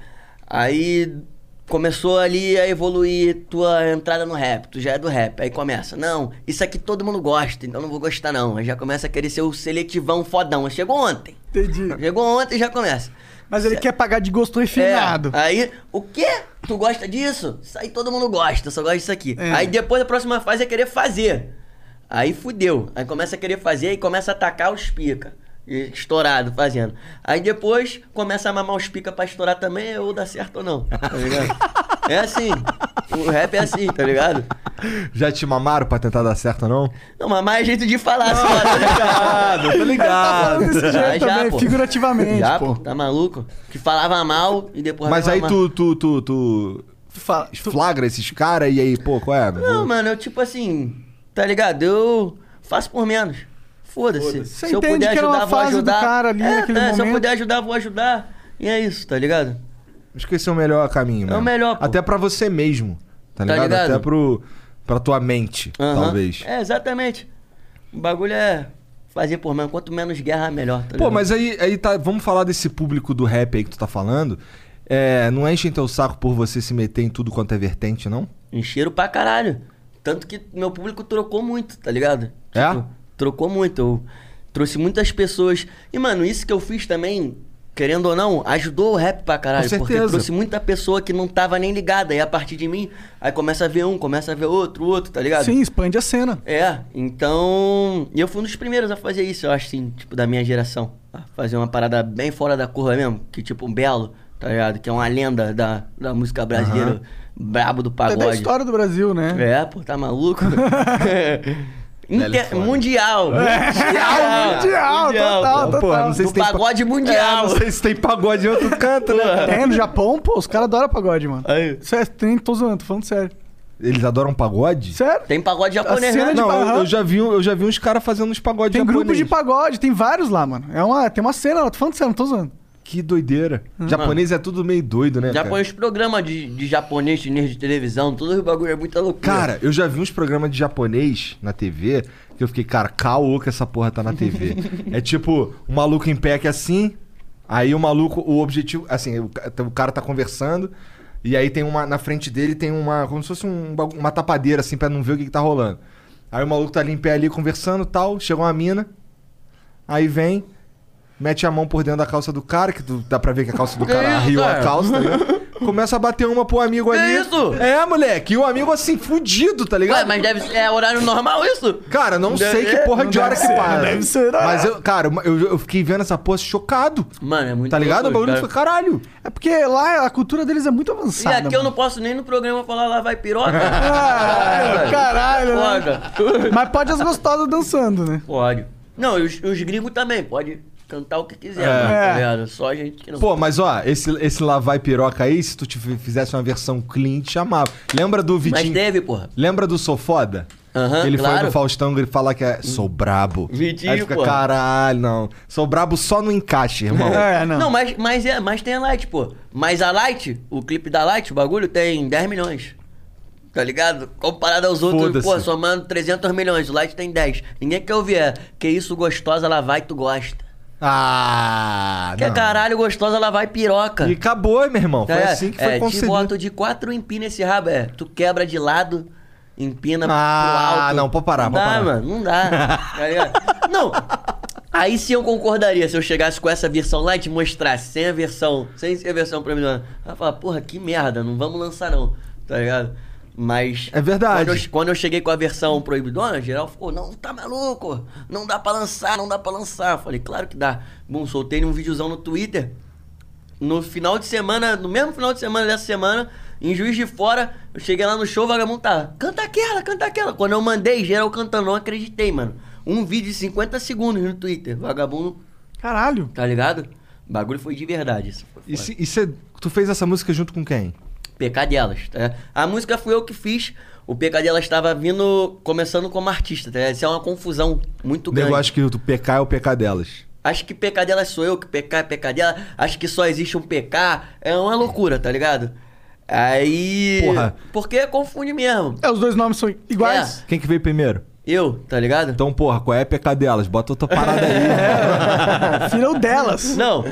Speaker 7: Aí começou ali a evoluir tua entrada no rap, tu já é do rap, aí começa, não, isso aqui todo mundo gosta, então não vou gostar não. Aí já começa a querer ser o seletivão fodão. Chegou ontem.
Speaker 5: Entendi.
Speaker 7: Chegou ontem e já começa.
Speaker 5: Mas ele quer pagar de gosto refinado.
Speaker 7: É, aí, o quê? Tu gosta disso? Isso aí todo mundo gosta, eu só gosta disso aqui.
Speaker 5: É.
Speaker 7: Aí depois a próxima fase é querer fazer. Aí fudeu. Aí começa a querer fazer e começa a atacar os pica. E Estourado, fazendo. Aí depois começa a mamar os pica pra estourar também, ou dá certo ou não. Tá ligado? É assim. O rap é assim, tá ligado?
Speaker 4: Já te mamaram pra tentar dar certo, não?
Speaker 7: Não, mas mais jeito de falar, assim, ó, tá ligado? Tá
Speaker 4: Tô ligado.
Speaker 5: Desse
Speaker 7: Já,
Speaker 5: jeito
Speaker 7: já,
Speaker 5: também,
Speaker 7: pô.
Speaker 5: figurativamente,
Speaker 7: Já,
Speaker 5: pô.
Speaker 7: pô, tá maluco? Que falava mal e depois
Speaker 4: Mas
Speaker 7: vai
Speaker 4: aí
Speaker 7: falar mal.
Speaker 4: tu, tu, tu, tu
Speaker 5: Tu fala- tu-
Speaker 4: flagra esses caras e aí, pô, qual é?
Speaker 7: Não, mano, eu tipo assim, tá ligado? Eu faço por menos. Foda-se.
Speaker 5: Você entende que era uma fase do cara ali
Speaker 7: é,
Speaker 5: naquele
Speaker 7: é, Se eu
Speaker 5: momento.
Speaker 7: puder ajudar, vou ajudar. E é isso, tá ligado?
Speaker 4: Esquecer o melhor caminho, mano.
Speaker 7: É o melhor, pô.
Speaker 4: Até pra você mesmo, tá,
Speaker 7: Tá
Speaker 4: ligado?
Speaker 7: ligado?
Speaker 4: Até pro, pra tua mente,
Speaker 7: Aham.
Speaker 4: talvez.
Speaker 7: É, exatamente. O bagulho é fazer por menos. Quanto menos guerra, melhor. Tá
Speaker 4: Pô,
Speaker 7: ligado?
Speaker 4: mas aí, aí tá, vamos falar desse público do rap aí que tu tá falando. É, não enchem teu saco por você se meter em tudo quanto é vertente, não?
Speaker 7: Encheram pra caralho. Tanto que meu público trocou muito, tá ligado?
Speaker 4: É?
Speaker 7: Trocou muito. Eu trouxe muitas pessoas. E, mano, isso que eu fiz também, querendo ou não, ajudou o rap pra caralho.
Speaker 4: Com
Speaker 7: Porque
Speaker 4: certeza.
Speaker 7: trouxe muita pessoa que não tava nem ligada. E a partir de mim, aí começa a ver um, começa a ver outro, outro, tá ligado?
Speaker 5: Sim, expande a cena.
Speaker 7: É, então. E eu fui um dos primeiros a fazer isso, eu acho, assim, tipo, da minha geração. A fazer uma parada bem fora da curva mesmo, que tipo um belo, tá ligado? Que é uma lenda da, da música brasileira, brabo do
Speaker 5: É
Speaker 7: pagode.
Speaker 5: da história do Brasil, né?
Speaker 7: É, pô, tá maluco? Inter- mundial. Mundial,
Speaker 5: É. mundial, total, total.
Speaker 4: Porra, não sei
Speaker 7: Do
Speaker 4: se tem. pa-
Speaker 7: pagode
Speaker 4: É,
Speaker 7: mundial.
Speaker 4: não sei se tem pagode em outro canto, né?
Speaker 5: É, no Japão, pô, os caras adoram pagode, mano.
Speaker 7: Aí.
Speaker 5: Isso é, nem tô zoando, tô falando sério.
Speaker 4: Eles adoram pagode?
Speaker 5: Sério?
Speaker 7: Tem pagode japonês,
Speaker 5: cena
Speaker 7: né?
Speaker 5: é de
Speaker 4: Não, eu,
Speaker 5: Aham.
Speaker 4: eu já vi, um- eu já vi uns caras fazendo uns pagodes
Speaker 5: Tem grupos de
Speaker 4: japonês.
Speaker 5: pagode, tem vários lá, mano. É uma, tem uma cena, lá, tô falando sério, não tô zoando.
Speaker 4: Que doideira.
Speaker 5: Hum.
Speaker 4: Japonês é tudo meio doido, né?
Speaker 7: Já
Speaker 4: cara?
Speaker 7: põe os programas de, de japonês, chinês de televisão, todo o bagulho é muita loucura.
Speaker 4: Cara, eu já vi uns programas de japonês na TV que eu fiquei, cara, caô que essa porra tá na TV. é tipo, o maluco em pé que é assim, aí o maluco, o objetivo, assim, o, ca- o cara tá conversando, e aí tem uma, na frente dele tem uma, como se fosse um bagu- uma tapadeira, assim, pra não ver o que, que tá rolando. Aí o maluco tá ali em pé ali conversando tal, chegou uma mina, aí vem, mete a mão por dentro da calça do cara, que tu- dá pra ver que a calça do cara
Speaker 7: É isso,
Speaker 4: riu a
Speaker 7: cara?
Speaker 4: calça, tá ligado? Começa a bater uma pro amigo ali.
Speaker 7: isso?
Speaker 4: É, moleque, e o amigo assim, fudido, tá ligado?
Speaker 7: Ué, mas deve ser é horário normal isso?
Speaker 4: Cara, não
Speaker 7: Deve-
Speaker 4: sei que porra de hora que para.
Speaker 5: É, deve ser, né? não.
Speaker 4: Mas eu, cara, eu, eu fiquei vendo essa porra chocado.
Speaker 7: Mano, é muito
Speaker 4: Tá ligado? O
Speaker 7: loucura,
Speaker 4: bagulho foi
Speaker 7: cara.
Speaker 4: caralho.
Speaker 5: É porque lá a cultura deles é muito
Speaker 7: E
Speaker 5: avançada.
Speaker 7: aqui eu não
Speaker 5: mano.
Speaker 7: posso nem no programa falar lá vai piroca.
Speaker 5: Caralho, caralho, né?
Speaker 7: Foda.
Speaker 5: Mas pode as gostosas dançando, né?
Speaker 7: Pode. Não, e os, os gringos também, pode cantar o que quiser,
Speaker 4: É.
Speaker 7: mano, tá ligado? Só a gente que não.
Speaker 4: Pô, mas ó, esse, esse lá vai piroca aí, se tu te fizesse uma versão clean, te chamava. Lembra do
Speaker 7: Mas
Speaker 4: Vitinho?
Speaker 7: teve, porra.
Speaker 4: Lembra do Sou Foda?
Speaker 7: Aham,
Speaker 4: ele foi
Speaker 7: claro.
Speaker 4: no Faustão ele fala que é Sou Brabo.
Speaker 7: Vitinho,
Speaker 4: Aí fica,
Speaker 7: pô.
Speaker 4: caralho, não. Sou brabo só no encaixe, irmão.
Speaker 5: É, não.
Speaker 7: Não, mas, mas, é, mas tem a Light, pô. Mas a Light, o clipe da Light, o bagulho, tem 10 milhões. Tá ligado? Comparado aos outros,
Speaker 4: Foda-se.
Speaker 7: pô, somando 300 milhões. O Light tem 10. Ninguém quer ouvir é, que isso gostosa, ela vai, tu gosta.
Speaker 4: Ah,
Speaker 7: Que é
Speaker 4: não.
Speaker 7: caralho gostosa, ela vai, piroca.
Speaker 4: E acabou, meu irmão. Foi
Speaker 7: é,
Speaker 4: assim que foi
Speaker 7: é, te
Speaker 4: concebido.
Speaker 7: boto de quatro, empina esse rabo. É, tu quebra de lado, empina
Speaker 4: Ah,
Speaker 7: pro alto.
Speaker 4: não, pode parar,
Speaker 7: Não
Speaker 4: pode
Speaker 7: dá,
Speaker 4: parar.
Speaker 7: mano, não dá. Tá ligado? não, aí sim eu concordaria se eu chegasse com essa versão lá e te mostrasse sem a versão, sem ser a versão pra mim. Ela falar, porra, que merda, não vamos lançar não, tá ligado? Mas.
Speaker 4: É verdade.
Speaker 7: Quando eu, quando eu cheguei com a versão proibidona, geral ficou, não, tá maluco? Não dá pra lançar, não dá pra lançar. Eu falei, claro que dá. Bom, soltei um videozão no Twitter. No final de semana, no mesmo final de semana dessa semana, em Juiz de Fora, eu cheguei lá no show, o vagabundo tava, canta aquela, canta aquela. Quando eu mandei, geral cantando, não acreditei, mano. Um vídeo de 50 segundos no Twitter, vagabundo,
Speaker 5: Caralho.
Speaker 7: tá ligado? O bagulho foi de verdade. Isso foi
Speaker 4: E,
Speaker 7: foda.
Speaker 4: se- e se- tu fez essa música junto com quem?
Speaker 7: Pecadelas, tá? ligado? A música fui eu que fiz. O Pecadelas estava vindo, começando como artista, tá? ligado? Isso é uma confusão muito grande.
Speaker 4: Eu acho que o PK é o PK delas.
Speaker 7: Acho que Pecadelas sou eu, que PK é Pecadela. Acho que só existe um PK. É uma loucura, tá ligado? Aí.
Speaker 4: Porra.
Speaker 7: Porque confunde mesmo.
Speaker 5: É, os dois nomes são iguais.
Speaker 7: É,
Speaker 4: Quem que veio primeiro?
Speaker 7: eu, tá ligado?
Speaker 4: Então, porra, qual é a PK delas? Bota outra parada aí. né? É.
Speaker 5: Filho delas.
Speaker 7: Não.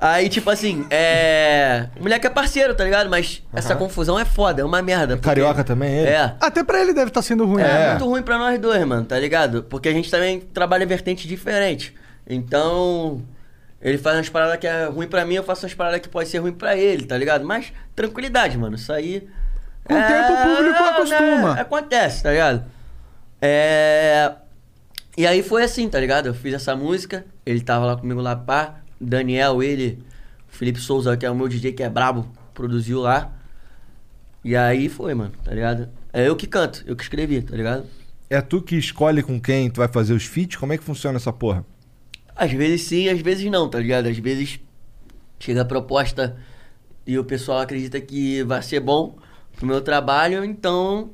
Speaker 7: Aí, tipo assim, é. O moleque é parceiro, tá ligado? Mas essa confusão é foda, é uma merda. porque-
Speaker 4: Carioca também, ele?
Speaker 7: É.
Speaker 5: Até pra ele deve estar sendo ruim. né?
Speaker 7: É,
Speaker 4: É.
Speaker 7: muito ruim pra nós dois, mano, tá ligado? Porque a gente também trabalha vertente diferente. Então, ele faz umas paradas que é ruim pra mim, eu faço umas paradas que pode ser ruim pra ele, tá ligado? Mas tranquilidade, mano, isso aí.
Speaker 5: Com o tempo o público acostuma.
Speaker 7: né, acontece, tá ligado? É. E aí foi assim, tá ligado? Eu fiz essa música, ele tava lá comigo lá, pá. Daniel, ele, Felipe Souza, que é o meu DJ que é brabo, produziu lá. E aí foi, mano, tá ligado? É eu que canto, eu que escrevi, tá ligado?
Speaker 4: É tu que escolhe com quem tu vai fazer os feats? Como é que funciona essa porra?
Speaker 7: Às vezes sim, às vezes não, tá ligado? Às vezes chega a proposta e o pessoal acredita que vai ser bom pro meu trabalho, então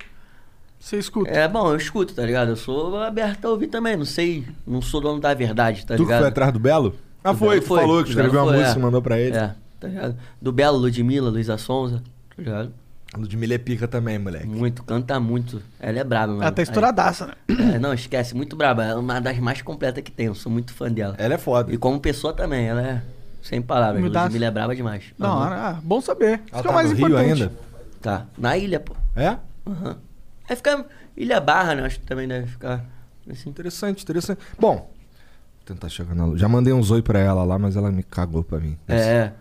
Speaker 5: Você escuta.
Speaker 7: é bom, eu escuto, tá ligado? Eu sou aberto a ouvir também, não sei, não sou dono da verdade, tá
Speaker 4: tu que
Speaker 7: ligado?
Speaker 4: foi atrás do Belo? Ah,
Speaker 7: O
Speaker 4: foi,
Speaker 7: Belo
Speaker 4: tu falou que
Speaker 7: o Belo
Speaker 4: escreveu uma
Speaker 7: foi,
Speaker 4: música e mandou pra ele.
Speaker 7: É, tá ligado? Do Belo, Ludmilla, Luísa Sonza, tá ligado?
Speaker 4: Ludmilla é pica também, moleque.
Speaker 7: Muito, canta muito. Ela é braba, mano.
Speaker 5: Ela tá estouradaça, né?
Speaker 7: É, não, esquece, muito braba. Ela é uma das mais completas que tem, eu sou muito fã dela.
Speaker 4: Ela é foda.
Speaker 7: E como pessoa também, ela é sem palavras.
Speaker 5: Humildade.
Speaker 7: Ludmilla é braba demais.
Speaker 5: Da
Speaker 7: Aham.
Speaker 5: hora. Ah, bom saber.
Speaker 4: Uhum.
Speaker 5: Isso
Speaker 4: Ela
Speaker 5: que
Speaker 4: tá
Speaker 5: é o mais
Speaker 4: no Rio
Speaker 5: importante.
Speaker 4: ainda?
Speaker 7: Tá. Na ilha, pô.
Speaker 4: É?
Speaker 7: Aham. Aí fica Ilha Barra, né? Acho que também deve ficar assim.
Speaker 4: Interessante, interessante. Bom, vou tentar chegar na Lu. Já mandei uns oi pra ela lá, mas ela me cagou pra mim.
Speaker 7: É.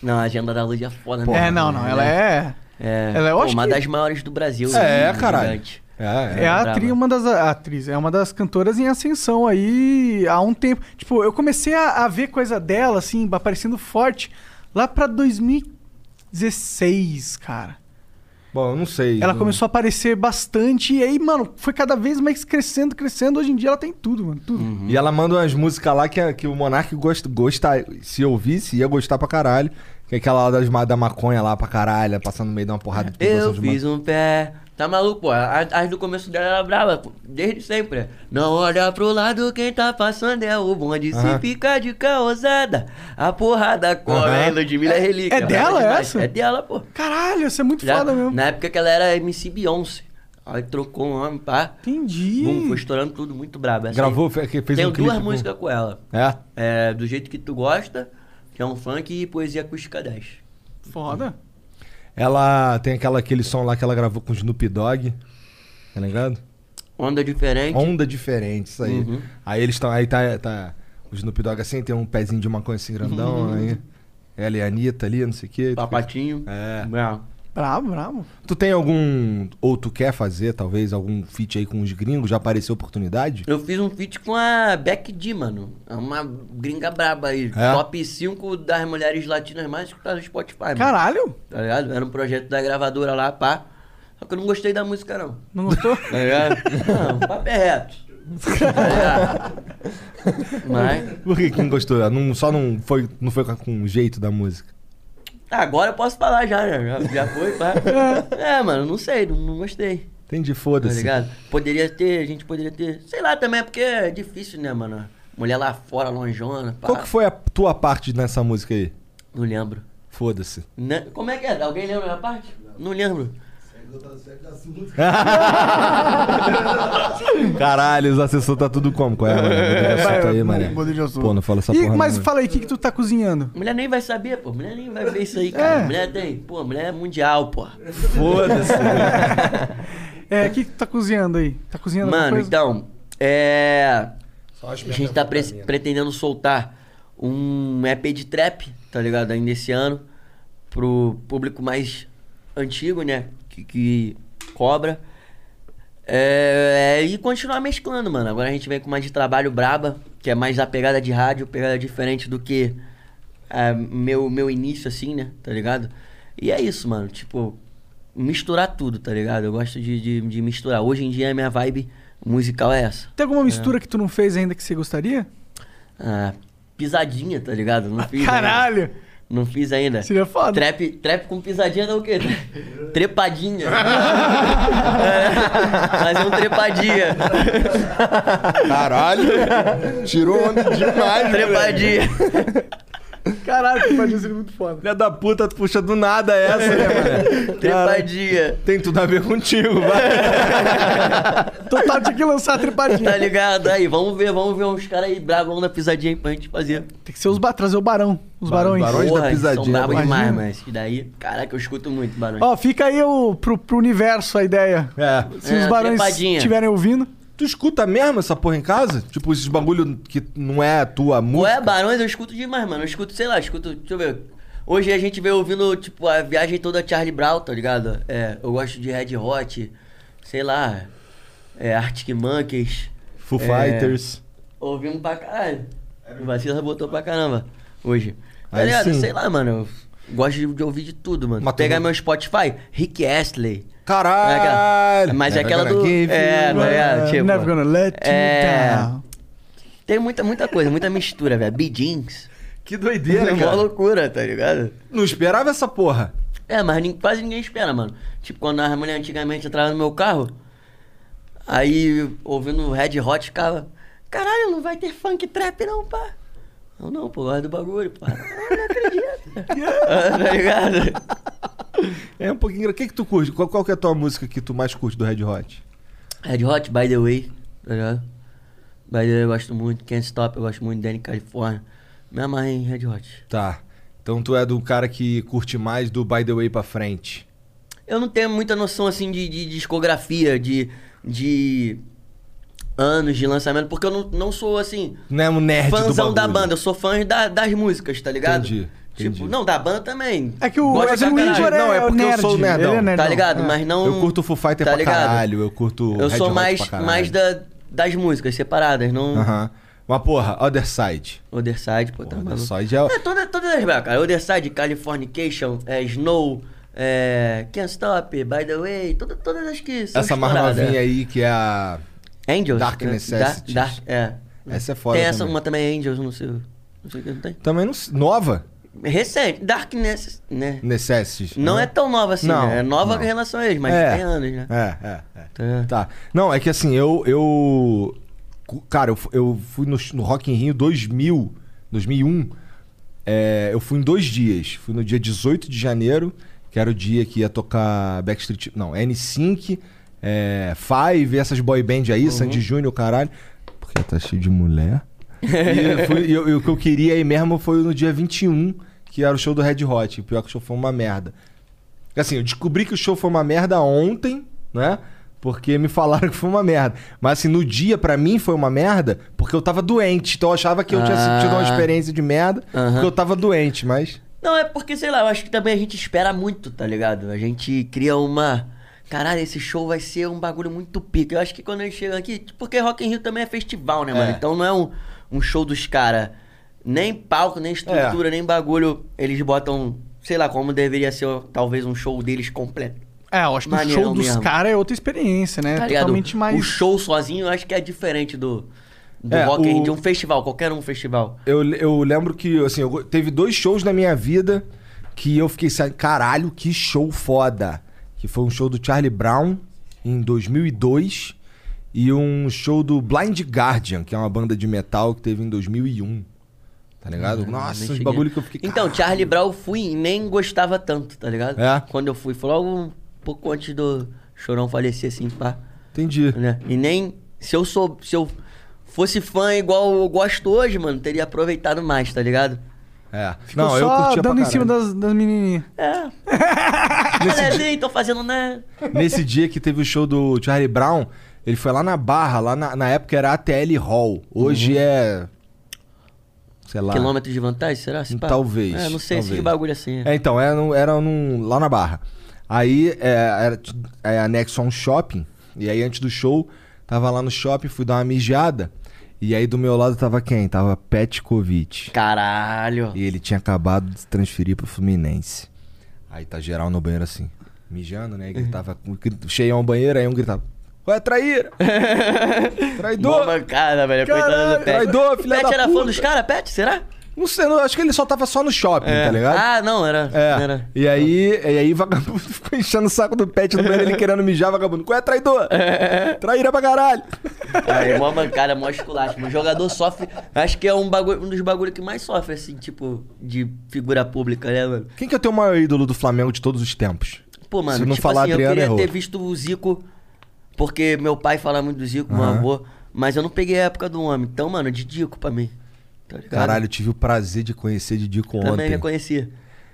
Speaker 7: Não, a agenda da Lud é foda, né?
Speaker 5: É, não, não. Ela é.
Speaker 7: É,
Speaker 5: ela é, eu
Speaker 7: pô,
Speaker 5: acho
Speaker 7: uma
Speaker 5: que-
Speaker 7: das maiores do Brasil.
Speaker 4: É,
Speaker 7: né?
Speaker 4: caralho.
Speaker 7: Gigante.
Speaker 4: É, é.
Speaker 5: É a
Speaker 7: brava.
Speaker 5: atriz, uma das a- atriz, é uma das cantoras em ascensão aí há um tempo. Tipo, eu comecei a, a ver coisa dela, assim, aparecendo forte lá pra 2016, cara.
Speaker 4: Bom, eu não sei.
Speaker 5: Ela
Speaker 4: Eu-
Speaker 5: começou a aparecer bastante e aí, mano, foi cada vez mais crescendo, crescendo. Hoje em dia ela tem tudo, mano, tudo.
Speaker 4: E ela manda umas músicas lá que, é, que o Monark gosta, gosta, se ouvisse, ia gostar pra caralho. Que é aquela lá das, ma- da maconha lá pra caralho, é passando no meio de uma porrada de
Speaker 7: Eu
Speaker 4: plantação de
Speaker 7: fiz um pé. Tá maluco, pô? As, as do começo dela era brava, pô. desde sempre. Não olha pro lado, quem tá passando é o bonde.
Speaker 4: Aham.
Speaker 7: Se fica de caosada, a porrada corre.
Speaker 4: Aham.
Speaker 7: Uhum. Ludmilla é relíquia.
Speaker 5: é dela
Speaker 7: brava demais.
Speaker 5: essa?
Speaker 7: É dela, pô.
Speaker 5: Caralho, isso é muito
Speaker 7: Já,
Speaker 5: foda mesmo.
Speaker 7: na época que ela era MC Beyoncé. Aí trocou um homem, pá.
Speaker 5: Entendi.
Speaker 7: Bum, foi estourando tudo muito brabo. Essa
Speaker 4: Gravou,
Speaker 7: aí-
Speaker 4: fe- que fez
Speaker 7: Tenho
Speaker 4: um clipe
Speaker 7: duas
Speaker 4: com-
Speaker 7: músicas com ela.
Speaker 4: É?
Speaker 7: É, do jeito que tu gosta, que é um funk e poesia acústica 10.
Speaker 5: Foda.
Speaker 4: Ela tem aquela, aquele som lá que ela gravou com o Snoop Dogg. Tá ligado?
Speaker 7: Onda diferente.
Speaker 4: Onda diferente, isso aí.
Speaker 7: Uhum.
Speaker 4: Aí eles estão. Aí tá, tá o Snoop Dogg assim, tem um pezinho de maconha assim
Speaker 7: Uhum.
Speaker 4: grandão. aí ela e a Anitta ali, não sei o quê.
Speaker 7: Tá, Papatinho.
Speaker 4: É.
Speaker 7: Bravo.
Speaker 5: Bravo, bravo.
Speaker 4: Tu tem algum. Ou tu quer fazer, talvez, algum feat aí com os gringos? Já apareceu oportunidade?
Speaker 7: Eu fiz um feat com a Beck D, mano. É uma gringa braba aí.
Speaker 4: É?
Speaker 7: Top 5 das mulheres latinas mais escutadas no Spotify, mano.
Speaker 5: Caralho,
Speaker 7: Tá ligado? Era um projeto da gravadora lá, pá. Só que eu não gostei da música, não.
Speaker 5: não gostou?
Speaker 7: Tá ligado? não, o papo é reto. Tá ligado? Mas.
Speaker 4: Por que, que não gostou? Não, só não foi, não foi com o jeito da música.
Speaker 7: tá, agora eu posso falar já, né? Já, já foi, pá. É, mano, não sei, não, não gostei.
Speaker 4: Entendi,
Speaker 7: Tá
Speaker 4: foda-se.
Speaker 7: ligado? Poderia ter, a gente poderia ter. Sei lá também, porque é difícil, né, mano? Mulher lá fora, lonjona, pá.
Speaker 4: Qual que foi a tua parte nessa música aí?
Speaker 7: Não lembro.
Speaker 4: Foda-se.
Speaker 7: Né? Como é que é? Alguém lembra da parte? Não lembro.
Speaker 4: Caralho, os assessores tá tudo como? Qual é, mano? Mudei de assunto aí, mané.
Speaker 5: mudei de assunto.
Speaker 4: Pô, não fala essa
Speaker 5: Ih,
Speaker 4: porra. não, né?
Speaker 5: mas
Speaker 4: mano.
Speaker 5: fala aí, o que, que tu tá cozinhando?
Speaker 7: Mulher nem vai saber, pô. Mulher nem vai ver isso aí, cara. Mulher tem. Pô, mulher é mundial, pô.
Speaker 4: Foda-se.
Speaker 5: É, o que, que tu tá cozinhando aí? Tá cozinhando alguma
Speaker 7: Mano,
Speaker 5: coisa?
Speaker 7: então. É.
Speaker 4: Só as
Speaker 7: A gente tá pre- pretendendo soltar um EP de trap, tá ligado? Ainda esse ano. Pro público mais antigo, né? Que, que cobra. É, e continuar mesclando, mano. Agora a gente vem com uma de trabalho braba, que é mais a pegada de rádio, pegada diferente do que é, meu, meu início, assim, né? Tá ligado? E é isso, mano. Tipo, misturar tudo, tá ligado? Eu gosto de, de, de misturar. Hoje em dia a minha vibe musical é essa.
Speaker 5: Tem alguma mistura que tu não fez ainda que você gostaria?
Speaker 7: Ah, pisadinha, tá ligado? Não fiz ainda.
Speaker 5: Ah, Caralho!
Speaker 7: Não fiz ainda.
Speaker 5: Seria foda.
Speaker 7: Trap, trap com pisadinha dá o quê? Trepadinha. Fazer um trepadinha.
Speaker 4: Caralho. Tirou onda demais, né, moleque.
Speaker 7: trepadinha.
Speaker 5: Caralho, que pode ser muito foda.
Speaker 4: Filha da puta, tu puxa do nada essa, né, mano?
Speaker 7: trepadinha.
Speaker 4: Tem tudo a ver contigo, vai.
Speaker 5: Total tá, tinha que lançar a trepadinha.
Speaker 7: Tá ligado? Aí, vamos ver, vamos ver uns caras aí bravão da pisadinha aí pra gente fazer.
Speaker 5: Tem que ser os ba- trazer o barão. Os barões.
Speaker 4: barões. Barões. da
Speaker 7: Porra, eles
Speaker 4: pisadinha,
Speaker 7: São bravos
Speaker 4: imagina.
Speaker 7: demais, mas que daí, caraca, eu escuto muito barulho.
Speaker 5: Ó, fica aí o, pro, pro universo a ideia.
Speaker 4: É.
Speaker 5: Se
Speaker 7: É,
Speaker 5: os barões
Speaker 7: trepadinha.
Speaker 5: estiverem ouvindo.
Speaker 4: Tu escuta mesmo essa porra em casa? Tipo, esses bagulho que não é tua
Speaker 7: Ou é
Speaker 4: música?
Speaker 7: Barões, eu escuto demais, mano. Eu escuto, sei lá, eu escuto. Deixa eu ver. Hoje a gente veio ouvindo, tipo, a viagem toda Charlie Brown, tá ligado? É, eu gosto de Red Hot, sei lá. É, Arctic Monkeys.
Speaker 4: Foo
Speaker 7: É.
Speaker 4: Fighters.
Speaker 7: Ouvimos pra caralho. O Vacila botou pra caramba hoje. Tá
Speaker 4: Aí
Speaker 7: ligado?
Speaker 4: sim.
Speaker 7: Sei lá, mano. eu- Gosto de, de ouvir de tudo, mano.
Speaker 4: Mas tu
Speaker 7: Pegar
Speaker 4: não-
Speaker 7: meu Spotify, Rick Astley. Não é
Speaker 4: Caralho!
Speaker 7: aquela- Mas é
Speaker 4: Never
Speaker 7: aquela
Speaker 4: gonna
Speaker 7: do.
Speaker 4: give
Speaker 7: É,
Speaker 4: you
Speaker 7: não é?
Speaker 4: up.
Speaker 7: Tipo,
Speaker 5: né, Never gonna let you
Speaker 7: é.
Speaker 5: down.
Speaker 7: Tem muita, muita coisa, muita mistura, velho. Bidins.
Speaker 4: Que
Speaker 7: É
Speaker 4: doideira,
Speaker 7: uma
Speaker 4: cara.
Speaker 7: loucura, tá ligado?
Speaker 4: Não esperava essa porra.
Speaker 7: É, mas nin- quase ninguém espera, mano. Tipo, quando as mulheres antigamente entravam no meu carro, aí ouvindo o Red Hot, ficava, caralho, não vai ter funk trap não, pá. Eu não, pô, eu gosto do bagulho, pá. Eu não acredito. tá ligado?
Speaker 4: É um pouquinho... engra- O que que tu curte? Qual, qual que é a tua música que tu mais curte do Red Hot?
Speaker 7: Red Hot, by the way, tá ligado? By the way, eu gosto muito. Can't Stop, eu gosto muito. Danny California. Me amarrei em Red Hot.
Speaker 4: Tá. Então tu é do cara que curte mais do By The Way pra frente.
Speaker 7: Eu não tenho muita noção assim de, de discografia, de, de anos de lançamento, porque eu não, não sou assim.
Speaker 4: Não é um nerd do
Speaker 7: fãzão da
Speaker 4: bagulho.
Speaker 7: banda, eu sou fã da- das músicas, tá ligado?
Speaker 4: Entendi,
Speaker 7: Tipo,
Speaker 4: entendi.
Speaker 7: não, da banda também.
Speaker 5: É que o,
Speaker 7: Gosto
Speaker 5: é que
Speaker 7: pra
Speaker 5: o
Speaker 7: caralho.
Speaker 5: Igor é,
Speaker 4: Não, é
Speaker 5: o
Speaker 4: porque eu
Speaker 5: nerd.
Speaker 4: sou o nerdão.
Speaker 5: Ele é nerdão.
Speaker 7: Tá ligado?
Speaker 5: É.
Speaker 7: Mas não. tá
Speaker 4: Eu curto Foo Fighter pra caralho, eu curto
Speaker 7: Eu
Speaker 4: Red
Speaker 7: sou
Speaker 4: Hot
Speaker 7: mais,
Speaker 4: pra caralho.
Speaker 7: mais da, das músicas separadas, não.
Speaker 4: Aham. Mas porra, Other Side.
Speaker 7: Other Side, pô, tá
Speaker 4: Porra, Other
Speaker 7: maluco.
Speaker 4: Side é...
Speaker 7: É, toda- todas as bandas, cara. Otherside, Californication, é, Snow, é, Can't Stop, By The Way, toda- todas as que são
Speaker 4: Essa mais
Speaker 7: estouradas.
Speaker 4: novinha aí que é a...
Speaker 7: Angels.
Speaker 4: Dark
Speaker 7: né?
Speaker 4: Necessities.
Speaker 7: Da- Dark- é.
Speaker 4: Essa é foda
Speaker 7: Tem essa
Speaker 4: também.
Speaker 7: uma também, Angels, não sei, não sei o que, não tem.
Speaker 4: Também não... se- Nova?
Speaker 7: Recente, Dark Necess, né?
Speaker 4: Necessities.
Speaker 7: Não é tão nova assim,
Speaker 4: Não,
Speaker 7: né? É nova
Speaker 4: não.
Speaker 7: em relação a eles, mas tem anos, né?
Speaker 4: É, é, é.
Speaker 7: Tá.
Speaker 4: Tá. Não, é que assim, eu. eu cu- cara, eu, fu- eu fui no, no Rock in Rio 2000, 2001. É, eu fui em dois dias. Fui no dia 18 de janeiro, que era o dia que ia tocar Backstreet. Não, N5, é, Five, essas boy band
Speaker 7: Uhum.
Speaker 4: aí, Sandy Júnior, caralho. Porque tá cheio de mulher. E, eu fui- e eu- e o que eu queria aí mesmo foi no dia 21, que era o show do Red Hot. E pior que o show foi uma merda. Assim, eu descobri que o show foi uma merda ontem, né? Porque me falaram que foi uma merda. Mas assim, no dia, pra mim, foi uma merda porque eu tava doente. Então eu achava que eu tinha
Speaker 7: Ah.
Speaker 4: sentido uma experiência de merda
Speaker 7: Aham.
Speaker 4: porque eu tava doente, mas.
Speaker 7: Não, é porque, sei lá, eu acho que também a gente espera muito, tá ligado? A gente cria uma. Caralho, esse show vai ser um bagulho muito pica. Eu acho que quando eles chegam aqui. Porque Rock in Rio também é festival, né,
Speaker 4: É.
Speaker 7: mano? Então não é um, um show dos caras. Nem palco, nem
Speaker 4: É.
Speaker 7: estrutura, nem bagulho. Eles botam, sei lá, como deveria ser talvez um show deles completo.
Speaker 5: É, eu acho que o
Speaker 7: Maneirão
Speaker 5: show dos
Speaker 7: mesmo.
Speaker 5: caras é outra experiência, né?
Speaker 7: Tá
Speaker 5: É
Speaker 7: ligado?
Speaker 5: Totalmente mais.
Speaker 7: O show sozinho eu acho que é diferente do, do
Speaker 4: É,
Speaker 7: Rock in Rio,
Speaker 4: o-
Speaker 7: de um festival, qualquer um festival.
Speaker 4: Eu, eu lembro que, assim, eu go- teve dois shows na minha vida que eu fiquei assim, caralho, que show foda. Que foi um show do Charlie Brown em 2002 e um show do Blind Guardian, que é uma banda de metal que teve em 2001. Tá ligado?
Speaker 5: Uhum.
Speaker 7: Nem
Speaker 4: Nossa, os
Speaker 7: cheguei.
Speaker 4: bagulho que eu fiquei.
Speaker 7: Então,
Speaker 4: caralho.
Speaker 7: Charlie Brown eu fui e nem gostava tanto, tá ligado?
Speaker 4: É.
Speaker 7: Quando eu fui, foi logo um pouco antes do Chorão falecer, assim, pá.
Speaker 4: Entendi.
Speaker 7: Né? E nem. Se eu sou. Se eu fosse fã igual eu gosto hoje, mano, teria aproveitado mais, tá ligado?
Speaker 4: É.
Speaker 5: Ficou
Speaker 4: não, eu
Speaker 5: só
Speaker 4: curtia
Speaker 5: dando
Speaker 4: pra
Speaker 5: em cima
Speaker 4: caralho.
Speaker 5: das, das menininhas.
Speaker 7: É. Olha, tô fazendo, né?
Speaker 4: Nesse dia que teve o show do Charlie Brown, ele foi lá na Barra, lá na, na época era ATL Hall. Hoje
Speaker 5: Uhum.
Speaker 4: é. Sei lá.
Speaker 7: Quilômetros de vantagem, será? Se pá?
Speaker 4: Hum, Talvez,
Speaker 7: É, não sei
Speaker 4: talvez.
Speaker 7: se bagulho assim.
Speaker 4: É, então, era, num- era num- lá na Barra. Aí é, era t- é, anexo a um shopping. E aí, antes do show, tava lá no shopping, fui dar uma mijada. E aí, do meu lado tava quem? Tava Petkovic.
Speaker 7: Caralho.
Speaker 4: E ele tinha acabado de se transferir pro Fluminense. Aí tá geral no banheiro assim, mijando, né? E gritava, com- gri- cheião o banheiro, aí um gritava: Ué, traíra!
Speaker 7: Boa
Speaker 4: Traidor!
Speaker 7: bancada, velho.
Speaker 4: Caralho,
Speaker 7: Coitado do Pet.
Speaker 4: traidor, filha
Speaker 7: Pet
Speaker 4: da
Speaker 7: era
Speaker 4: puta.
Speaker 7: fã dos caras, Pet? Será?
Speaker 4: Não sei, não, acho que ele só tava só no shopping, Hum, tá ligado?
Speaker 7: Ah, não, era.
Speaker 4: É.
Speaker 7: era.
Speaker 4: E aí, e aí vagabundo ficou enchendo o saco do pet no meio ele querendo mijar, vagabundo. Qual é traidor? Traíra pra caralho.
Speaker 7: É, mó mancada, mó esculacho. O jogador sofre. Acho que é um, bagulho, um dos bagulhos que mais sofre, assim, tipo, de figura pública, né, mano?
Speaker 4: Quem que é o teu maior ídolo do Flamengo de todos os tempos?
Speaker 7: Pô, mano,
Speaker 4: Se não
Speaker 7: tipo
Speaker 4: falar
Speaker 7: assim, eu
Speaker 4: Adriano,
Speaker 7: queria
Speaker 4: errou.
Speaker 7: ter visto o Zico, porque meu pai fala muito do Zico, meu
Speaker 4: Aham.
Speaker 7: avô, mas eu não peguei a época do homem. Então, mano, Didico pra mim. Tá ligado?
Speaker 4: Caralho, eu tive o prazer de conhecer Didico
Speaker 7: Também
Speaker 4: ontem.
Speaker 7: já conhecia.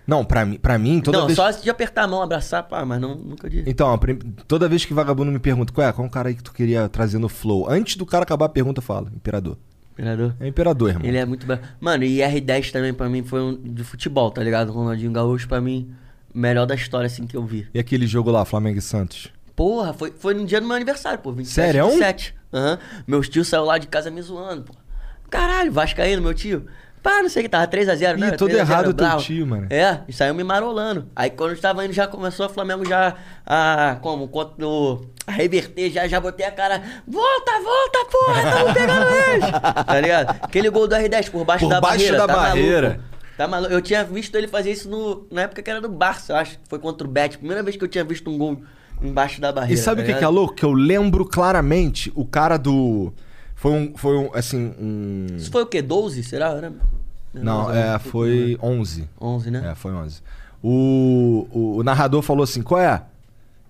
Speaker 4: Não, pra mim, pra mim toda
Speaker 7: não,
Speaker 4: vez...
Speaker 7: só de apertar a mão, abraçar, pá, mas não, nunca de.
Speaker 4: Então, a prim- toda vez que vagabundo me pergunta qual é, qual é um cara aí que tu queria trazer no flow, antes do cara acabar a pergunta, eu falo, imperador.
Speaker 7: Imperador.
Speaker 4: É imperador, irmão.
Speaker 7: Ele é muito bravo. Mano, e R10 também pra mim foi um de futebol, tá ligado? Ronaldinho Gaúcho pra mim, melhor da história assim que eu vi.
Speaker 4: E aquele jogo lá, Flamengo e Santos?
Speaker 7: Porra, foi, foi no dia do meu aniversário, pô. 27
Speaker 4: Sério? é um?
Speaker 7: de 7. Aham. Meus tios saíram lá de casa me zoando, pô. Caralho, Vascaíno, meu tio. Pá, não sei o que, tava 3x0, né?
Speaker 4: Ih, todo
Speaker 7: 3 a 0,
Speaker 4: errado o teu
Speaker 7: brau.
Speaker 4: tio, mano.
Speaker 7: É, e saiu me marolando. Aí quando eu tava indo, já começou o Flamengo já a. Como? Contra o- A reverter, já, já botei a cara. Volta, volta, porra, tamo pegando eles! tá ligado? Aquele gol do R10 por baixo
Speaker 6: Por
Speaker 7: da
Speaker 6: baixo
Speaker 7: barreira.
Speaker 6: da
Speaker 7: tá maluco?
Speaker 6: barreira.
Speaker 7: Tá maluco? Eu tinha visto ele fazer isso no, na época que era do Barça, eu acho. que Foi contra o Bet. Primeira vez que eu tinha visto um gol embaixo da barreira.
Speaker 4: E sabe o
Speaker 7: tá
Speaker 4: que, que é
Speaker 7: ligado?
Speaker 4: louco? Que eu lembro claramente o cara do. Foi um. Foi um. Assim, um.
Speaker 7: Isso foi o quê? 12? Será? Era...
Speaker 4: Não, é, foi 11.
Speaker 7: 11, né?
Speaker 4: É, foi 11. O, o, o narrador falou assim: qual é?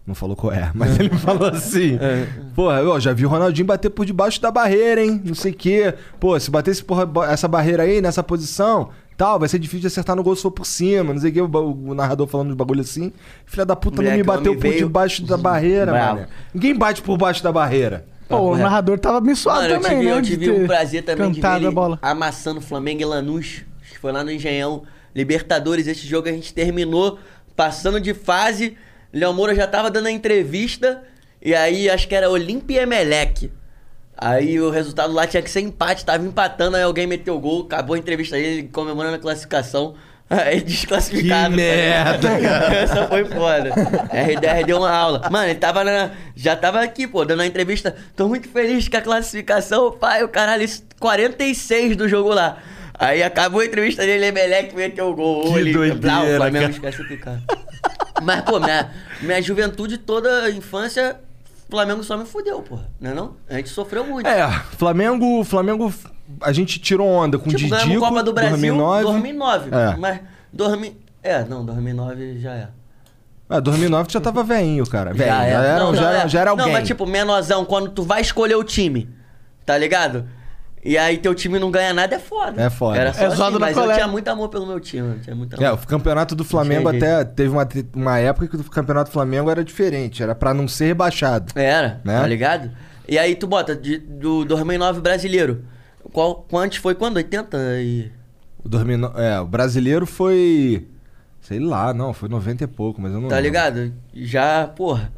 Speaker 4: Não falou qual é, mas ele falou assim:
Speaker 7: É.
Speaker 4: Porra, eu já vi o Ronaldinho bater por debaixo da barreira, hein? Não sei o quê. Pô, se bater esse porra- essa barreira aí, nessa posição, tal, vai ser difícil de acertar no gol se for por cima. Não sei o quê. O, ba- o narrador falando de bagulho assim. Filha da puta
Speaker 7: Moleque,
Speaker 4: não me bateu
Speaker 7: o homem
Speaker 4: por
Speaker 7: veio-
Speaker 4: debaixo da barreira,
Speaker 7: Bravo.
Speaker 4: mano. Ninguém bate por baixo da barreira.
Speaker 5: Pô, o
Speaker 7: reto.
Speaker 5: narrador tava abençoado
Speaker 7: Mano, eu
Speaker 5: também,
Speaker 7: tive,
Speaker 5: né?
Speaker 7: eu
Speaker 5: de
Speaker 7: tive
Speaker 5: ter
Speaker 7: o prazer também de ver
Speaker 5: cantado
Speaker 7: ele Ah.
Speaker 5: a bola.
Speaker 7: amassando Flamengo e Lanús. Acho que Foi lá no Engenhão. Libertadores, esse jogo a gente terminou passando de fase. Léo Moura já tava dando a entrevista. E aí, acho que era Olimpia e Emelec. Aí o resultado lá tinha que ser empate, tava empatando, aí alguém meteu o gol, acabou a entrevista dele comemorando a classificação. Aí desclassificado. tá
Speaker 4: Que merda,
Speaker 7: Essa foi foda. RDR deu uma aula. Mano, ele tava na. Já tava aqui, pô, dando uma entrevista. Tô muito feliz com a classificação, pai. O caralho, isso, 46 do jogo lá. Aí acabou a entrevista dele, Emelec meteu o gol.
Speaker 4: Que
Speaker 7: Olímpia,
Speaker 4: doideira,
Speaker 7: Blau, Flamengo
Speaker 4: cara.
Speaker 7: desclassificado. Mas, pô, minha, minha juventude toda, infância, Flamengo só me fudeu, porra. Não é não? A gente sofreu muito.
Speaker 4: É, Flamengo. Flamengo. A gente tirou onda com o
Speaker 7: tipo,
Speaker 4: um Didico,
Speaker 7: ganhamos Copa do Brasil
Speaker 4: 2009.
Speaker 7: 2009.
Speaker 4: É.
Speaker 7: Mas, 2000... É, não, 2009 já é.
Speaker 4: Ah, 2009 tu já tava veinho, cara. Velho, já,
Speaker 7: é.
Speaker 4: era, um-
Speaker 7: Não,
Speaker 4: já,
Speaker 7: não,
Speaker 4: era,
Speaker 7: é.
Speaker 4: já era alguém.
Speaker 7: Não, mas tipo, menorzão, quando tu vai escolher o time, tá ligado? E aí teu time não ganha nada, é foda.
Speaker 4: É foda.
Speaker 7: Era só
Speaker 5: É
Speaker 7: assim,
Speaker 5: zoado na
Speaker 7: mas eu
Speaker 5: colé.
Speaker 7: tinha muito amor pelo meu time. eu Tinha muito amor.
Speaker 4: É, o campeonato do Flamengo
Speaker 7: Entendi.
Speaker 4: até teve uma, te- uma época que o campeonato do Flamengo era diferente, era pra não ser rebaixado.
Speaker 7: Era,
Speaker 4: Né?
Speaker 7: tá ligado? E aí tu bota de- do 2009 brasileiro. Qual, quantos foi quando? 80 e...
Speaker 4: O, 2009 é, o brasileiro foi. Sei lá, não, foi 90 e pouco, mas eu não
Speaker 7: Tá
Speaker 4: lembro.
Speaker 7: ligado? Já, porra,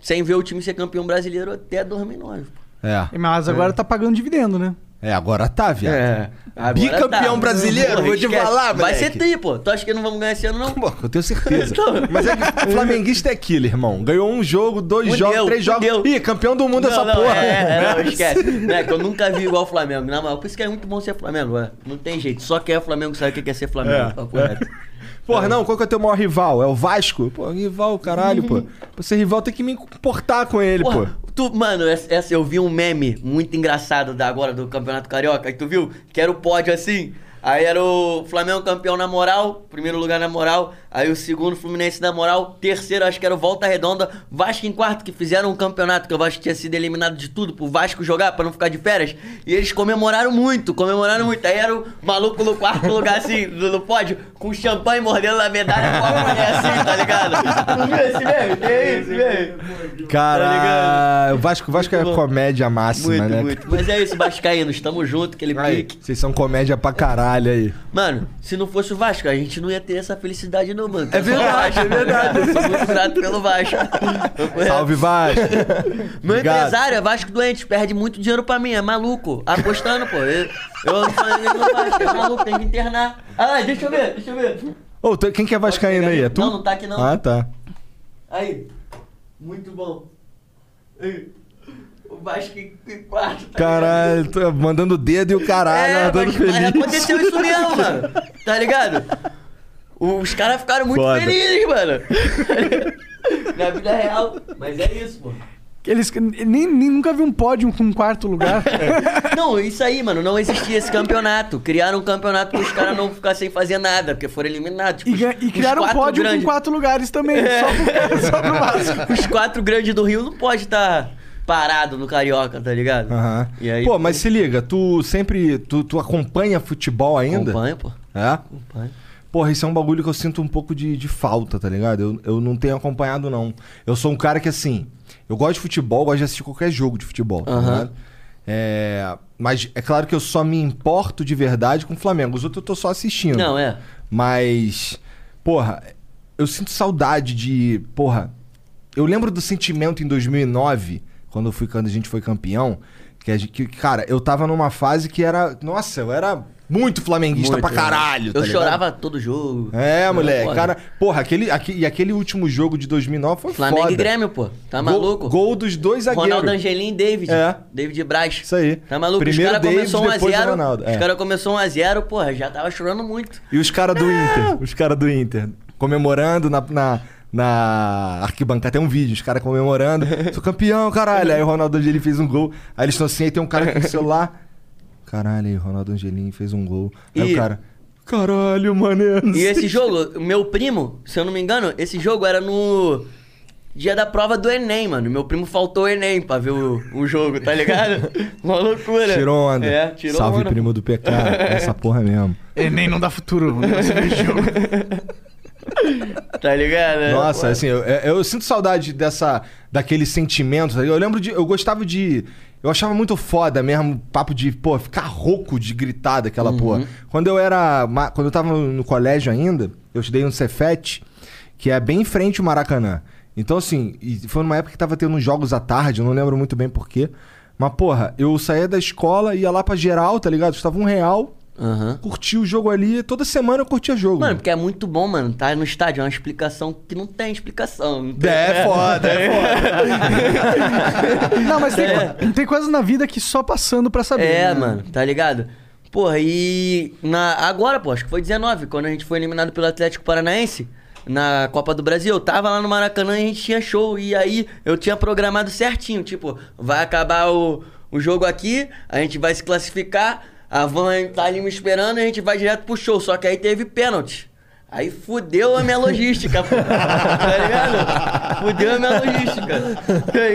Speaker 7: sem ver o time ser campeão brasileiro até 2009. pô.
Speaker 4: É.
Speaker 5: Mas agora tá pagando dividendo, né?
Speaker 4: É, agora tá, viado.
Speaker 7: É, Agora tá.
Speaker 4: Bicampeão brasileiro,
Speaker 7: Porra,
Speaker 4: vou te
Speaker 7: esquece.
Speaker 4: falar,
Speaker 7: Vai
Speaker 4: moleque.
Speaker 7: ser tri, pô. Tu acha que não vamos ganhar esse ano, não? Então,
Speaker 4: Bom, eu tenho certeza. assim? Mas é que flamenguista é killer, irmão. Ganhou um jogo, dois
Speaker 7: Fudeu,
Speaker 4: jogos, três jogos.
Speaker 7: fudeu.
Speaker 4: Ih, campeão do mundo
Speaker 7: não,
Speaker 4: essa
Speaker 7: não,
Speaker 4: porra.
Speaker 7: É, é, não,
Speaker 4: Né?
Speaker 7: esquece. Né, que eu nunca vi igual o Flamengo, na moral. Por isso que é muito bom ser Flamengo, é. Não tem jeito. Só quem é Flamengo sabe o que é ser Flamengo.
Speaker 4: É,
Speaker 7: papo
Speaker 4: é.
Speaker 7: reto.
Speaker 4: Porra, não, qual que é o teu maior rival? É o Vasco? Pô, rival, caralho, pô. Pra ser rival tem que me comportar com ele, pô.
Speaker 7: Porra, Tá tu, mano, essa, essa- eu vi um meme muito engraçado da agora do Campeonato Carioca. Aí tu viu? Que era o pódio assim. Aí era o Flamengo campeão na moral, primeiro lugar na moral, aí o segundo Fluminense na moral, terceiro acho que era o Volta Redonda, Vasco em quarto, que fizeram um campeonato que o Vasco tinha sido eliminado de tudo pro Vasco jogar pra não ficar de férias, e eles comemoraram muito, comemoraram muito. Aí era o maluco no quarto lugar assim, no, no pódio, com champanhe mordendo na medalha, com a mulher assim, tá ligado? Não viu esse meme? Tem esse meme?
Speaker 4: Caralho, o Vasco, o Vasco é comédia máxima,
Speaker 7: Muito,
Speaker 4: né?
Speaker 7: muito. Mas é isso, Vascaínos. Tamo junto, aquele
Speaker 4: Aí,
Speaker 7: pique.
Speaker 4: vocês são comédia pra caralho aí.
Speaker 7: Mano, se não fosse o Vasco, a gente não ia ter essa felicidade, não, mano. É verdade, é verdade. Eu sou muito grato pelo Vasco. É.
Speaker 4: Salve, Vasco!
Speaker 7: Meu
Speaker 4: Obrigado.
Speaker 7: empresário é Vasco doente, perde muito dinheiro pra mim, é maluco. Apostando, pô. Eu, eu não falei nem no Vasco, é maluco, tem que internar. Ah, deixa eu ver, deixa eu ver.
Speaker 4: Ô, tu- quem que é Vascaíno aí? É tu?
Speaker 7: Não, não tá aqui não.
Speaker 4: Ah, tá.
Speaker 7: Aí, muito bom. Aí, o Vasco em em quarto. tá
Speaker 4: Caralho, tô mandando o dedo e o
Speaker 7: É,
Speaker 4: caralho, andando
Speaker 7: mas- mas
Speaker 4: Ah, feliz.
Speaker 7: aconteceu isso mesmo, mano. Tá ligado? Os caras ficaram muito
Speaker 4: Foda.
Speaker 7: felizes, mano. Na vida real. Mas é isso, pô.
Speaker 5: Eles nem, nem nunca vi um pódio com um quarto lugar.
Speaker 7: É. Não, isso aí, mano. Não existia esse campeonato. Criaram um campeonato que os caras não ficassem sem fazer nada, porque foram eliminados.
Speaker 5: E,
Speaker 7: Tipo,
Speaker 5: ga-
Speaker 7: os-
Speaker 5: e
Speaker 7: os
Speaker 5: criaram um
Speaker 7: quatro
Speaker 5: pódio
Speaker 7: grandes- É.
Speaker 5: com quatro lugares também. Só, pro, só pro Vasco.
Speaker 7: Os quatro grandes do Rio não pode estar parado no Carioca, tá ligado?
Speaker 4: Aham.
Speaker 7: E aí,
Speaker 4: Pô, mas se liga, tu sempre. Tu, tu acompanha futebol ainda?
Speaker 7: Acompanha, pô.
Speaker 4: É?
Speaker 7: Acompanha.
Speaker 4: Porra, isso é um bagulho que eu sinto um pouco de, de falta, tá ligado? Eu, eu não tenho acompanhado, não. Eu sou um cara que, assim, eu gosto de futebol, gosto de assistir qualquer jogo de futebol, tá
Speaker 7: Aham.
Speaker 4: ligado? É, mas é claro que eu só me importo de verdade com o Flamengo. Os outros eu tô só assistindo.
Speaker 7: Não, é.
Speaker 4: Mas, porra, eu sinto saudade de. Porra, eu lembro do sentimento em 2009, quando, eu fui, quando a gente foi campeão, que, a gente, que, cara, eu tava numa fase que era. Nossa, eu era Muito flamenguista
Speaker 7: Muito, é. né?
Speaker 4: pra caralho, tá
Speaker 7: Eu
Speaker 4: ligado?
Speaker 7: chorava todo jogo.
Speaker 4: É,
Speaker 7: Era
Speaker 4: moleque,
Speaker 7: foda.
Speaker 4: cara. Porra, aquele, aque- e aquele último jogo de 2009 foi
Speaker 7: Flamengo
Speaker 4: foda.
Speaker 7: e Grêmio, pô. Tá
Speaker 4: Gol-
Speaker 7: maluco?
Speaker 4: Gol, dos dois zagueiros.
Speaker 7: Ronaldo Angelim e David.
Speaker 4: É.
Speaker 7: David Braz.
Speaker 4: Isso aí.
Speaker 7: Tá maluco?
Speaker 4: Primeiro
Speaker 7: os caras
Speaker 4: David,
Speaker 7: começou 1 a
Speaker 4: depois
Speaker 7: 0
Speaker 4: Ronaldo, é.
Speaker 7: Os caras começou 1 a 0 porra, já tava chorando muito.
Speaker 4: E os caras do
Speaker 7: É!
Speaker 4: Inter. Os caras do Inter. Comemorando na, na, na arquibancada. Tem um vídeo, os caras comemorando. Sou campeão, caralho. Aí o Ronaldo Angelim fez um gol. Aí eles estão assim, aí tem um cara com o celular. Caralho, aí o Ronaldo Angelim fez um gol. Aí
Speaker 7: E-
Speaker 4: o cara. Caralho, mano. eu não
Speaker 7: E
Speaker 4: sei."
Speaker 7: esse jogo, o meu primo, se eu não me engano, esse jogo era no dia da prova do Enem, mano. Meu primo faltou o Enem pra ver o, o jogo, tá ligado? Uma loucura.
Speaker 4: Tirou onda.
Speaker 7: É, tirou
Speaker 4: Salve,
Speaker 7: onda.
Speaker 4: primo do PK. Essa porra mesmo.
Speaker 5: Enem não dá futuro. né?
Speaker 7: Tá ligado? né?
Speaker 4: Nossa,
Speaker 7: Pô,
Speaker 4: assim, eu, eu- eu sinto saudade dessa, daquele sentimento. sabe? Eu lembro de. Eu gostava de. Eu achava muito foda mesmo o papo de, pô, ficar rouco de gritar daquela porra. Quando eu era. ma- Quando eu tava no colégio ainda, eu estudei no Cefet, que é bem em frente ao Maracanã. Então, assim, e foi numa época que tava tendo uns jogos à tarde, eu não lembro muito bem porquê. Mas, porra, eu saía da escola, ia lá pra geral, tá ligado? Estava um real,
Speaker 7: Aham.
Speaker 4: curtia o jogo ali. Toda semana eu curtia jogo.
Speaker 7: Mano, porque é muito bom, mano. Tá no estádio, é uma explicação que não tem explicação. Não tem-
Speaker 4: É foda, é foda.
Speaker 5: Não, mas tem, tem coisas na vida que só passando pra saber.
Speaker 7: É,
Speaker 5: né?
Speaker 7: mano, tá ligado? Porra, e na, agora, pô, acho que foi 19, quando a gente foi eliminado pelo Atlético Paranaense na Copa do Brasil, eu tava lá no Maracanã e a gente tinha show. E aí eu tinha programado certinho, tipo, vai acabar o, o jogo aqui, a gente vai se classificar, a van tá ali me esperando e a gente vai direto pro show. Só que aí teve pênalti. Aí fudeu a minha logística, pô. Tá ligado? Fudeu a minha logística.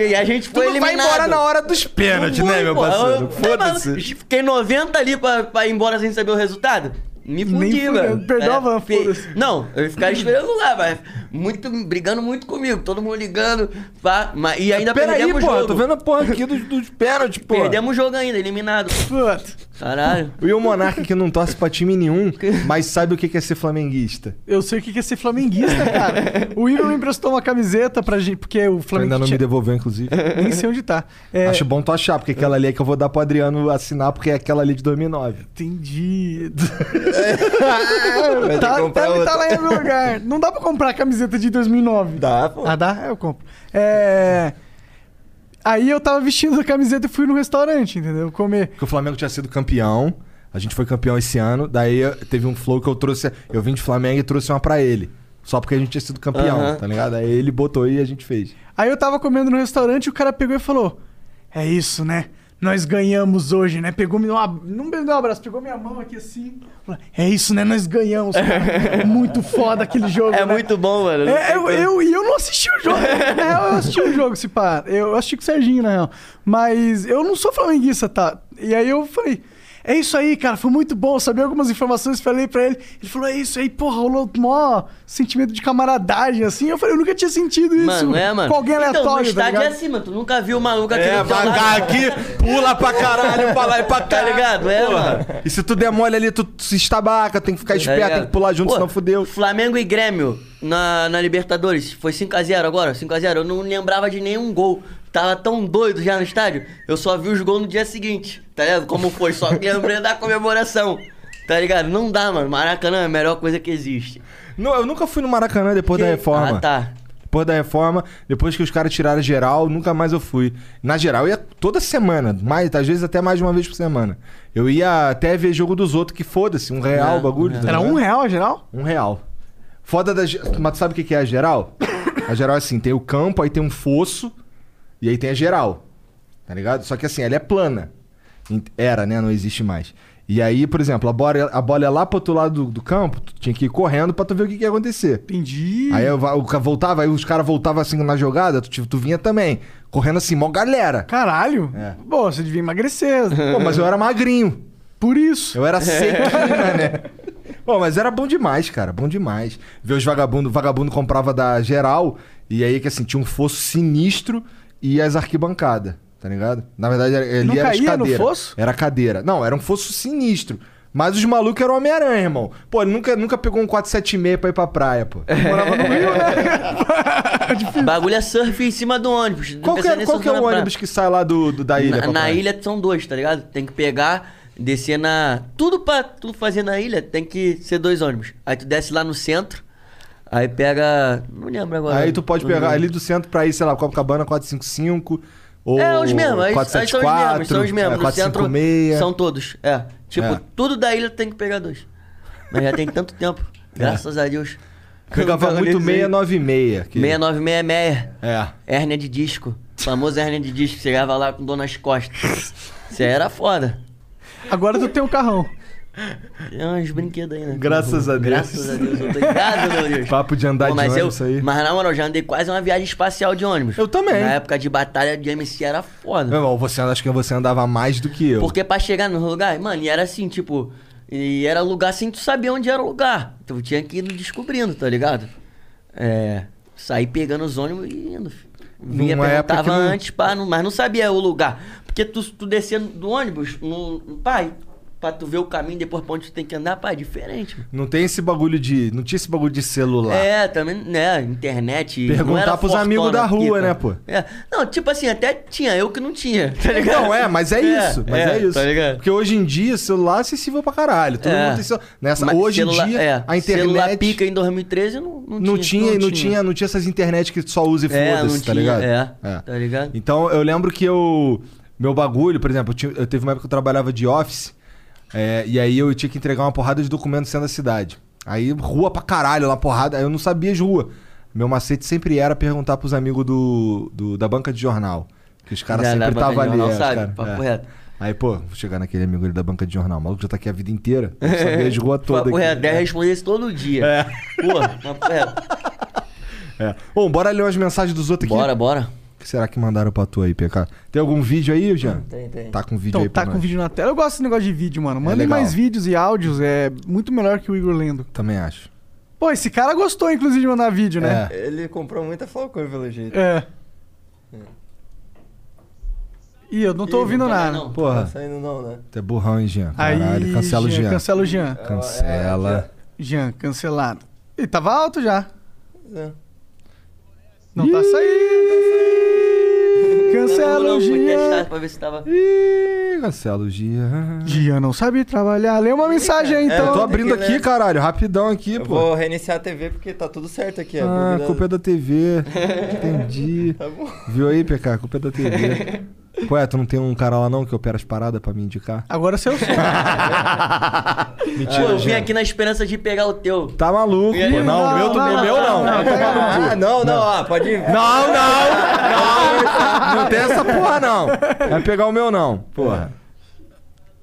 Speaker 7: E a gente foi
Speaker 4: Tudo vai
Speaker 7: eliminado.
Speaker 4: embora na hora dos pênaltis,
Speaker 7: Fui,
Speaker 4: né, meu
Speaker 7: pô.
Speaker 4: parceiro?
Speaker 7: Eu- eu
Speaker 4: Foda-se.
Speaker 7: Fiquei 90 ali pra, pra ir embora sem saber o resultado. Me fudi,
Speaker 5: fudeu.
Speaker 7: velho.
Speaker 5: Perdeu a van,
Speaker 7: fiquei-
Speaker 5: foda-se.
Speaker 7: Não, eu ficava esperando lá, mas muito, brigando muito comigo. Todo mundo ligando. Pá, mas, e ainda
Speaker 4: Peraí,
Speaker 7: perdemos o
Speaker 4: pô,
Speaker 7: jogo.
Speaker 4: eu tô vendo a porra aqui dos, dos pênaltis, pô.
Speaker 7: Perdemos o jogo ainda, eliminado.
Speaker 5: Puta,
Speaker 7: Caralho.
Speaker 4: E o Monarca que não torce pra time nenhum, mas sabe o que que é ser flamenguista.
Speaker 5: Eu sei o que que é ser flamenguista, cara. O Igor me emprestou uma camiseta pra gente, porque o Flamengo
Speaker 4: Ainda não me
Speaker 5: tinha-
Speaker 4: devolveu, inclusive.
Speaker 5: nem sei onde tá. É,
Speaker 4: Acho bom tu achar, porque aquela ali é que eu vou dar pro Adriano assinar, porque é aquela ali de 2009.
Speaker 5: Entendi.
Speaker 2: Vai ter
Speaker 5: tá,
Speaker 2: que comprar
Speaker 5: deve
Speaker 2: outra.
Speaker 5: tá lá em algum lugar. Não dá pra comprar a camiseta de 2009.
Speaker 2: Dá, pô.
Speaker 5: Ah, dá? É, Eu compro. É... Aí eu tava vestindo a camiseta e fui no restaurante, entendeu? Comer.
Speaker 4: Porque o Flamengo tinha sido campeão, a gente foi campeão esse ano, daí teve um flow que eu trouxe, eu vim de Flamengo e trouxe uma pra ele. Só porque a gente tinha sido campeão,
Speaker 7: Aham.
Speaker 4: tá ligado? Aí ele botou e a gente fez.
Speaker 5: Aí eu tava comendo no restaurante e o cara pegou e falou: É isso, né? Nós ganhamos hoje, né? Pegou, me deu um ab- não me deu um abraço, pegou minha mão aqui assim. falou, É isso, né? Nós ganhamos. Cara. Muito foda aquele jogo.
Speaker 7: É
Speaker 5: né?
Speaker 7: muito bom, mano.
Speaker 5: É, eu, eu, e eu não assisti o jogo. Na real, eu assisti o jogo, se pá. Eu assisti com o Serginho, na real. Mas eu não sou flamenguista, tá? E aí eu falei. É isso aí, cara. Foi muito bom. Sabia algumas informações, falei pra ele. Ele falou: é isso aí, porra, rolou mó sentimento de camaradagem, assim. Eu falei, eu nunca tinha sentido isso.
Speaker 7: Mano, é, mano.
Speaker 5: Com alguém aleatório,
Speaker 7: Então, no
Speaker 5: tá
Speaker 7: estádio é
Speaker 5: ligado?
Speaker 7: assim, mano. Tu nunca viu o maluco É, aqui do teu lado.
Speaker 4: pula pra caralho, pra lá e pra
Speaker 7: Tá ligado? É, mano.
Speaker 4: E se tu der mole ali, tu se estabaca, tem que ficar
Speaker 7: Tá
Speaker 4: esperto,
Speaker 7: ligado?
Speaker 4: tem que pular junto,
Speaker 7: Pô,
Speaker 4: senão fudeu.
Speaker 7: Flamengo e Grêmio na, na Libertadores. Foi 5x0 agora, 5x0. Eu não lembrava de nenhum gol. Tava tão doido já no estádio. Eu só vi os gols no dia seguinte. Tá ligado? Como foi? Só que lembrei da comemoração. Tá ligado? Não dá, mano. Maracanã é a melhor coisa que existe.
Speaker 4: Não, eu nunca fui no Maracanã depois da
Speaker 7: Que-
Speaker 4: reforma.
Speaker 7: Ah, tá.
Speaker 4: Depois da reforma, depois que os caras tiraram geral, nunca mais eu fui. Na geral, eu ia toda semana, mais, às vezes até mais de uma vez por semana. Eu ia até ver jogo dos outros, que foda-se, um real
Speaker 7: É,
Speaker 4: o bagulho.
Speaker 7: é.
Speaker 4: tá
Speaker 5: Era
Speaker 4: ligado?
Speaker 5: um real, geral?
Speaker 4: Um real. Foda da. ge- Mas tu sabe o que que é a geral? A geral é assim: tem o campo, aí tem um fosso, e aí tem a geral. Tá ligado? Só que assim, ela é plana. Em- Era, né? Não existe mais. E aí, por exemplo, a bola, a bola é lá pro outro lado do, do campo, tu tinha que ir correndo pra tu ver o que, que ia acontecer.
Speaker 5: Entendi.
Speaker 4: Aí eu va- o ca- voltava, aí os caras voltavam assim na jogada, tu, tipo, tu vinha também. Correndo assim, mó galera.
Speaker 5: Caralho.
Speaker 4: É.
Speaker 5: Pô, você devia emagrecer.
Speaker 4: Pô, mas eu era magrinho.
Speaker 5: Por isso.
Speaker 4: Eu era sequinha, né? Bom, mas era bom demais, cara. Bom demais. Ver os vagabundos. Vagabundo comprava da geral. E aí que assim, tinha um fosso sinistro e as arquibancadas, tá ligado? Na verdade, era- ali
Speaker 5: Não
Speaker 4: era as
Speaker 5: caía no
Speaker 4: cadeiras.
Speaker 5: fosso?
Speaker 4: Era cadeira. Não, era um fosso sinistro. Mas os malucos eram Homem-Aranha, irmão. Pô, ele nunca, nunca pegou um 476 pra ir pra praia, pô.
Speaker 7: Bagulho é surf em cima do ônibus. Não
Speaker 4: Qual que
Speaker 7: precisa
Speaker 4: é,
Speaker 7: nem
Speaker 4: qual que é
Speaker 7: surfar
Speaker 4: o
Speaker 7: na praia.
Speaker 4: ônibus que sai lá do, do- da ilha?
Speaker 7: Na,
Speaker 4: pra
Speaker 7: na
Speaker 4: praia?
Speaker 7: ilha são dois, tá ligado? Tem que pegar Descer na. Tudo pra tu fazer na ilha tem que ser dois ônibus. Aí tu desce lá no centro, aí pega. Não lembro agora.
Speaker 4: Aí tu pode
Speaker 7: Não
Speaker 4: pegar
Speaker 7: lembro.
Speaker 4: ali do centro pra ir, sei lá, Copacabana 455 ou
Speaker 7: É, os mesmos. Aí, aí são os mesmos,
Speaker 4: 474,
Speaker 7: são os mesmos.
Speaker 4: é,
Speaker 7: no centro
Speaker 4: 456.
Speaker 7: são todos. É. Tipo,
Speaker 4: É.
Speaker 7: tudo da ilha tem que pegar dois. Mas já tem tanto tempo.
Speaker 4: É.
Speaker 7: Graças a Deus.
Speaker 4: Pegava muito 696. aqui.
Speaker 7: 6966.
Speaker 4: É.
Speaker 7: Hérnia de disco. Famosa hérnia de disco. Chegava lá com dor nas costas. Isso aí era foda.
Speaker 5: Agora tu tem um carrão.
Speaker 7: É uns brinquedos aí, né?
Speaker 4: Graças a Deus.
Speaker 7: Graças a Deus. Eu tô ligado, meu Deus.
Speaker 4: Papo de andar
Speaker 7: Pô,
Speaker 4: de
Speaker 7: mas eu,
Speaker 4: ônibus aí.
Speaker 7: Mas na moral, eu já andei quase uma viagem espacial de ônibus.
Speaker 4: Eu também.
Speaker 7: Na época de batalha de MC era foda.
Speaker 4: Meu irmão, você, acho que você andava mais do que eu.
Speaker 7: Porque pra chegar no lugar, mano, e era assim, tipo, e era lugar sem tu saber onde era o lugar. Tu tinha que ir descobrindo, tá ligado? É. Sair pegando os ônibus e indo. filho. Vinha,
Speaker 4: Numa época
Speaker 7: perguntava
Speaker 4: que não-
Speaker 7: antes, pá, não- mas não sabia o lugar. Porque tu, tu descer do ônibus, no, pai, pra tu ver o caminho depois pra onde tu tem que andar, pá, é diferente. mano.
Speaker 4: Não tem esse bagulho de. Não tinha esse bagulho de celular.
Speaker 7: É, também, né? Internet. não
Speaker 4: Perguntar
Speaker 7: era
Speaker 4: pros
Speaker 7: fortona
Speaker 4: amigos da
Speaker 7: aqui,
Speaker 4: rua,
Speaker 7: tá?
Speaker 4: né, pô?
Speaker 7: É. Não, tipo assim, até tinha, eu que não tinha, tá ligado?
Speaker 4: Não, é, mas é, isso. Mas é, isso.
Speaker 7: Tá ligado?
Speaker 4: Porque hoje em dia, celular é acessível pra caralho. Todo
Speaker 7: É.
Speaker 4: mundo tem celular. Nessa,
Speaker 7: Mas
Speaker 4: hoje
Speaker 7: celula-
Speaker 4: em dia,
Speaker 7: é,
Speaker 4: a
Speaker 7: Celular
Speaker 4: internet.
Speaker 7: pica em 2013 não, não,
Speaker 4: Não tinha, não, tinha, não tinha, essas internet que só usa e
Speaker 7: É, não
Speaker 4: foda-se, tá
Speaker 7: tinha,
Speaker 4: ligado?
Speaker 7: é, tá ligado?
Speaker 4: Então eu lembro que eu. Meu bagulho, por exemplo, eu, tinha- eu teve uma época que eu trabalhava de office, é, e aí eu tinha que entregar uma porrada de documentos dentro da cidade. Aí rua pra caralho, lá porrada, aí eu não sabia de rua. Meu macete sempre era perguntar pros amigos do, do- da banca de jornal. Que os caras
Speaker 7: Da- da
Speaker 4: sempre
Speaker 7: banca de
Speaker 4: estavam ali.
Speaker 7: jornal,
Speaker 4: é, os
Speaker 7: sabe?
Speaker 4: cara-
Speaker 7: Papo
Speaker 4: é.
Speaker 7: reto.
Speaker 4: Aí, pô, vou chegar naquele amigo ali da banca de jornal. O maluco já tá aqui a vida inteira. Eu não sabia de rua toda.
Speaker 7: Papo
Speaker 4: aqui.
Speaker 7: reto, deve
Speaker 4: É.
Speaker 7: responder isso todo dia. É. Pô, papo reto.
Speaker 4: É. Bom, bora ler umas mensagens dos outros aqui.
Speaker 7: Bora, bora.
Speaker 4: O que será que mandaram pra tu aí, PK? Tem algum vídeo aí, Jean?
Speaker 7: Tem, tem.
Speaker 4: Tá com vídeo
Speaker 5: Então,
Speaker 4: aí pra
Speaker 5: tá com
Speaker 4: nós. É
Speaker 5: vídeo na tela. Eu gosto desse negócio de vídeo, mano. Mandem
Speaker 4: legal.
Speaker 5: mais vídeos e áudios. É muito melhor que o Igor lendo.
Speaker 4: Também acho.
Speaker 5: Pô, esse cara gostou, inclusive, de mandar vídeo, né?
Speaker 2: Ele comprou muita Falcone, pelo jeito.
Speaker 5: É. Ih, eu não tô ouvindo
Speaker 7: também
Speaker 5: nada.
Speaker 7: não.
Speaker 2: Não tá
Speaker 4: Porra,
Speaker 2: saindo não, né?
Speaker 4: tu é burrão, hein, Jean?
Speaker 5: Aí,
Speaker 4: Caralho, cancela o
Speaker 5: Jean,
Speaker 4: Jean.
Speaker 5: Cancela o Jean.
Speaker 4: Cancela.
Speaker 5: Jean, cancelado. E tava alto já.
Speaker 2: É.
Speaker 5: Não tá saindo.
Speaker 4: é
Speaker 7: Não,
Speaker 5: Cancela
Speaker 7: não,
Speaker 5: o
Speaker 7: fui testar
Speaker 5: Jean.
Speaker 7: pra ver se tava...
Speaker 4: Ih, cancela o Jean.
Speaker 5: Jean não sabe trabalhar. Lê uma mensagem aí,
Speaker 4: É, Eu tô
Speaker 5: então.
Speaker 2: tem
Speaker 4: abrindo
Speaker 2: que
Speaker 4: aqui,
Speaker 2: ler.
Speaker 4: caralho, rapidão aqui,
Speaker 2: Eu
Speaker 4: pô.
Speaker 2: vou reiniciar a TV porque tá tudo certo aqui.
Speaker 4: Ah, a culpa é da TV. Entendi.
Speaker 2: Tá bom.
Speaker 4: Viu aí, PK? A culpa é da TV. Ué, tu não tem um cara lá não que opera as paradas pra me indicar?
Speaker 5: Agora é seu som.
Speaker 7: Pô, eu
Speaker 4: Mentira,
Speaker 7: vim
Speaker 4: Jean.
Speaker 7: aqui na esperança de pegar o teu.
Speaker 4: Tá maluco,
Speaker 7: E aí,
Speaker 4: pô. Não,
Speaker 5: não,
Speaker 4: o meu, tu-
Speaker 5: não,
Speaker 4: o meu não.
Speaker 5: não,
Speaker 4: Vai tomar no cu.
Speaker 2: Ah, não, não, ó, pode ir.
Speaker 4: Não, não, não. Não tem essa porra, não. Vai pegar o meu, não. Porra.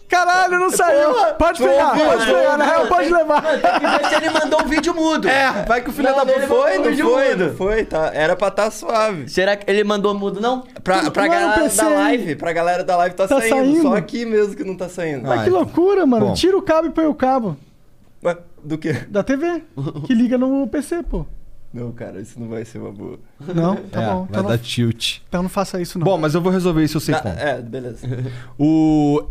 Speaker 5: Caralho, não saiu. Pode pegar, pode pegar. Na real, pode levar.
Speaker 7: Tem que ver se ele mandou um vídeo mudo.
Speaker 4: É, vai que o filho
Speaker 2: Não, um não foi, não foi,
Speaker 7: mundo.
Speaker 2: não foi. Tá, era pra tá suave.
Speaker 7: Será que ele mandou mudo, não?
Speaker 2: Pra, pra
Speaker 5: não era um
Speaker 2: galera
Speaker 5: PC
Speaker 2: da
Speaker 5: aí.
Speaker 2: live, pra galera da live tá,
Speaker 5: Tá
Speaker 2: saindo.
Speaker 5: saindo.
Speaker 2: Só aqui mesmo que não tá saindo.
Speaker 4: Ah,
Speaker 5: Que loucura, mano.
Speaker 4: Bom.
Speaker 5: Tira o cabo e põe o cabo.
Speaker 2: Ué, do que?
Speaker 5: Da TV. Que liga no PC, pô.
Speaker 2: Não, cara, isso não vai ser uma boa.
Speaker 5: Não, tá
Speaker 4: é,
Speaker 5: bom.
Speaker 4: vai
Speaker 5: Então
Speaker 4: dar
Speaker 5: não,
Speaker 4: tilt.
Speaker 5: então não faça isso, não.
Speaker 4: Bom, mas eu vou resolver isso, eu sei
Speaker 2: Ah,
Speaker 4: como.
Speaker 2: é, beleza.
Speaker 4: O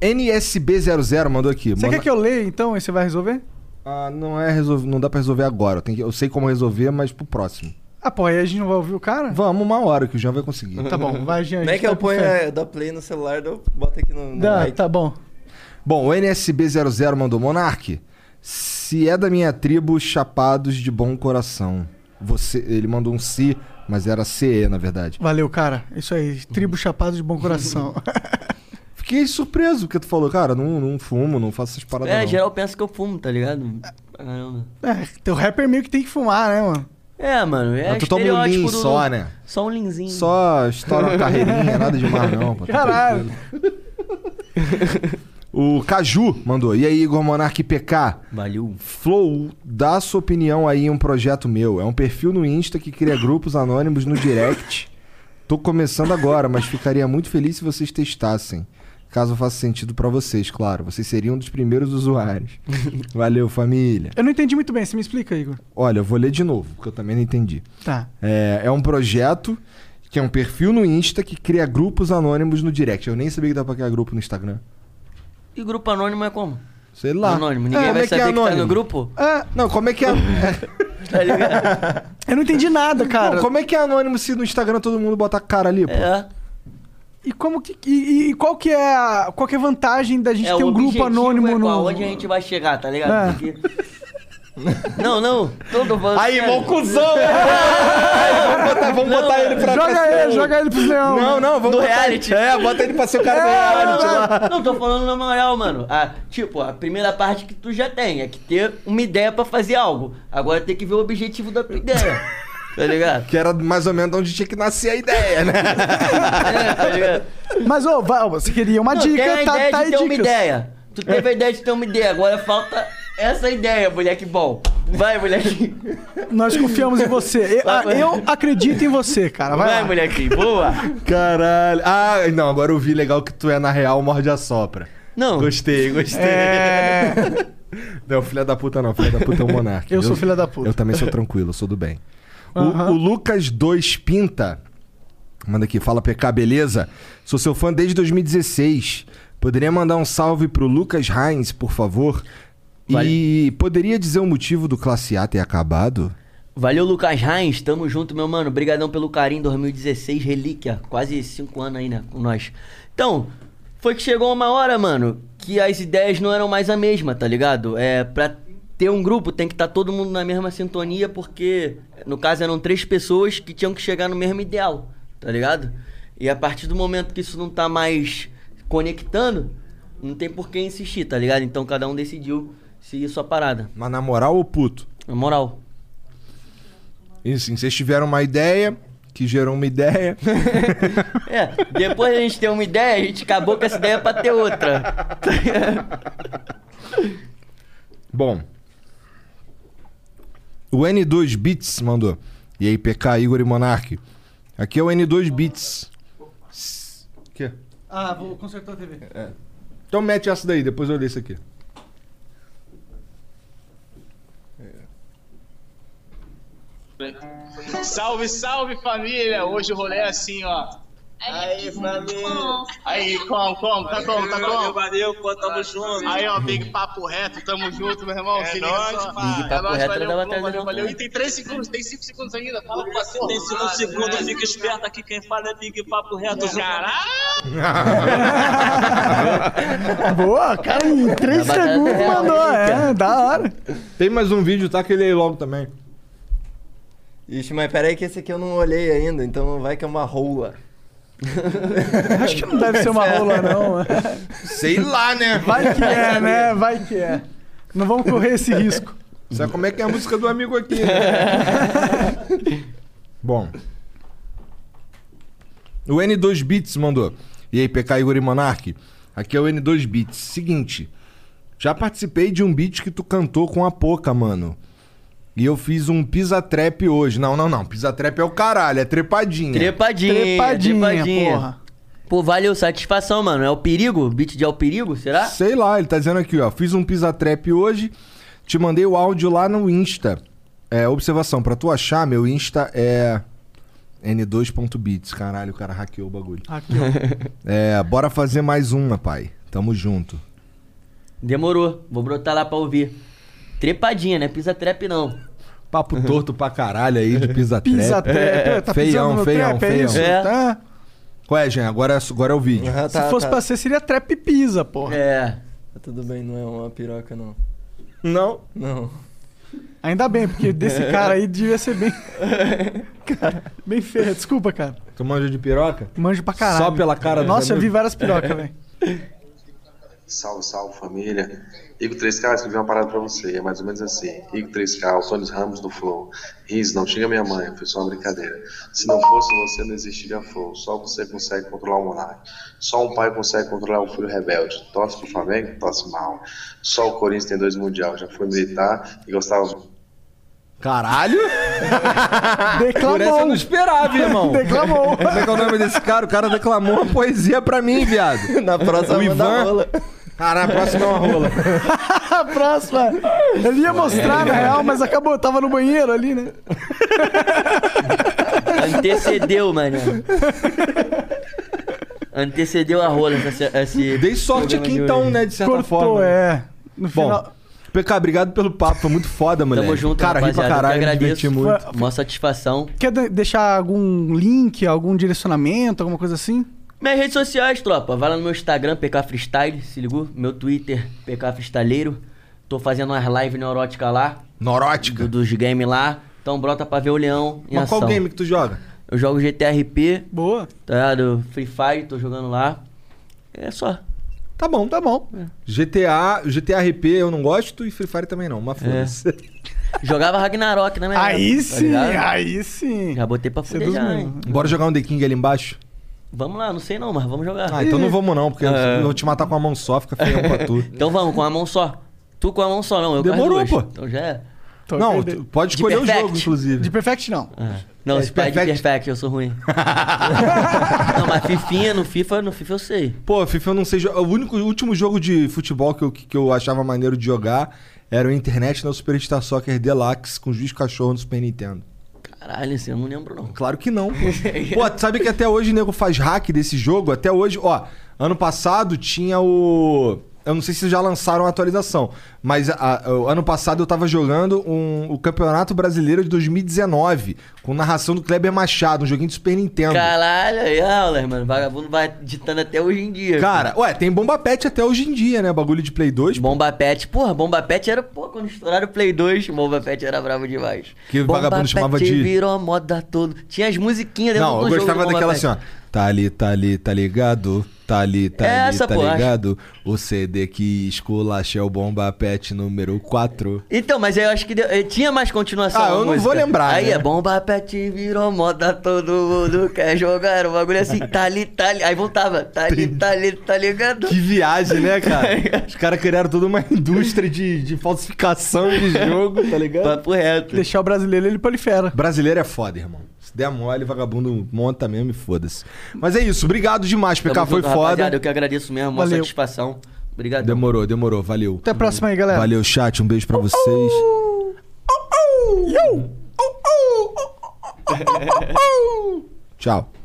Speaker 4: NSB00 mandou aqui.
Speaker 5: Você
Speaker 4: manda-
Speaker 5: quer que eu leia, então, e você vai resolver?
Speaker 4: Ah, não é resolv... não dá pra resolver agora. Eu, tenho que- eu sei como resolver, mas pro próximo.
Speaker 5: Ah, pô, aí a gente não vai ouvir o cara?
Speaker 4: Vamos uma hora que o Jean vai conseguir.
Speaker 5: Tá bom, vai, gente.
Speaker 2: Como é que
Speaker 5: tá
Speaker 2: eu
Speaker 5: com
Speaker 2: ponho
Speaker 5: fé.
Speaker 2: é, da play no celular, eu boto aqui no, no
Speaker 5: Dá,
Speaker 2: mic.
Speaker 5: tá bom.
Speaker 4: Bom, o NSB00 mandou Monark. Se é da minha tribo, chapados de bom coração. Você, ele mandou um se, mas era CE, na verdade.
Speaker 5: Valeu, cara. Isso aí. Tribo Chapado de Bom Coração.
Speaker 4: Fiquei surpreso porque tu falou, cara, não, não fumo, não faço essas paradas.
Speaker 7: É,
Speaker 4: não.
Speaker 7: geral pensa que eu fumo, tá ligado? Pra Caramba.
Speaker 5: é, teu rapper meio que tem que fumar, né, mano?
Speaker 7: É, mano, é
Speaker 4: Mas tu toma um lean
Speaker 7: estereótipo do-
Speaker 4: só, né?
Speaker 7: Só um linzinho.
Speaker 4: Só estoura uma carreirinha, nada demais não. pô, tá
Speaker 5: Caralho.
Speaker 4: tranquilo. o Caju mandou. E aí, Igor Monark PK?
Speaker 7: Valeu.
Speaker 4: Flow, dá sua opinião aí em um projeto meu. É um perfil no Insta que cria grupos anônimos no direct. Tô começando agora, mas ficaria muito feliz se vocês testassem. Caso faça sentido pra vocês, claro. Vocês seriam um dos primeiros usuários. Valeu, família.
Speaker 5: Eu não entendi muito bem. Você me explica, Igor.
Speaker 4: Olha, eu vou ler de novo, porque eu também não entendi.
Speaker 5: Tá.
Speaker 4: É, é um projeto que é um perfil no Insta que cria grupos anônimos no direct. Eu nem sabia que dá pra criar grupo no Instagram.
Speaker 7: E grupo anônimo é como?
Speaker 4: Sei lá.
Speaker 7: Anônimo. Ninguém
Speaker 4: É, como
Speaker 7: vai
Speaker 4: é que é
Speaker 7: saber que, tá
Speaker 4: anônimo?
Speaker 7: no grupo?
Speaker 5: Ah,
Speaker 4: Não, como é que é.
Speaker 7: Tá ligado?
Speaker 5: eu não entendi nada, cara.
Speaker 4: Não, como é que é anônimo se no Instagram todo mundo bota a cara ali, pô?
Speaker 7: é.
Speaker 5: E como que e, e qual que é a qual que é a vantagem da gente
Speaker 7: o
Speaker 5: ter um grupo
Speaker 7: objetivo
Speaker 5: anônimo
Speaker 7: é qual?
Speaker 5: no
Speaker 7: Onde a gente vai chegar, tá ligado?
Speaker 5: É.
Speaker 7: Porque- Não, não. Todo mundo.
Speaker 6: Aí,
Speaker 7: sério.
Speaker 6: mó cuzão! né? Aí, vamos botar, vamos botar ele pra
Speaker 5: Joga
Speaker 6: pra-
Speaker 5: ele, joga ele pros leão.
Speaker 6: Não, não, vamos
Speaker 7: Do
Speaker 6: botar
Speaker 7: reality.
Speaker 6: Ele. É, bota ele pra ser o cara do reality
Speaker 4: né?
Speaker 6: lá.
Speaker 7: Não, tô falando na moral, mano. Ah, tipo, a primeira parte que tu já tem é que ter uma ideia pra fazer algo. Agora tem que ver o objetivo da tua ideia. Tá ligado?
Speaker 4: Que era mais ou menos de onde tinha que nascer a ideia, né?
Speaker 7: É, tá ligado?
Speaker 5: Mas, ô, vai, ô, você queria uma
Speaker 7: Não, tem a
Speaker 5: dica, tá,
Speaker 7: ideia
Speaker 5: tá
Speaker 7: de
Speaker 5: aí
Speaker 7: ter uma
Speaker 5: dicas.
Speaker 7: ideia. Tu teve a ideia de ter uma ideia, agora falta essa ideia, moleque bom. Vai, moleque.
Speaker 5: Nós confiamos em você. Eu, ah, eu acredito em você, cara. Vai,
Speaker 7: Vai,
Speaker 5: lá.
Speaker 7: moleque, boa.
Speaker 4: Caralho. Ah, não, agora eu vi legal que tu é na real morde a sopra.
Speaker 7: Não.
Speaker 4: Gostei, gostei.
Speaker 5: É...
Speaker 4: Não, filha da puta não, filha da puta é o monarca.
Speaker 5: Eu sou filha da puta.
Speaker 4: Eu também sou tranquilo, eu sou do bem. O-
Speaker 5: Aham.
Speaker 4: O, Lucas 2 Pinta manda aqui, fala PK, beleza? Sou seu fã desde 2016. Poderia mandar um salve pro Lucas Heinz, por favor? E poderia dizer o motivo do Classe A ter acabado?
Speaker 7: Valeu, Lucas Reis. Tamo junto, meu mano. Obrigadão pelo carinho. 2016, relíquia. Quase cinco anos aí, né? Com nós. Então, foi que chegou uma hora, mano, que as ideias não eram mais a mesma, tá ligado? É, pra ter um grupo tem que estar todo mundo na mesma sintonia, porque, no caso, eram três pessoas que tinham que chegar no mesmo ideal, tá ligado? E a partir do momento que isso não tá mais conectando, não tem por que insistir, tá ligado? Então cada um decidiu seguir sua parada.
Speaker 4: Mas na moral ou puto?
Speaker 7: Na moral.
Speaker 4: Isso, sim, vocês tiveram uma ideia que gerou uma ideia.
Speaker 7: É, depois a gente tem uma ideia, a gente acabou com essa ideia pra ter outra.
Speaker 4: Bom. O N2 Bits mandou. E aí, PK, Igor e Monark. Aqui é o N2 Bits. Que?
Speaker 5: Ah, vou consertar a TV.
Speaker 4: Então mete essa daí, depois eu leio isso aqui.
Speaker 9: Salve, salve família! Hoje o rolê é assim, ó. Aí, família! Aí, como, como? Tá como, tá como? Valeu, pô, tamo junto. Aí, ó, Big Papo Reto, tamo junto, meu irmão. É Se liga nóis, só.
Speaker 7: pai. Big
Speaker 9: É
Speaker 7: Papo
Speaker 9: nóis,
Speaker 7: Reto não
Speaker 9: valeu,
Speaker 7: dava
Speaker 9: valeu,
Speaker 7: atrás
Speaker 9: valeu,
Speaker 7: não,
Speaker 9: valeu.
Speaker 7: cara.
Speaker 9: E tem 3 segundos, tem 5 segundos ainda. Fala com você,
Speaker 10: Tem cinco segundos, fica esperto aqui, quem fala é Big Papo Reto.
Speaker 9: Caralho!
Speaker 5: É, Boa, cara, em três
Speaker 7: Na batata
Speaker 5: segundos
Speaker 7: real,
Speaker 5: mandou.
Speaker 7: hein,
Speaker 5: É, da hora.
Speaker 4: Tem mais um vídeo, tá? Que eu leio logo também.
Speaker 2: Ixi, mas peraí que esse aqui eu não olhei ainda, então vai que é uma rola.
Speaker 5: Acho que não deve ser uma rola, não. né?
Speaker 4: Sei lá, né?
Speaker 5: Vai que é, né? Vai que é. Não vamos correr esse risco.
Speaker 4: Sabe como é que é a música do amigo aqui, né? Bom. O N2 Beats mandou. E aí, PK Igor e Monark? Aqui é o N2 Beats. Seguinte. Já participei de um beat que tu cantou com a Poca, mano. E eu fiz um pisa trap hoje. Não, não, não. Pisa trap é o caralho, é trepadinha.
Speaker 7: Trepadinha,
Speaker 5: Trepadinha,
Speaker 7: trepadinha.
Speaker 5: porra.
Speaker 7: Pô, valeu, satisfação, mano. É o perigo? Beat de É o perigo, será?
Speaker 4: Sei lá, ele tá dizendo aqui, ó. Fiz um pisa trap hoje, te mandei o áudio lá no Insta. É, observação, pra tu achar, meu Insta é n2.bits. Caralho, o cara hackeou o bagulho.
Speaker 5: Aqui, ó.
Speaker 4: É, bora fazer mais uma, pai. Tamo junto.
Speaker 7: Demorou. Vou brotar lá pra ouvir. Trepadinha, né? Pisa trap não.
Speaker 4: Papo torto pra caralho aí de pisa trap.
Speaker 5: Uhum. Pisa trap. É, tá
Speaker 4: Feião,
Speaker 5: pisando no meu
Speaker 4: feião,
Speaker 5: trap, é
Speaker 4: feião.
Speaker 5: isso?
Speaker 7: É.
Speaker 5: Tá?
Speaker 4: Qual é, Jean? Agora é, agora é o vídeo.
Speaker 2: Ah,
Speaker 5: Se fosse pra ser, seria trap pisa, porra.
Speaker 7: É.
Speaker 2: Tá Tudo bem, não é uma piroca, não.
Speaker 4: Não.
Speaker 2: Não.
Speaker 5: Ainda bem, porque desse cara aí devia ser bem. Cara, bem feia. Desculpa, cara.
Speaker 4: Tu manja um de piroca?
Speaker 5: Manjo pra caralho. É.
Speaker 4: Só pela cara dos
Speaker 5: Nossa, eu vi
Speaker 4: amigos.
Speaker 5: várias pirocas,
Speaker 4: É.
Speaker 5: velho.
Speaker 10: Salve, salve família. Igor 3K, escrevi uma parada pra você. É mais ou menos assim. Igor 3K, o Sonis Ramos do Flow. Riz, não xinga minha mãe, foi só uma brincadeira. Se não fosse você, não existiria Flow. Só você consegue controlar o monarca. Só um pai consegue controlar um filho rebelde. Torce pro Flamengo, torce mal. Só o Corinthians tem dois mundial. Já foi militar e gostava
Speaker 4: Caralho? Ah, Por essa eu
Speaker 5: Declamou. um
Speaker 4: não esperava, irmão.
Speaker 5: Declamou.
Speaker 4: Como é que é o nome desse cara? O cara declamou uma poesia pra mim, viado.
Speaker 2: Na próxima
Speaker 4: O
Speaker 2: manda
Speaker 4: Ivan.
Speaker 2: rola.
Speaker 4: Caralho, a próxima é uma rola.
Speaker 5: A próxima. Ele ia mostrar, na real, mas acabou. Tava no banheiro ali, né?
Speaker 7: Antecedeu, mano. Antecedeu a rola essa, esse.
Speaker 4: Dei sorte aqui então, né? De certa
Speaker 5: Cortou,
Speaker 4: forma. né?
Speaker 5: é. No final.
Speaker 4: Bom, PK, obrigado pelo papo. Foi muito foda, moleque.
Speaker 7: Tamo junto,
Speaker 4: Cara, ri pra
Speaker 7: rapaziada.
Speaker 4: caralho,
Speaker 7: Eu que
Speaker 4: me diverti
Speaker 7: agradeço.
Speaker 4: muito.
Speaker 7: Mó satisfação.
Speaker 5: Quer de- deixar algum link, algum direcionamento, alguma coisa assim?
Speaker 7: Minhas redes sociais, tropa. Vai lá no meu Instagram, PK Freestyle, se ligou? Meu Twitter, PK Freestyleiro. Tô fazendo umas lives neuróticas lá.
Speaker 4: Neurótica?
Speaker 7: Do, dos games lá. Então brota pra ver o leão em
Speaker 4: Mas qual
Speaker 7: ação.
Speaker 4: game que tu joga?
Speaker 7: Eu jogo GTRP.
Speaker 5: Boa.
Speaker 7: Tá ligado? Free Fire, tô jogando lá. É só.
Speaker 4: Tá bom, tá bom. GTA, GTA RP eu não gosto e Free Fire também não,
Speaker 7: É.
Speaker 4: mas foda-se.
Speaker 7: Jogava Ragnarok na minha
Speaker 4: Aí
Speaker 7: época, tá
Speaker 4: sim, é
Speaker 7: ligado?
Speaker 5: É. aí sim.
Speaker 7: Já botei pra fuder já, hein?
Speaker 4: Bora jogar um The King ali embaixo?
Speaker 7: Vamos lá, não sei não, mas vamos jogar.
Speaker 4: Ah, então não vamos não, porque
Speaker 7: É.
Speaker 4: eu vou te matar com a mão só, fica feio pra tu.
Speaker 7: Então vamos, com a mão só. Tu com a mão só não, eu
Speaker 4: Demorou,
Speaker 7: com as duas.
Speaker 4: pô.
Speaker 7: Então já é.
Speaker 4: Não, tu pode
Speaker 7: De
Speaker 4: escolher o
Speaker 7: perfect.
Speaker 4: jogo, inclusive.
Speaker 5: De Perfect não.
Speaker 7: Não,
Speaker 4: É,
Speaker 7: esse pai de
Speaker 4: perfect.
Speaker 7: perfect, eu sou ruim. não, mas Fifinha, no FIFA, no FIFA eu sei.
Speaker 4: Pô, FIFA eu não sei. jo- O único o último jogo de futebol que eu, que eu achava maneiro de jogar era o International Superstar Soccer Deluxe com juiz cachorro no Super Nintendo.
Speaker 7: Caralho, assim, eu não lembro não.
Speaker 4: Claro que não. Pô, Pô, tu sabe que até hoje o nego faz hack desse jogo? Até hoje, ó, ano passado tinha o. Eu não sei se já lançaram a atualização, mas a- a- o ano passado eu tava jogando um- o Campeonato Brasileiro de 2019, com narração do Kleber Machado, um joguinho de Super Nintendo.
Speaker 7: Caralho, aí aulas, mano. Vagabundo vai ditando até hoje em dia.
Speaker 4: Cara, ué, tem bomba pet até hoje em dia, né? Bagulho de Play 2.
Speaker 7: Bomba pet, porra, bomba pet era, pô, quando estouraram o Play 2, bomba pet era bravo demais.
Speaker 4: Que o
Speaker 7: bomba
Speaker 4: vagabundo
Speaker 7: Pet
Speaker 4: chamava de-
Speaker 7: virou moda todo. Tinha as musiquinhas dentro
Speaker 4: Não,
Speaker 7: do
Speaker 4: eu
Speaker 7: um jogo
Speaker 4: gostava
Speaker 7: do Bomba
Speaker 4: daquela
Speaker 7: Pet.
Speaker 4: assim, ó. Tá ali, tá ali, tá ligado? Tá ali, tá
Speaker 7: É
Speaker 4: ali,
Speaker 7: essa,
Speaker 4: tá
Speaker 7: pô, acho.
Speaker 4: ligado? O CD que esculacha é o Bomba Pet número 4.
Speaker 7: Então, mas eu acho que deu- eh, tinha mais continuação.
Speaker 4: Ah,
Speaker 7: na
Speaker 4: eu não
Speaker 7: música.
Speaker 4: vou lembrar,
Speaker 7: Aí
Speaker 4: né?
Speaker 7: é bomba pet, virou moda, todo mundo quer jogar. O bagulho é assim, tá ali, tá ali. Aí voltava, tá ali, tá ali, tá ligado?
Speaker 4: Que viagem, né, cara? Os caras criaram toda uma indústria de, de falsificação de jogo, tá ligado?
Speaker 7: Papo reto.
Speaker 5: Deixar o brasileiro, ele prolifera.
Speaker 4: Brasileiro é foda, irmão. Se der mole, vagabundo monta mesmo e foda-se. Mas é isso, obrigado demais, PK,
Speaker 7: Tamo
Speaker 4: foi
Speaker 7: junto, rapaziada,
Speaker 4: foda.
Speaker 7: Eu que agradeço mesmo, uma
Speaker 4: Valeu.
Speaker 7: satisfação. Obrigado.
Speaker 4: Demorou, demorou, valeu.
Speaker 5: Até a próxima aí, galera.
Speaker 4: Valeu, chat, um beijo pra vocês. Tchau.